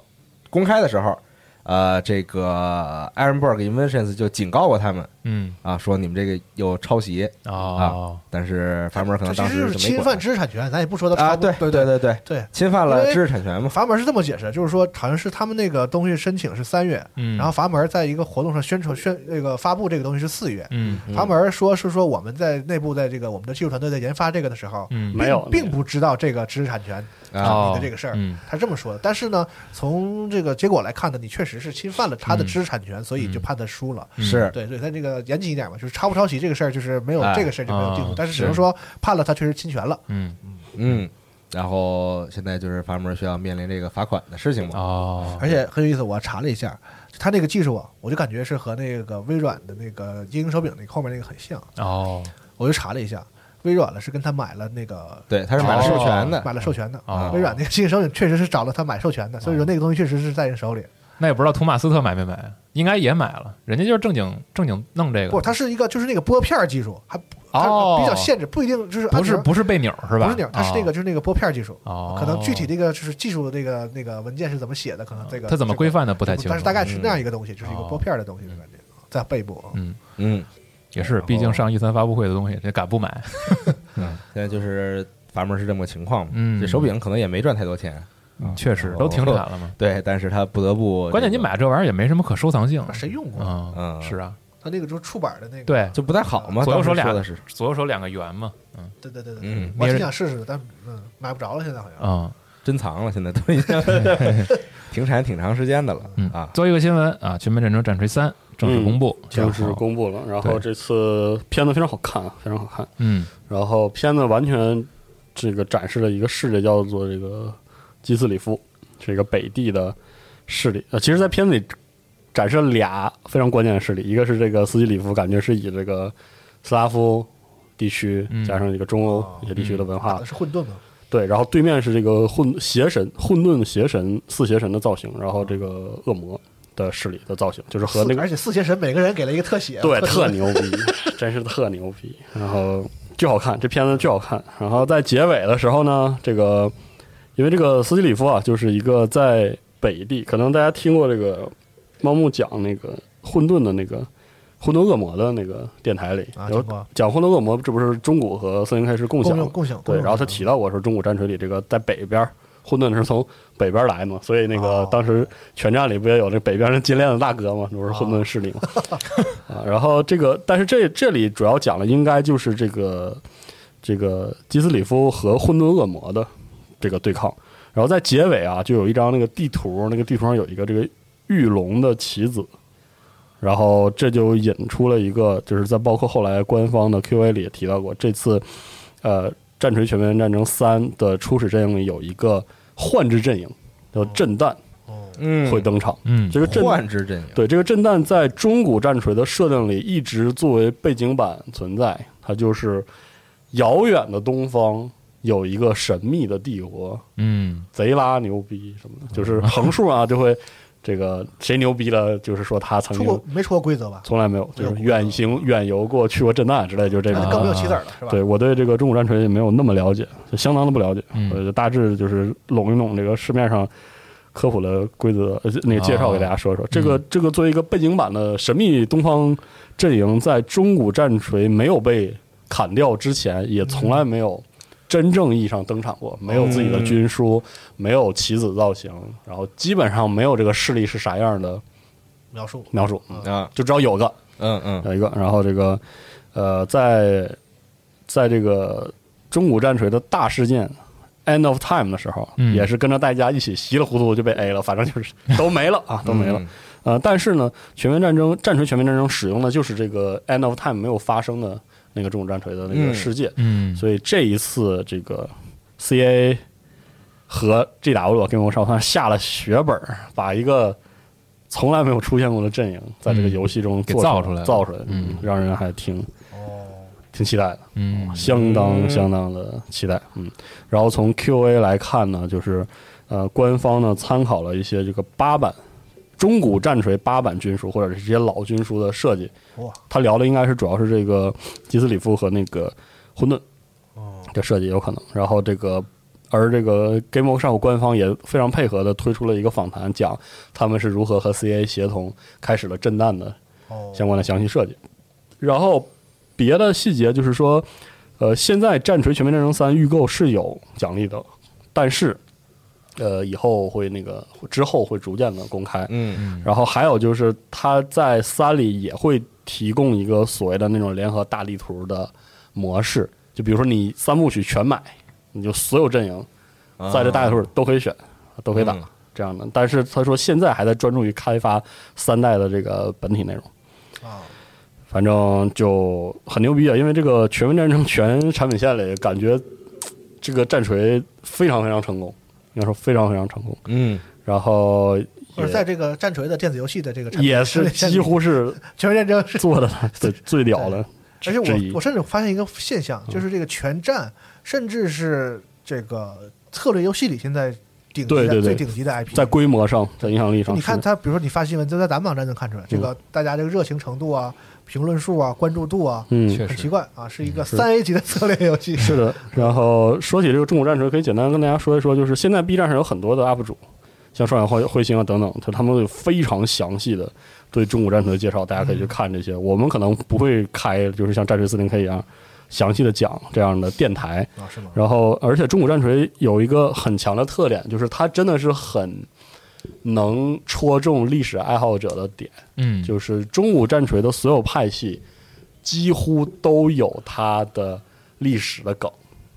S2: 公开的时候，呃，这个 Ironberg Inventions 就警告过他们
S3: 嗯
S2: 啊，说你们这个有抄袭，
S3: 哦，
S2: 但是阀门可
S5: 这
S2: 能
S5: 其
S2: 当
S5: 实
S2: 时
S5: 就是
S2: 就没
S5: 侵犯
S2: 管
S5: 知识产权，咱也不说它
S2: 啊，
S5: 抄不
S2: 对
S5: 对
S2: 对
S5: 对
S2: 对对，
S5: 对。
S2: 侵犯了知识产权嘛，
S5: 阀门是这么解释，就是说好像是他们那个东西申请是三月，
S3: 嗯，
S5: 然后阀门在一个活动上宣传宣那个发布这个东西是四月。
S3: 嗯
S2: 嗯
S5: 阀门说是说我们在内部在这个我们的技术团队在研发这个的时候，
S3: 嗯
S4: 没有
S5: 并并不知道这个知识产权
S2: 啊，
S5: 你的这个事儿
S3: 嗯
S5: 他这么说的。但是呢，从这个结果来看呢，你确实是侵犯了他的知识产权，所以就判他输了。
S3: 嗯
S2: 是
S5: 对，所以他这个严谨一点嘛，就是抄不抄袭这个事儿，就是没有
S2: 哎
S5: 这个事儿就没有定
S3: 啊
S5: 论，但是
S3: 是
S5: 只能说判了他确实侵权了。
S3: 嗯
S2: 嗯，然后现在就是阀门需要面临这个罚款的事情嘛，
S3: 哦，
S5: 而且很有意思，我查了一下，他那个技术啊，我就感觉是和那个微软的那个英雄手柄那个后面那个很像。
S3: 哦
S5: 我就查了一下，微软呢是跟他买了那个
S2: 对，他是买了授权的，嗯
S5: 买了授权的，
S3: 哦
S5: 微软那个英雄手柄确实是找了他买授权的，所以说那个东西确实是在人手里。
S3: 那也不知道托马斯特买没买，应该也买了，人家就是正经正经弄这
S5: 不，
S3: 个，
S5: 它是一个就是那个拨片儿技术，还它
S3: 哦
S5: 比较限制，不一定就是按
S3: 不是
S5: 钮
S3: 不是贝钮是吧？
S5: 不是钮，它是那个
S3: 哦
S5: 就是那个拨片儿技术。
S3: 哦，
S5: 可能具体这个就是技术的这个那个文件是怎么写的，可能这个
S3: 它哦怎么规范的不
S5: 不
S3: 太清楚，哦
S5: 但是大概是那样一个东西，就是一个拨片儿的东西的感觉，在背部啊。
S3: 嗯
S2: 嗯，
S3: 也是，
S5: 哦
S2: 然后
S3: 毕竟上一三发布会的东西，这敢不买？
S2: 现在就是阀门是这么个情况嘛，
S3: 嗯
S2: 这手柄可能也没赚太多钱，
S3: 确实都停产了嘛。
S2: 对，但是他不得不，
S3: 关键你，买这玩意儿也没什么可收藏性
S5: 那，谁用过？
S3: 嗯，
S2: 哦嗯
S3: 是啊，
S5: 它那个就是触板的那个。
S3: 对，
S2: 就不太好嘛，
S3: 左右手俩
S2: 当时说的是，
S3: 左右手两个圆嘛，
S5: 对对对对
S2: 嗯
S5: 对，我还
S3: 捏
S5: 挺
S3: 着
S5: 想试试的，但嗯买不着了，现在好
S4: 啊
S5: 像。
S3: 嗯
S2: 珍藏了，现在都已
S4: [LAUGHS]
S2: 经停产挺长时间的了
S3: 嗯
S2: 啊，
S3: 最后一个新闻啊，《全面战争战锤三》正式公布，
S2: 嗯
S4: 正式
S3: 然后
S4: 公布了。然
S3: 对
S4: 后这次片子非常好看，啊，非常好看。
S3: 嗯
S4: 然后片子完全这个展示了一个势力，叫做这个基斯里夫，是一个北地的势力。呃，其实，在片子里展示了俩非常关键的势力，一个是这个斯基里夫，感觉是以这个斯拉夫地区
S3: 嗯
S4: 加上这个中欧
S5: 哦
S4: 一些地区的文
S5: 打
S4: 化
S5: 的是混沌嘛？
S4: 对，然后对面是这个混邪神、混沌邪神四邪神的造型，然后这个恶魔的势力的造型，就是和那
S5: 四
S4: 个
S5: 而且四邪神每个人给了一个特写，啊 [LAUGHS]
S4: 对，
S5: 特
S4: 特牛逼，真是特牛逼。然后巨好看，这片子巨好看。然后在结尾的时候呢，这个因为这个斯基里夫啊，就是一个在北地，可能大家听过这个猫木讲那个混沌的那个混沌恶魔的那个电台里，
S5: 啊，
S4: 有
S5: 听过
S4: 讲混沌恶魔，这不是中古和森林开始共享
S5: 共
S4: 吗
S5: 用共享。
S4: 对，然后他提到我说中古战锤里这个在北边儿。混沌是从北边儿来嘛，所以那个
S5: 哦
S4: 当时全战里不也有那北边那金链子大
S5: [LAUGHS]
S4: 哥嘛，不是混沌势力嘛？啊，然后这个，但是这这里主要讲的应该就是这个这个基斯里夫和混沌恶魔的这个对抗。然后在结尾啊，就有一张那个地图，那个地图上有一个这个玉龙的棋子，然后这就引出了一个，就是在包括后来官方的 Q&A 里也提到过，这次呃《战锤全面战争三》的初始阵营里有一个幻之阵营，叫震旦
S5: 哦，
S2: 嗯
S4: 会登场。
S3: 嗯
S4: 这个震
S2: 幻之阵营，
S4: 对，这个震旦在中古战锤的设定里一直作为背景板存在，它就是遥远的东方有一个神秘的帝国，
S3: 嗯
S4: 贼拉牛逼什么的，就是横竖啊就会这个谁牛逼了，就是说他曾
S5: 出
S4: 经
S5: 过没出过规则吧？
S4: 从来没有，就是远行远游过去过震旦之类，就是这
S5: 那就
S4: 种
S3: 啊。
S5: 更没有棋子儿了，是吧？
S4: 对我对这个中古战锤也没有那么了解，就相当的不了解，
S3: 嗯
S4: 我就大致就是拢一拢这个市面上科普的规则，呃，那个介绍给大家说说。这个这个作为一个背景板的神秘东方阵营，在中古战锤没有被砍掉之前，也从来没有真正意义上登场过，没有自己的军书，没有棋子造型，然后基本上没有这个势力是啥样的
S5: 描述
S4: 描述，
S2: 啊，
S4: 就知道有个，
S2: 嗯嗯
S4: 啊有一个，然后这个呃，在在这个中古战锤的大事件 End of Time 的时候，
S3: 嗯
S4: 也是跟着大家一起稀里糊涂就被 A 了，反正就是 [LAUGHS] 都没了啊，都没了。
S2: 嗯
S4: 呃，但是呢，全面战争战锤全面战争使用的就是这个 End of Time 没有发生的那个中古战锤的那个
S2: 嗯
S4: 世界，
S3: 嗯，
S4: 所以这一次这个 CA 和 GW 跟我上他下了血本儿，把一个从来没有出现过的阵营，在这个游戏中
S3: 嗯给
S4: 做
S3: 造出来了
S4: 造出来，
S3: 嗯
S4: 让人还挺
S5: 哦，
S4: 挺期待的。
S3: 嗯，
S4: 相当
S2: 嗯
S4: 相当的期待，嗯。然后从 Q&A 来看呢，就是呃，官方呢参考了一些这个八版中古战锤八版军书，或者是这些老军书的设计。
S5: 哇，
S4: 他聊的应该是主要是这个基斯里夫和那个混沌
S5: 哦，
S4: 的设计有可能。然后这个。而这个 Game o 上午官方也非常配合的推出了一个访谈，讲他们是如何和 CA 协同开始了震弹的
S5: 哦，
S4: 相关的详细设计。然后别的细节就是说，呃，现在《战锤：全面战争三》预购是有奖励的，但是呃，以后会那个之后会逐渐的公开。
S2: 嗯
S4: 然后还有就是，它在三里也会提供一个所谓的那种联合大地图的模式，就比如说你三部曲全买，你就所有阵营在这大地图都可以选，都可以打。
S2: 嗯
S4: 这样的，但是他说现在还在专注于开发三代的这个本体内容，
S5: 啊，
S4: 反正就很牛逼啊！因为这个《全面战争》全产品线里，感觉嘖这个战锤非常非常成功，应该说非常非常成功。
S2: 嗯
S4: 然后也
S5: 或者在这个战锤的电子游戏的这个产品
S4: 也是几乎是
S5: 全面战争是，[LAUGHS]
S4: [LAUGHS] 做的最最屌的
S5: 而
S4: 之
S5: 且
S4: 之
S5: 我
S4: 一嗯
S5: 我。甚至发现一个现象，就是这个全战，甚至是这个策略游戏里现在顶级的
S4: 对对对
S5: 最顶级的 IP，
S4: 在规模上，在影响力上，
S5: 你看
S4: 是
S5: 他，比如说你发新闻，就在咱们网站能看出来，这个大家这个热情程度啊、评论数啊、关注度啊，
S4: 嗯，
S3: 确
S5: 很奇
S3: 实，
S5: 怪啊，是一个
S4: 是
S5: 三 A 级的策略游戏。
S4: 是的，然后说起这个中国战锤，可以简单跟大家说一说，就是现在 B 站上有很多的 UP 主，像双眼灰彗星啊等等，就他们有非常详细的对中国战锤的介绍，大家可以去
S5: 嗯
S4: 看这些。我们可能不会开，就是像战锤四零 K 一样详细的讲这样的电台。
S5: 啊，是吗？
S4: 然后，而且中国战锤有一个很强的特点，就是它真的是很能戳中历史爱好者的点。
S3: 嗯，
S4: 就是中古战锤的所有派系几乎都有它的历史的梗，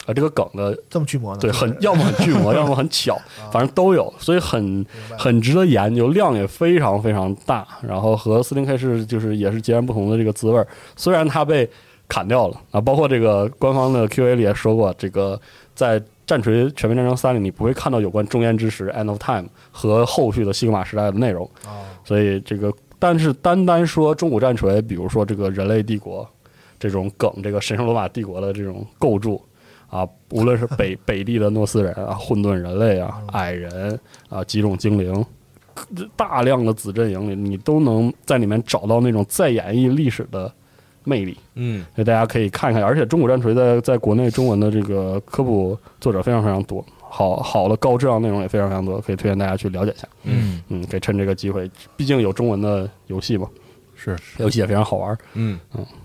S4: 啊，这个梗的
S5: 这么巨魔呢？
S4: 对
S5: 是
S4: 很要
S5: [LAUGHS]
S4: 么很巨魔，要么很巧，反正都有，所以很
S5: 啊明白
S4: 很值得研究，量也非常非常大，然后和四零 K 是就是也是截然不同的这个滋味儿。虽然它被砍掉了啊，包括这个官方的 Q&A 里也说过，这个在《战锤：全面战争三》里你不会看到有关中焉之时 （End of Time） 和后续的西格玛时代的内容。
S5: 哦
S4: 所以这个，但是单单说中古战锤，比如说这个人类帝国这种梗，这个神圣罗马帝国的这种构筑啊，无论是北 [LAUGHS] 北地的诺斯人啊、混沌人类啊、矮人啊、几种精灵，大量的子阵营里，你都能在里面找到那种再演绎历史的魅力。
S2: 嗯
S4: 所以大家可以看一看。而且中古战锤在在国内中文的这个科普作者非常非常多，好好的高质量内容也非常非常多，可以推荐大家去了解一下。
S3: 嗯
S4: 嗯，可以趁这个机会，毕竟有中文的游戏嘛，
S3: 是
S4: 游戏也非常好玩，
S2: 嗯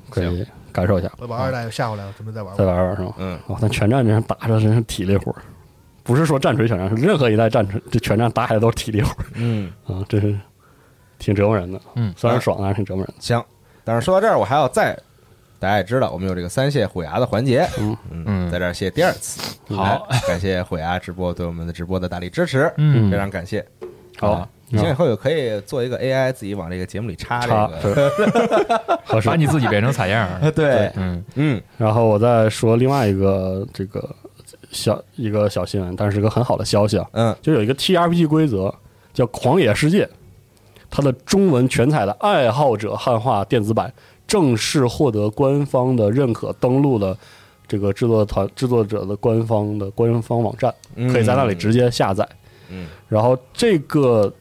S4: 可以感受一下，
S5: 我把二代下回来，我准备再玩
S4: 再
S5: 玩。
S4: 玩玩是吧？
S2: 嗯
S4: 哦，但全战这样打着真是体力活儿，不是说战锤全战，是任何一代战锤这全战打起来都是体力活儿
S2: 嗯，
S4: 啊，真是挺折磨人的。
S3: 嗯
S4: 虽然爽，但是挺折磨人的。
S2: 行。但是说到这儿，我还要再，大家也知道，我们有这个三谢虎牙的环节，
S3: 嗯
S2: 在这儿谢第二次。
S4: 嗯好
S2: 哎， [LAUGHS] 感谢虎牙直播对我们的直播的大力支持，
S3: 嗯
S2: 非常感谢。
S4: 好，
S2: 行，以后也可以做一个 AI，自己往这个节目里插这
S4: 嗯插
S2: 个。
S4: 是
S3: [LAUGHS]
S4: 合适
S3: 把。你自己变成采样
S2: [LAUGHS]
S3: 儿，
S2: 对，
S3: 嗯
S2: 嗯
S4: 然后我再说另外一个这个小一个小新闻，但是一个很好的消息啊，
S2: 嗯
S4: 就有一个 TRPG 规则叫《狂野世界》，它的中文全彩的爱好者汉化电子版正式获得官方的认可，登录了这个制作团制作者的官方的官方网站，
S2: 嗯
S4: 可以在那里直接下载。
S2: 嗯，
S4: 然后这个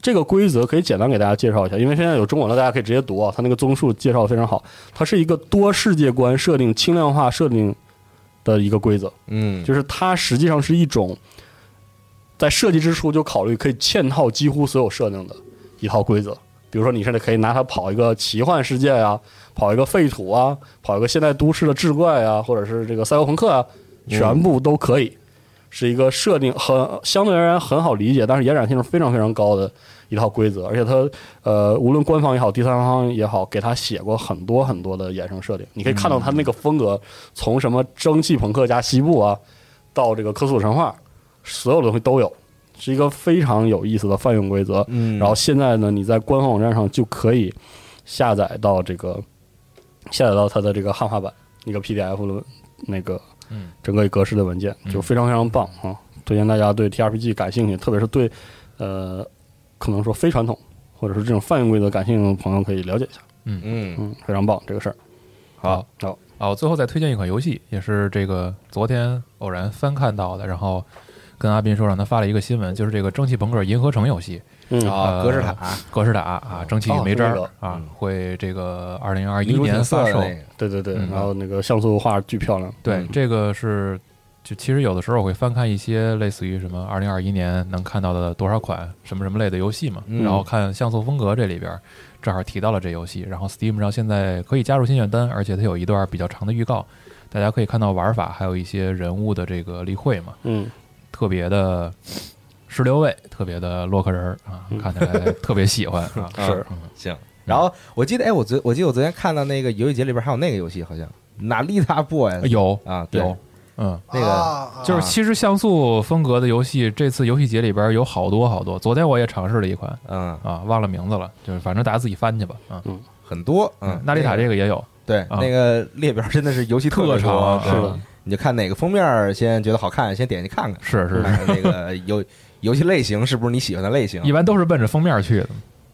S4: 这个规则可以简单给大家介绍一下，因为现在有中文了，大家可以直接读啊。它那个综述介绍的非常好，它是一个多世界观设定、轻量化设定的一个规则。
S2: 嗯，
S4: 就是它实际上是一种在设计之初就考虑可以嵌套几乎所有设定的一套规则。比如说，你甚至可以拿它跑一个奇幻世界呀、跑一个废土啊，跑一个现代都市的志怪啊，或者是这个赛博朋克啊，全部都可以，是一个设定很相对而言很好理解，但是延展性是非常非常高的一套规则。而且它呃，无论官方也好，第三方也好，给它写过很多很多的衍生设定。你可以看到它那个风格，从什么蒸汽朋克加西部啊，到这个科索神话，所有的东西都有，是一个非常有意思的泛用规则。
S2: 嗯
S4: 然后现在呢，你在官方网站上就可以下载到这个下载到它的这个汉化版一个 PDF 的那个
S3: 嗯
S4: 整个格式的文件，就非常非常棒啊！推荐大家对 TRPG 感兴趣，特别是对呃可能说非传统或者是这种泛用规则感兴趣的朋友可以了解一下，
S2: 嗯
S4: 嗯，非常棒这个事儿。
S3: 好，
S4: 好
S3: 啊，我最后再推荐一款游戏，也是这个昨天偶然翻看到的，然后跟阿斌说让他发了一个新闻，就是这个蒸汽朋克银河城游戏，
S4: 嗯
S2: 啊，
S3: 呃
S2: 格式塔，
S3: 格式塔啊，蒸汽与煤渣
S4: 哦
S3: 儿
S4: 这
S3: 啊，会这个二零二
S2: 迷
S3: 一
S2: 路
S3: 年
S2: 挺色
S3: 发
S2: 的
S3: 售，
S2: 那个，
S4: 对对对，
S3: 嗯
S4: 然后那个像素画巨漂亮，
S3: 对
S4: 嗯，
S3: 这个是就其实有的时候我会翻看一些类似于什么二零二一年能看到的多少款什么什么类的游戏嘛，
S2: 嗯，
S3: 然后看像素风格这里边儿正好提到了这游戏，然后 Steam 上现在可以加入心愿单，而且它有一段比较长的预告，大家可以看到玩法还有一些人物的这个例会嘛，
S4: 嗯，
S3: 特别的十六位，特别的洛克人儿啊，看起来特别喜欢啊
S2: 嗯 [LAUGHS] 是
S3: 嗯
S2: 行。然后我记得，哎，我昨我记得我昨天看到那个游戏节里边还有那个游戏，好像《哪丽塔 boys》
S3: 哎有
S2: 啊，对
S3: 有，嗯。
S2: 那个
S5: 啊
S3: 就是其实像素风格的游戏，这次游戏节里边有好多好多。昨天我也尝试了一款
S2: 嗯，
S3: 啊，忘了名字了，就是反正大家自己翻去吧。啊，
S2: 很多，嗯，
S3: 纳丽塔这
S2: 个
S3: 个也有，
S2: 对
S3: 啊
S2: 那个列表真的是游戏
S3: 特
S2: 别
S3: 长
S2: 多嗯
S3: 啊
S4: 是的，
S2: 你就看哪个封面儿先觉得好看，先点进去看看，
S3: 是是
S2: 看
S3: 是，
S2: 看那个游游戏类型是不是你喜欢的类型
S3: 一。般都是奔着封面去的。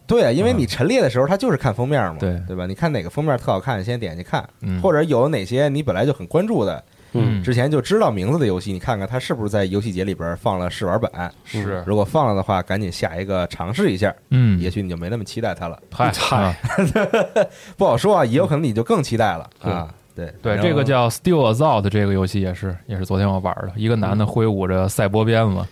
S2: 对，啊因为
S3: 嗯
S2: 你陈列的时候，它就是看封面嘛，
S3: 对
S2: 对吧？你看哪个封面特好看，先点进去看，
S3: 嗯，
S2: 或
S3: 者
S2: 者有哪些你本来就很关注的，
S3: 嗯
S2: 之前就知道名字的游戏，你看看它是不是在游戏节里边放了试玩版。
S3: 是
S2: 如果放了的话，赶紧下一个尝试一下，
S3: 嗯，
S2: 也许你就没那么期待它了。
S3: 嗨
S4: 嗨
S3: 啊
S2: 不好说啊，也有可能你就更期待了啊。对
S3: 对
S2: 反正
S3: 这个叫 Still Assault 这个游戏也是也是昨天我玩的，一个男的挥舞着赛博鞭子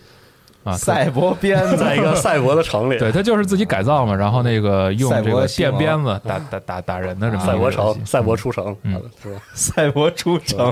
S3: 啊，
S2: 赛博鞭子，
S4: 在一个赛博的城里，
S3: 对他就是自己改造嘛，然后那个用
S2: 赛
S3: 这
S2: 博
S3: 个
S2: 西蒙
S3: 电鞭子打打打打人的这么一个
S4: 赛博
S3: 游戏
S4: 城，赛博出城，
S3: 啊嗯
S4: 好的是吧？
S2: 赛博出城，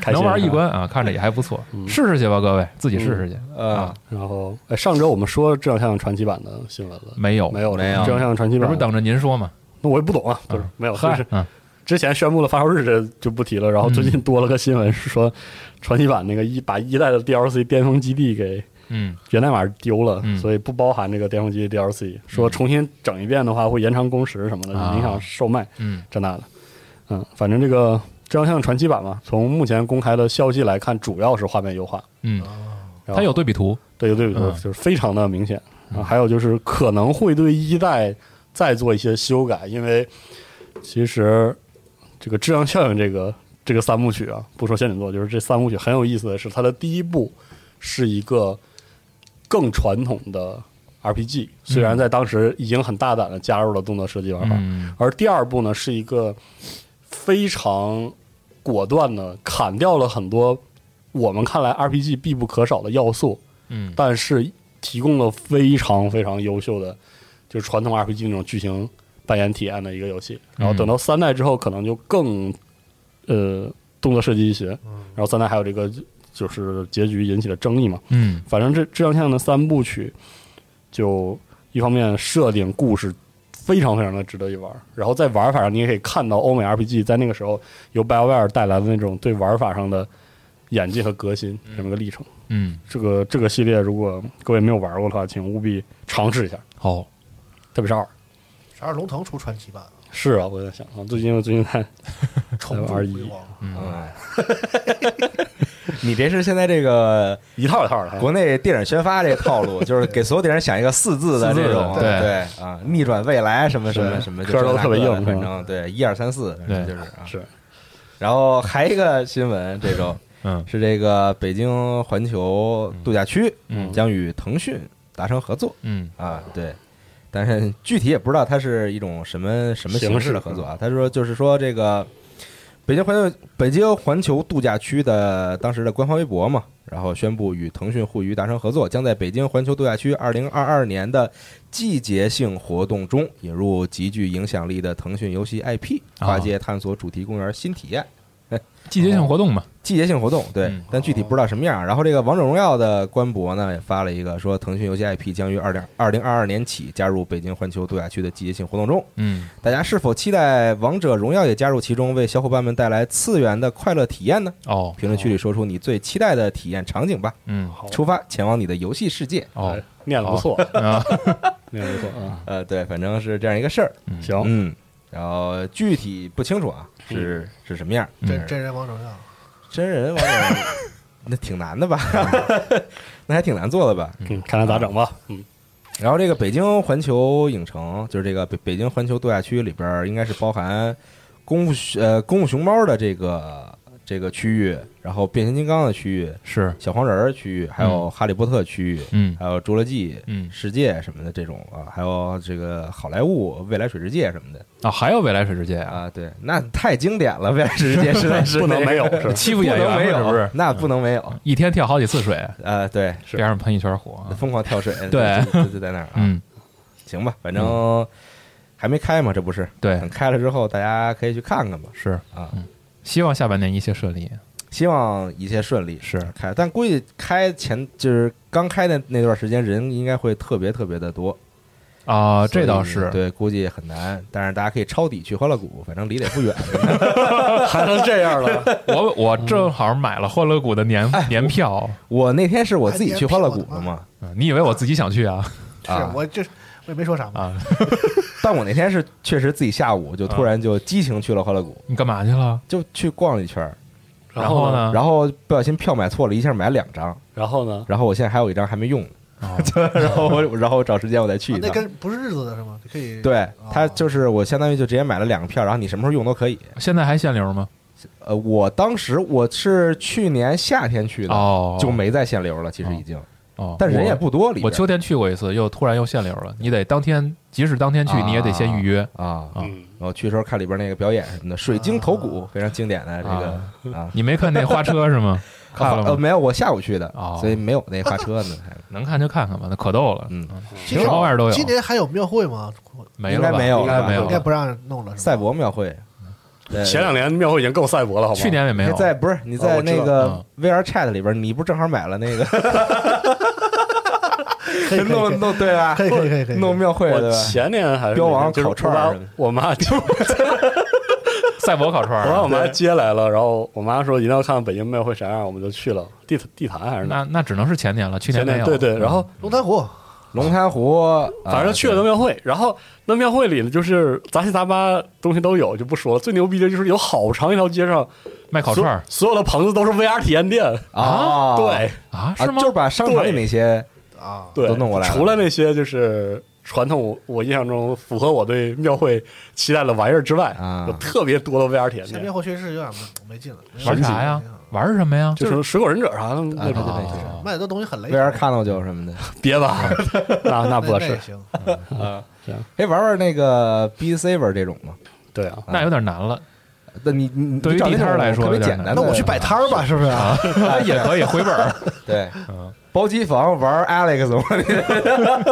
S4: 开心
S3: 能玩一
S4: 是吧
S3: 关啊，看着也还不错，试试去吧，各位自己试试去。
S2: 呃
S3: 啊，
S4: 然后，哎，上周我们说《质量效应》传奇版的新闻了，
S3: 哦没有，
S4: 没有
S2: 没有
S4: 质量效应》传奇
S3: 这
S4: 版
S3: 不是等着您说吗？
S4: 那我也不懂啊，不是没有，就
S3: 嗨
S4: 是，
S3: 嗯
S4: 之前宣布了发售日这就不提了，然后最近
S3: 嗯
S4: 多了个新闻是说，传奇版那个一把一代的 DLC 巅峰基地给
S3: 嗯
S4: 源代码丢了，
S3: 嗯
S4: 所以不包含这个巅峰基地 DLC。说重新整一遍的话会延长工时什么的，
S3: 啊
S4: 影响售卖
S3: 嗯
S4: 这那的。嗯，反正这个《质量效应》传奇版嘛，从目前公开的消息来看，主要是画面优化，
S3: 嗯，
S4: 然后
S3: 它有对比图，
S4: 对对对，
S3: 嗯
S4: 就是非常的明显。啊，还有就是可能会对一代再做一些修改，因为其实这个《质量效应》这个这个三部曲啊，不说仙女座，就是这三部曲很有意思的是，它的第一部是一个更传统的 RPG，虽然在当时已经很大胆的加入了动作射击玩法，
S3: 嗯
S4: 而第二部呢是一个非常果断的砍掉了很多我们看来 RPG 必不可少的要素，
S3: 嗯
S4: 但是提供了非常非常优秀的，就是传统 RPG 那种剧情扮演体验的一个游戏。然后等到三代之后，可能就更呃动作设计一些。然后三代还有这个就是结局引起了争议嘛。
S3: 嗯
S4: 反正这质量项的三部曲，就一方面设定故事非常非常的值得一玩，然后在玩法上你也可以看到欧美 RPG 在那个时候由 BioWare 带来的那种对玩法上的演进和革新这么一个历程。
S3: 嗯，
S4: 这个这个系列，如果各位没有玩过的话，请务必尝试一下，
S3: 好，
S4: 特别是二。
S5: 十二龙腾出传奇版，
S4: 是啊，我也在想啊，最近我最近看，
S5: 重
S4: 还
S5: 铸
S4: 有
S5: 辉
S4: RE
S5: 煌
S2: 嗯，
S3: 啊
S2: [LAUGHS] 你这是现在这个
S4: 一套一套的，还
S2: 国内电影宣发这套路，就是给所有电影想一个四字的
S3: 四字的
S2: 这种，
S3: 对
S2: 对啊，逆转未来什么什么
S4: 是
S2: 什么，就
S4: 歌都特别硬
S2: 这那个的反
S4: 是吧
S2: 正对一二三四，反正
S3: 对
S2: 就是啊。
S4: 是
S2: 然后还一个新闻，这周
S3: 嗯
S2: 是这个北京环球度假区
S3: 嗯
S2: 将与腾讯达成合作
S3: 嗯
S2: 啊，对。但是具体也不知道它是一种什么什么形式的合作啊。他说就是说这个北京环球北京环球度假区的当时的官方微博嘛，然后宣布与腾讯互娱达成合作，将在北京环球度假区二零二二年的季节性活动中引入极具影响力的腾讯游戏 IP，
S3: 啊
S2: 跨界探索主题公园新体验。
S3: 季节性活动嘛，
S2: 季节性活动，对
S3: 嗯，
S2: 但具体不知道什么样。然后这个《王者荣耀》的官博呢也发了一个说，腾讯游戏 IP 将于二零二零二二年起加入北京环球度假区的季节性活动中。
S3: 嗯
S2: 大家是否期待《王者荣耀》也加入其中，为小伙伴们带来次元的快乐体验呢？
S3: 哦
S2: 评论区里说出你最期待的体验场景吧，
S3: 嗯
S4: 好
S2: 出发前往你的游戏世界。
S3: 哦
S4: 哎念的不错，
S3: 啊
S4: 念的不错啊。
S2: 呃，对，反正是这样一个事儿。
S3: 嗯
S4: 行，
S2: 嗯，然后具体不清楚啊，是是什么样？
S5: 真真人王者荣耀，
S2: 真人王者荣 [LAUGHS] 耀那挺难的吧？ [LAUGHS] 那还挺难做的吧？
S4: 嗯，看看咋整吧。嗯，
S2: 然后这个北京环球影城，就是这个北北京环球度假区里边，应该是包含功夫熊呃功夫熊猫的这个这个区域，然后变形金刚的区域，
S3: 是，
S2: 小黄人儿区域，还有哈利波特区域，
S3: 嗯
S2: 还有侏罗纪
S3: 嗯
S2: 世界什么的这种啊，还有这个好莱坞未来水世界什么的
S3: 啊，还有未来水世界啊，
S2: 啊，对，那太经典了，未来水世界实在是
S4: 嗯 [LAUGHS] 不能没有，是吧
S3: 欺负
S2: 不
S3: 演员
S2: 能没
S3: 嘛
S2: 有，
S3: 啊是不是？
S2: 那不能没有，
S3: 一天跳好几次水，
S2: 呃，对，
S4: 是
S3: 边上喷一圈火啊，
S2: 疯狂跳水，
S3: 对
S2: 就就就在那儿啊，
S3: 嗯，
S2: 行吧，反正还没开嘛，这不是，
S3: 对
S2: 等，开了之后大家可以去看看吧，
S3: 是
S2: 啊
S3: 嗯希望下半年一切顺利，
S2: 希望一切顺利。
S3: 是
S2: 开，但估计开前就是刚开的那段时间，人应该会特别特别的多
S3: 啊，这
S2: 所
S3: 倒
S2: 以
S3: 是，
S2: 对，估计很难。但是大家可以抄底去欢乐谷，反正离得也不
S3: [LAUGHS]
S2: 远。
S4: 还能这样了？
S3: 我我正好买了欢乐谷的年年票，
S2: 我那天是我自己去欢乐谷的嘛，
S3: 嗯你以为我自己想去啊？ [LAUGHS]
S5: 是
S2: 啊
S5: 我这我也没说啥嘛，
S3: 啊，
S2: 但我那天是确实自己下午就突然就激情去了欢乐谷，
S3: 你干嘛去了？
S2: 就去逛了一圈儿，
S3: [LAUGHS] 然后？呢？
S2: 然后不小心票买错了，一下买两张，
S4: 然后呢？
S2: 然后我现在还有一张还没用呢，
S3: 哦
S2: [LAUGHS] 然后我然后我找时间我再去
S5: 啊
S2: 一
S5: 那
S2: 趟。
S5: 跟不是日子的是吗？你可以
S2: 对他
S5: 哦
S2: 就是我相当于就直接买了两个票，然后你什么时候用都可以。
S3: 现在还限流吗？
S2: 呃，我当时我是去年夏天去的，
S3: 哦，
S2: 就没在限流了，其实已经，
S3: 哦，
S2: 但人也
S3: 我
S2: 不多里边
S3: 我秋天去过一次，又突然又限流了，你得当天，即使当天去，
S2: 啊
S3: 你也得先预约。
S2: 啊。
S3: 啊
S4: 嗯，
S2: 然后去的时候看里边那个表演什么的，水晶头骨非常经典的这
S3: 啊
S2: 个啊，
S3: 你没看那花车是吗？看了
S2: 呃
S3: 吗？
S2: 没有，我下午去的
S3: 哦，
S2: 所以没有那花车呢，还
S3: 能看就看看吧，那可逗了。
S2: 嗯，
S5: 其
S3: 什
S5: 实
S3: 么玩意儿都有，
S5: 今年还有庙会吗？
S3: 没
S2: 应
S3: 了
S2: 该
S3: 吧？
S2: 没有
S3: 应该
S2: 了
S3: 没
S5: 应该
S3: 有
S5: 不。让弄了，是吧
S2: 赛博庙会，呃
S4: 前两年庙会已经够赛博了，好吗？
S3: 去年也没
S2: 你
S3: 有，
S2: 在不是你
S4: 哦
S2: 在
S4: 我知道
S2: 那个 VR Chat 里边，你不正好买了那个
S5: 可以可以可
S2: 弄
S5: 以
S2: 弄对吧？
S5: 可以可以可以可以
S2: 弄庙会对
S4: 我
S2: 吧？
S4: 前年还是
S2: 标王
S4: 就是
S2: 烤串儿什么的
S4: 我妈我妈就我
S3: 赛博烤串儿
S4: 把我
S3: 啊。
S4: 妈接来了，然后我妈说一定要看北京庙会啥样，我们就去了地地坛还是哪？
S3: 那那只能是前年了，去
S4: 前
S3: 没
S4: 年
S3: 有。
S4: 对对，然后
S5: 龙潭湖
S2: 龙潭湖，
S4: 反正去了
S2: 啊
S4: 那庙会，然后那庙会里呢，就是杂七杂八东西都有，就不说了。最牛逼的就是有好长一条街上
S3: 卖烤串儿
S4: 所，所有的棚子都是 VR 体验店。
S2: 啊，
S4: 对
S3: 啊？
S2: 啊，
S3: 是吗
S2: 就？是把商场里那些
S5: 啊，
S4: 对，
S2: 都弄过来了
S4: 除了那些就是传统，我我印象中符合我对庙会期待的玩意儿之外，
S2: 啊
S4: 有特别多的 VR 体验
S5: 现在
S4: 店
S5: 庙，会确实是有点没没劲了，没有
S3: 玩
S5: 劲
S3: 啥呀
S5: 没有劲？
S3: 玩什么呀？
S4: 就是水果忍者啥的
S2: 啊
S4: 那
S2: 对
S4: 种。
S2: 对对
S3: 啊
S5: 卖的东西很雷
S2: ，VR 看到就什么的。
S4: 别吧，那那
S5: 那
S4: 不合
S5: 那
S2: [LAUGHS]
S4: 适
S5: 也。行，
S2: 可以哎玩玩那个 B Saver 这种嘛？
S4: [LAUGHS] 对啊，
S3: 那有点难了。
S2: 那你你
S3: 对于
S2: 你找那
S3: 地摊儿
S2: 种
S3: 来说
S2: 特别
S3: 有点
S2: 简单
S3: 难
S5: 那
S2: 的，
S5: 我去摆摊儿吧，是不是啊？
S2: 摊
S3: [LAUGHS] 也可以回本儿。
S2: 对
S3: 嗯，
S2: 包机房玩 Alex 嘛？
S5: 还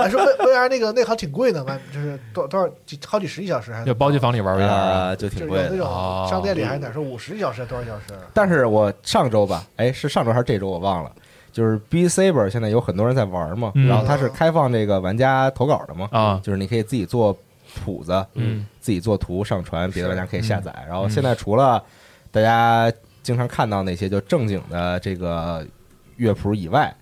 S5: 哎说 V R 那个那好像挺贵的，卖就是多多少几好几十一小时还
S3: 就包机房里玩 VR 啊。
S2: [LAUGHS] 啊，就
S5: 就是
S2: 挺
S5: 有
S2: 贵
S5: 那
S2: 的。
S3: 哦
S5: 种商店里还是哪说五十一小时多少小时？
S2: 但是我上周吧，哎，是上周还是这周我忘了，就是 B Saber 现在有很多人在玩嘛，
S3: 嗯
S2: 然后它是开放这个玩家投稿的嘛，
S3: 啊
S2: 就是你可以自己做谱子，
S3: 嗯，
S2: 自己做图上传，别的玩家可以下载。然后
S3: 嗯
S2: 现在除了大家经常看到那些就正经的这个乐谱以外，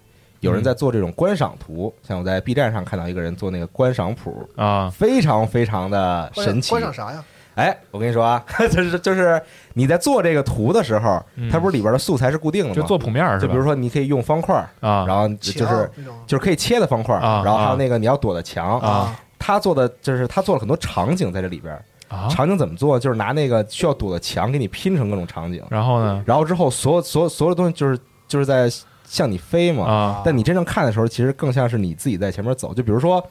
S2: 有人在做这种观赏图，
S3: 嗯
S2: 像我在 B 站上看到一个人做那个观赏谱，
S3: 啊，
S2: 非常非常的
S5: 观赏
S2: 神奇
S5: 观。赏啥呀？
S2: 哎，我跟你说
S3: [LAUGHS]
S2: 啊，就是就是你在做这个图的时候，
S3: 嗯
S2: 它不是里边的素材是固定的吗？
S3: 就做，谱面儿是
S2: 就
S3: 吧？
S2: 比如说你可以用方块，
S3: 啊，
S2: 然后就是
S5: 墙那种
S2: 就是可以切的方块，
S3: 啊
S2: 然后还
S3: 啊
S2: 有那个你要躲的墙。
S3: 啊
S2: 他做的就是他做了很多场景在这里边，
S3: 啊，
S2: 场景怎么做？就是拿那个需要躲的墙给你拼成各种场景，
S3: 然后呢？
S2: 然后之后所有所有所有的东西就是就是在向你飞嘛。
S3: 啊
S2: 但你真正看的时候，其实更像是你自己在前面走。就比如说，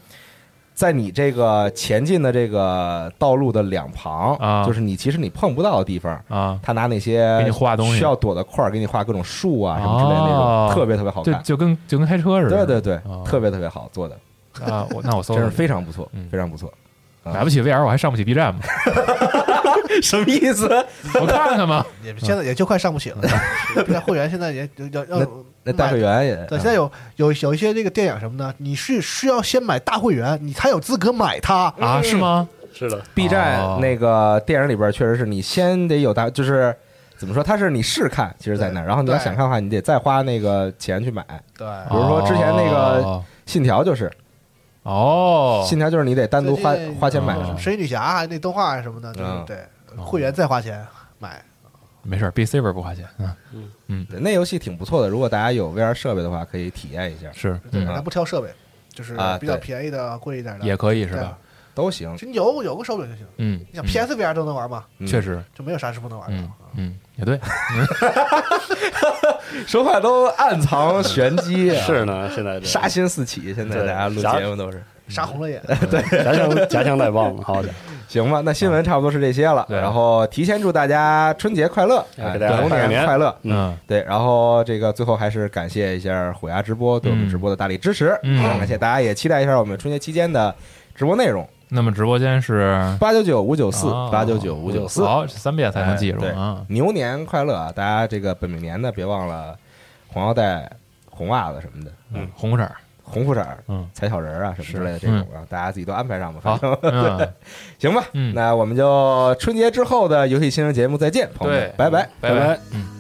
S2: 在你这个前进的这个道路的两旁，
S3: 啊
S2: 就是你其实你碰不到的地方，
S3: 啊，
S2: 他拿那些
S3: 给你画东西
S2: 需要躲的块儿给你画各种树啊什么之类的那
S3: 哦
S2: 种，特别特别好
S3: 就
S2: 看。
S3: 就跟就跟开车似的。
S2: 对对对
S3: 啊，
S2: 特别特别好做的，
S3: 啊，我那我搜
S2: [LAUGHS] 真是
S3: 了，
S2: 非常不错
S3: 嗯，
S2: 非常
S3: [LAUGHS]
S2: 不错。啊
S3: 买不起 VR，我还上不起 B
S2: [LAUGHS]
S3: 站嘛，
S2: 什么意思？
S3: 我看看嘛。
S5: 也现在也就快上不起了，那会员现在也要要要
S2: [LAUGHS] 那大会员也
S5: 对，现在有有有一些这个电影什么的，你是需要先买大会员，你才有资格买它。
S3: 啊，是吗？
S4: 是的，
S2: B
S3: 哦
S2: 站啊那个电影里边，确实是你先得有大，就是怎么说，它是你试看，其实在那儿，
S5: 对
S2: 然后你要想看的话，你得再花那个钱去买。
S5: 对，
S2: 比如说之前那个
S3: 哦
S2: 信条就是，
S3: 哦，
S2: 信条就是你得单独花
S5: 最近
S2: 花钱买
S5: 有
S4: 哦
S3: 的
S5: 什么神奇女侠啊，那动画啊什么的，就是
S2: 嗯
S5: 对
S3: 哦
S5: 会员再花钱买。
S3: 没事，B Saber 不花钱啊，
S2: 对那游戏挺不错的，如果大家有 VR 设备的话，可以体验一下。
S3: 是
S5: 对，
S3: 嗯
S5: 咱不挑设备，就是
S2: 啊
S5: 比较
S2: 对
S5: 便宜的、贵一点的
S3: 也可以是吧？
S2: 都行。
S5: 就你有有个手柄就行。
S3: 嗯，
S5: 你想 PSVR 都能玩嘛，
S2: 嗯
S3: 确实，
S5: 就没有啥是不能玩
S3: 嗯
S5: 的啊。
S3: 嗯，也对，
S2: 说话都暗藏玄机、啊，
S4: [LAUGHS] 是呢，现在这
S2: 杀心四起。现在
S4: 对
S2: 大家录
S4: 啥
S2: 节目都是
S5: 杀红了眼，
S4: [LAUGHS] 对夹枪夹枪带棒，好家伙，
S2: 行吧？那新
S4: 嗯
S2: 闻差不多是这些了，
S3: 对
S2: 然后提前祝大家春节快乐，
S4: 哎
S2: 哎
S4: 给大家
S2: 龙
S4: 拜个年
S2: 快乐。
S3: 嗯
S2: 对，然后这个最后还是感谢一下虎牙直播对我们
S3: 嗯
S2: 直播的大力支持，啊
S3: 嗯
S2: 感谢大家也期待一下我们春节期间的直播内容，
S3: 那么直播间是
S2: 八九九五九四
S3: 哦
S2: 八九九五九四，
S3: 好，三遍才能记住
S2: 哎对
S3: 啊。
S2: 牛年快乐啊！大家这个本命年呢，别忘了红腰带、红袜子什么的，
S3: 嗯，红色儿，
S2: 红裤衩儿、 [LAUGHS]
S3: 嗯，
S2: 踩小人儿啊什么之类的这种啊，大家自己都安排上吧。
S3: 好
S2: 反正
S3: 嗯，
S2: 行吧，
S3: 嗯
S2: 那我们就春节之后的游戏新闻节目再见，朋友们
S3: 对，
S2: 拜拜。
S4: 拜拜。
S3: 嗯。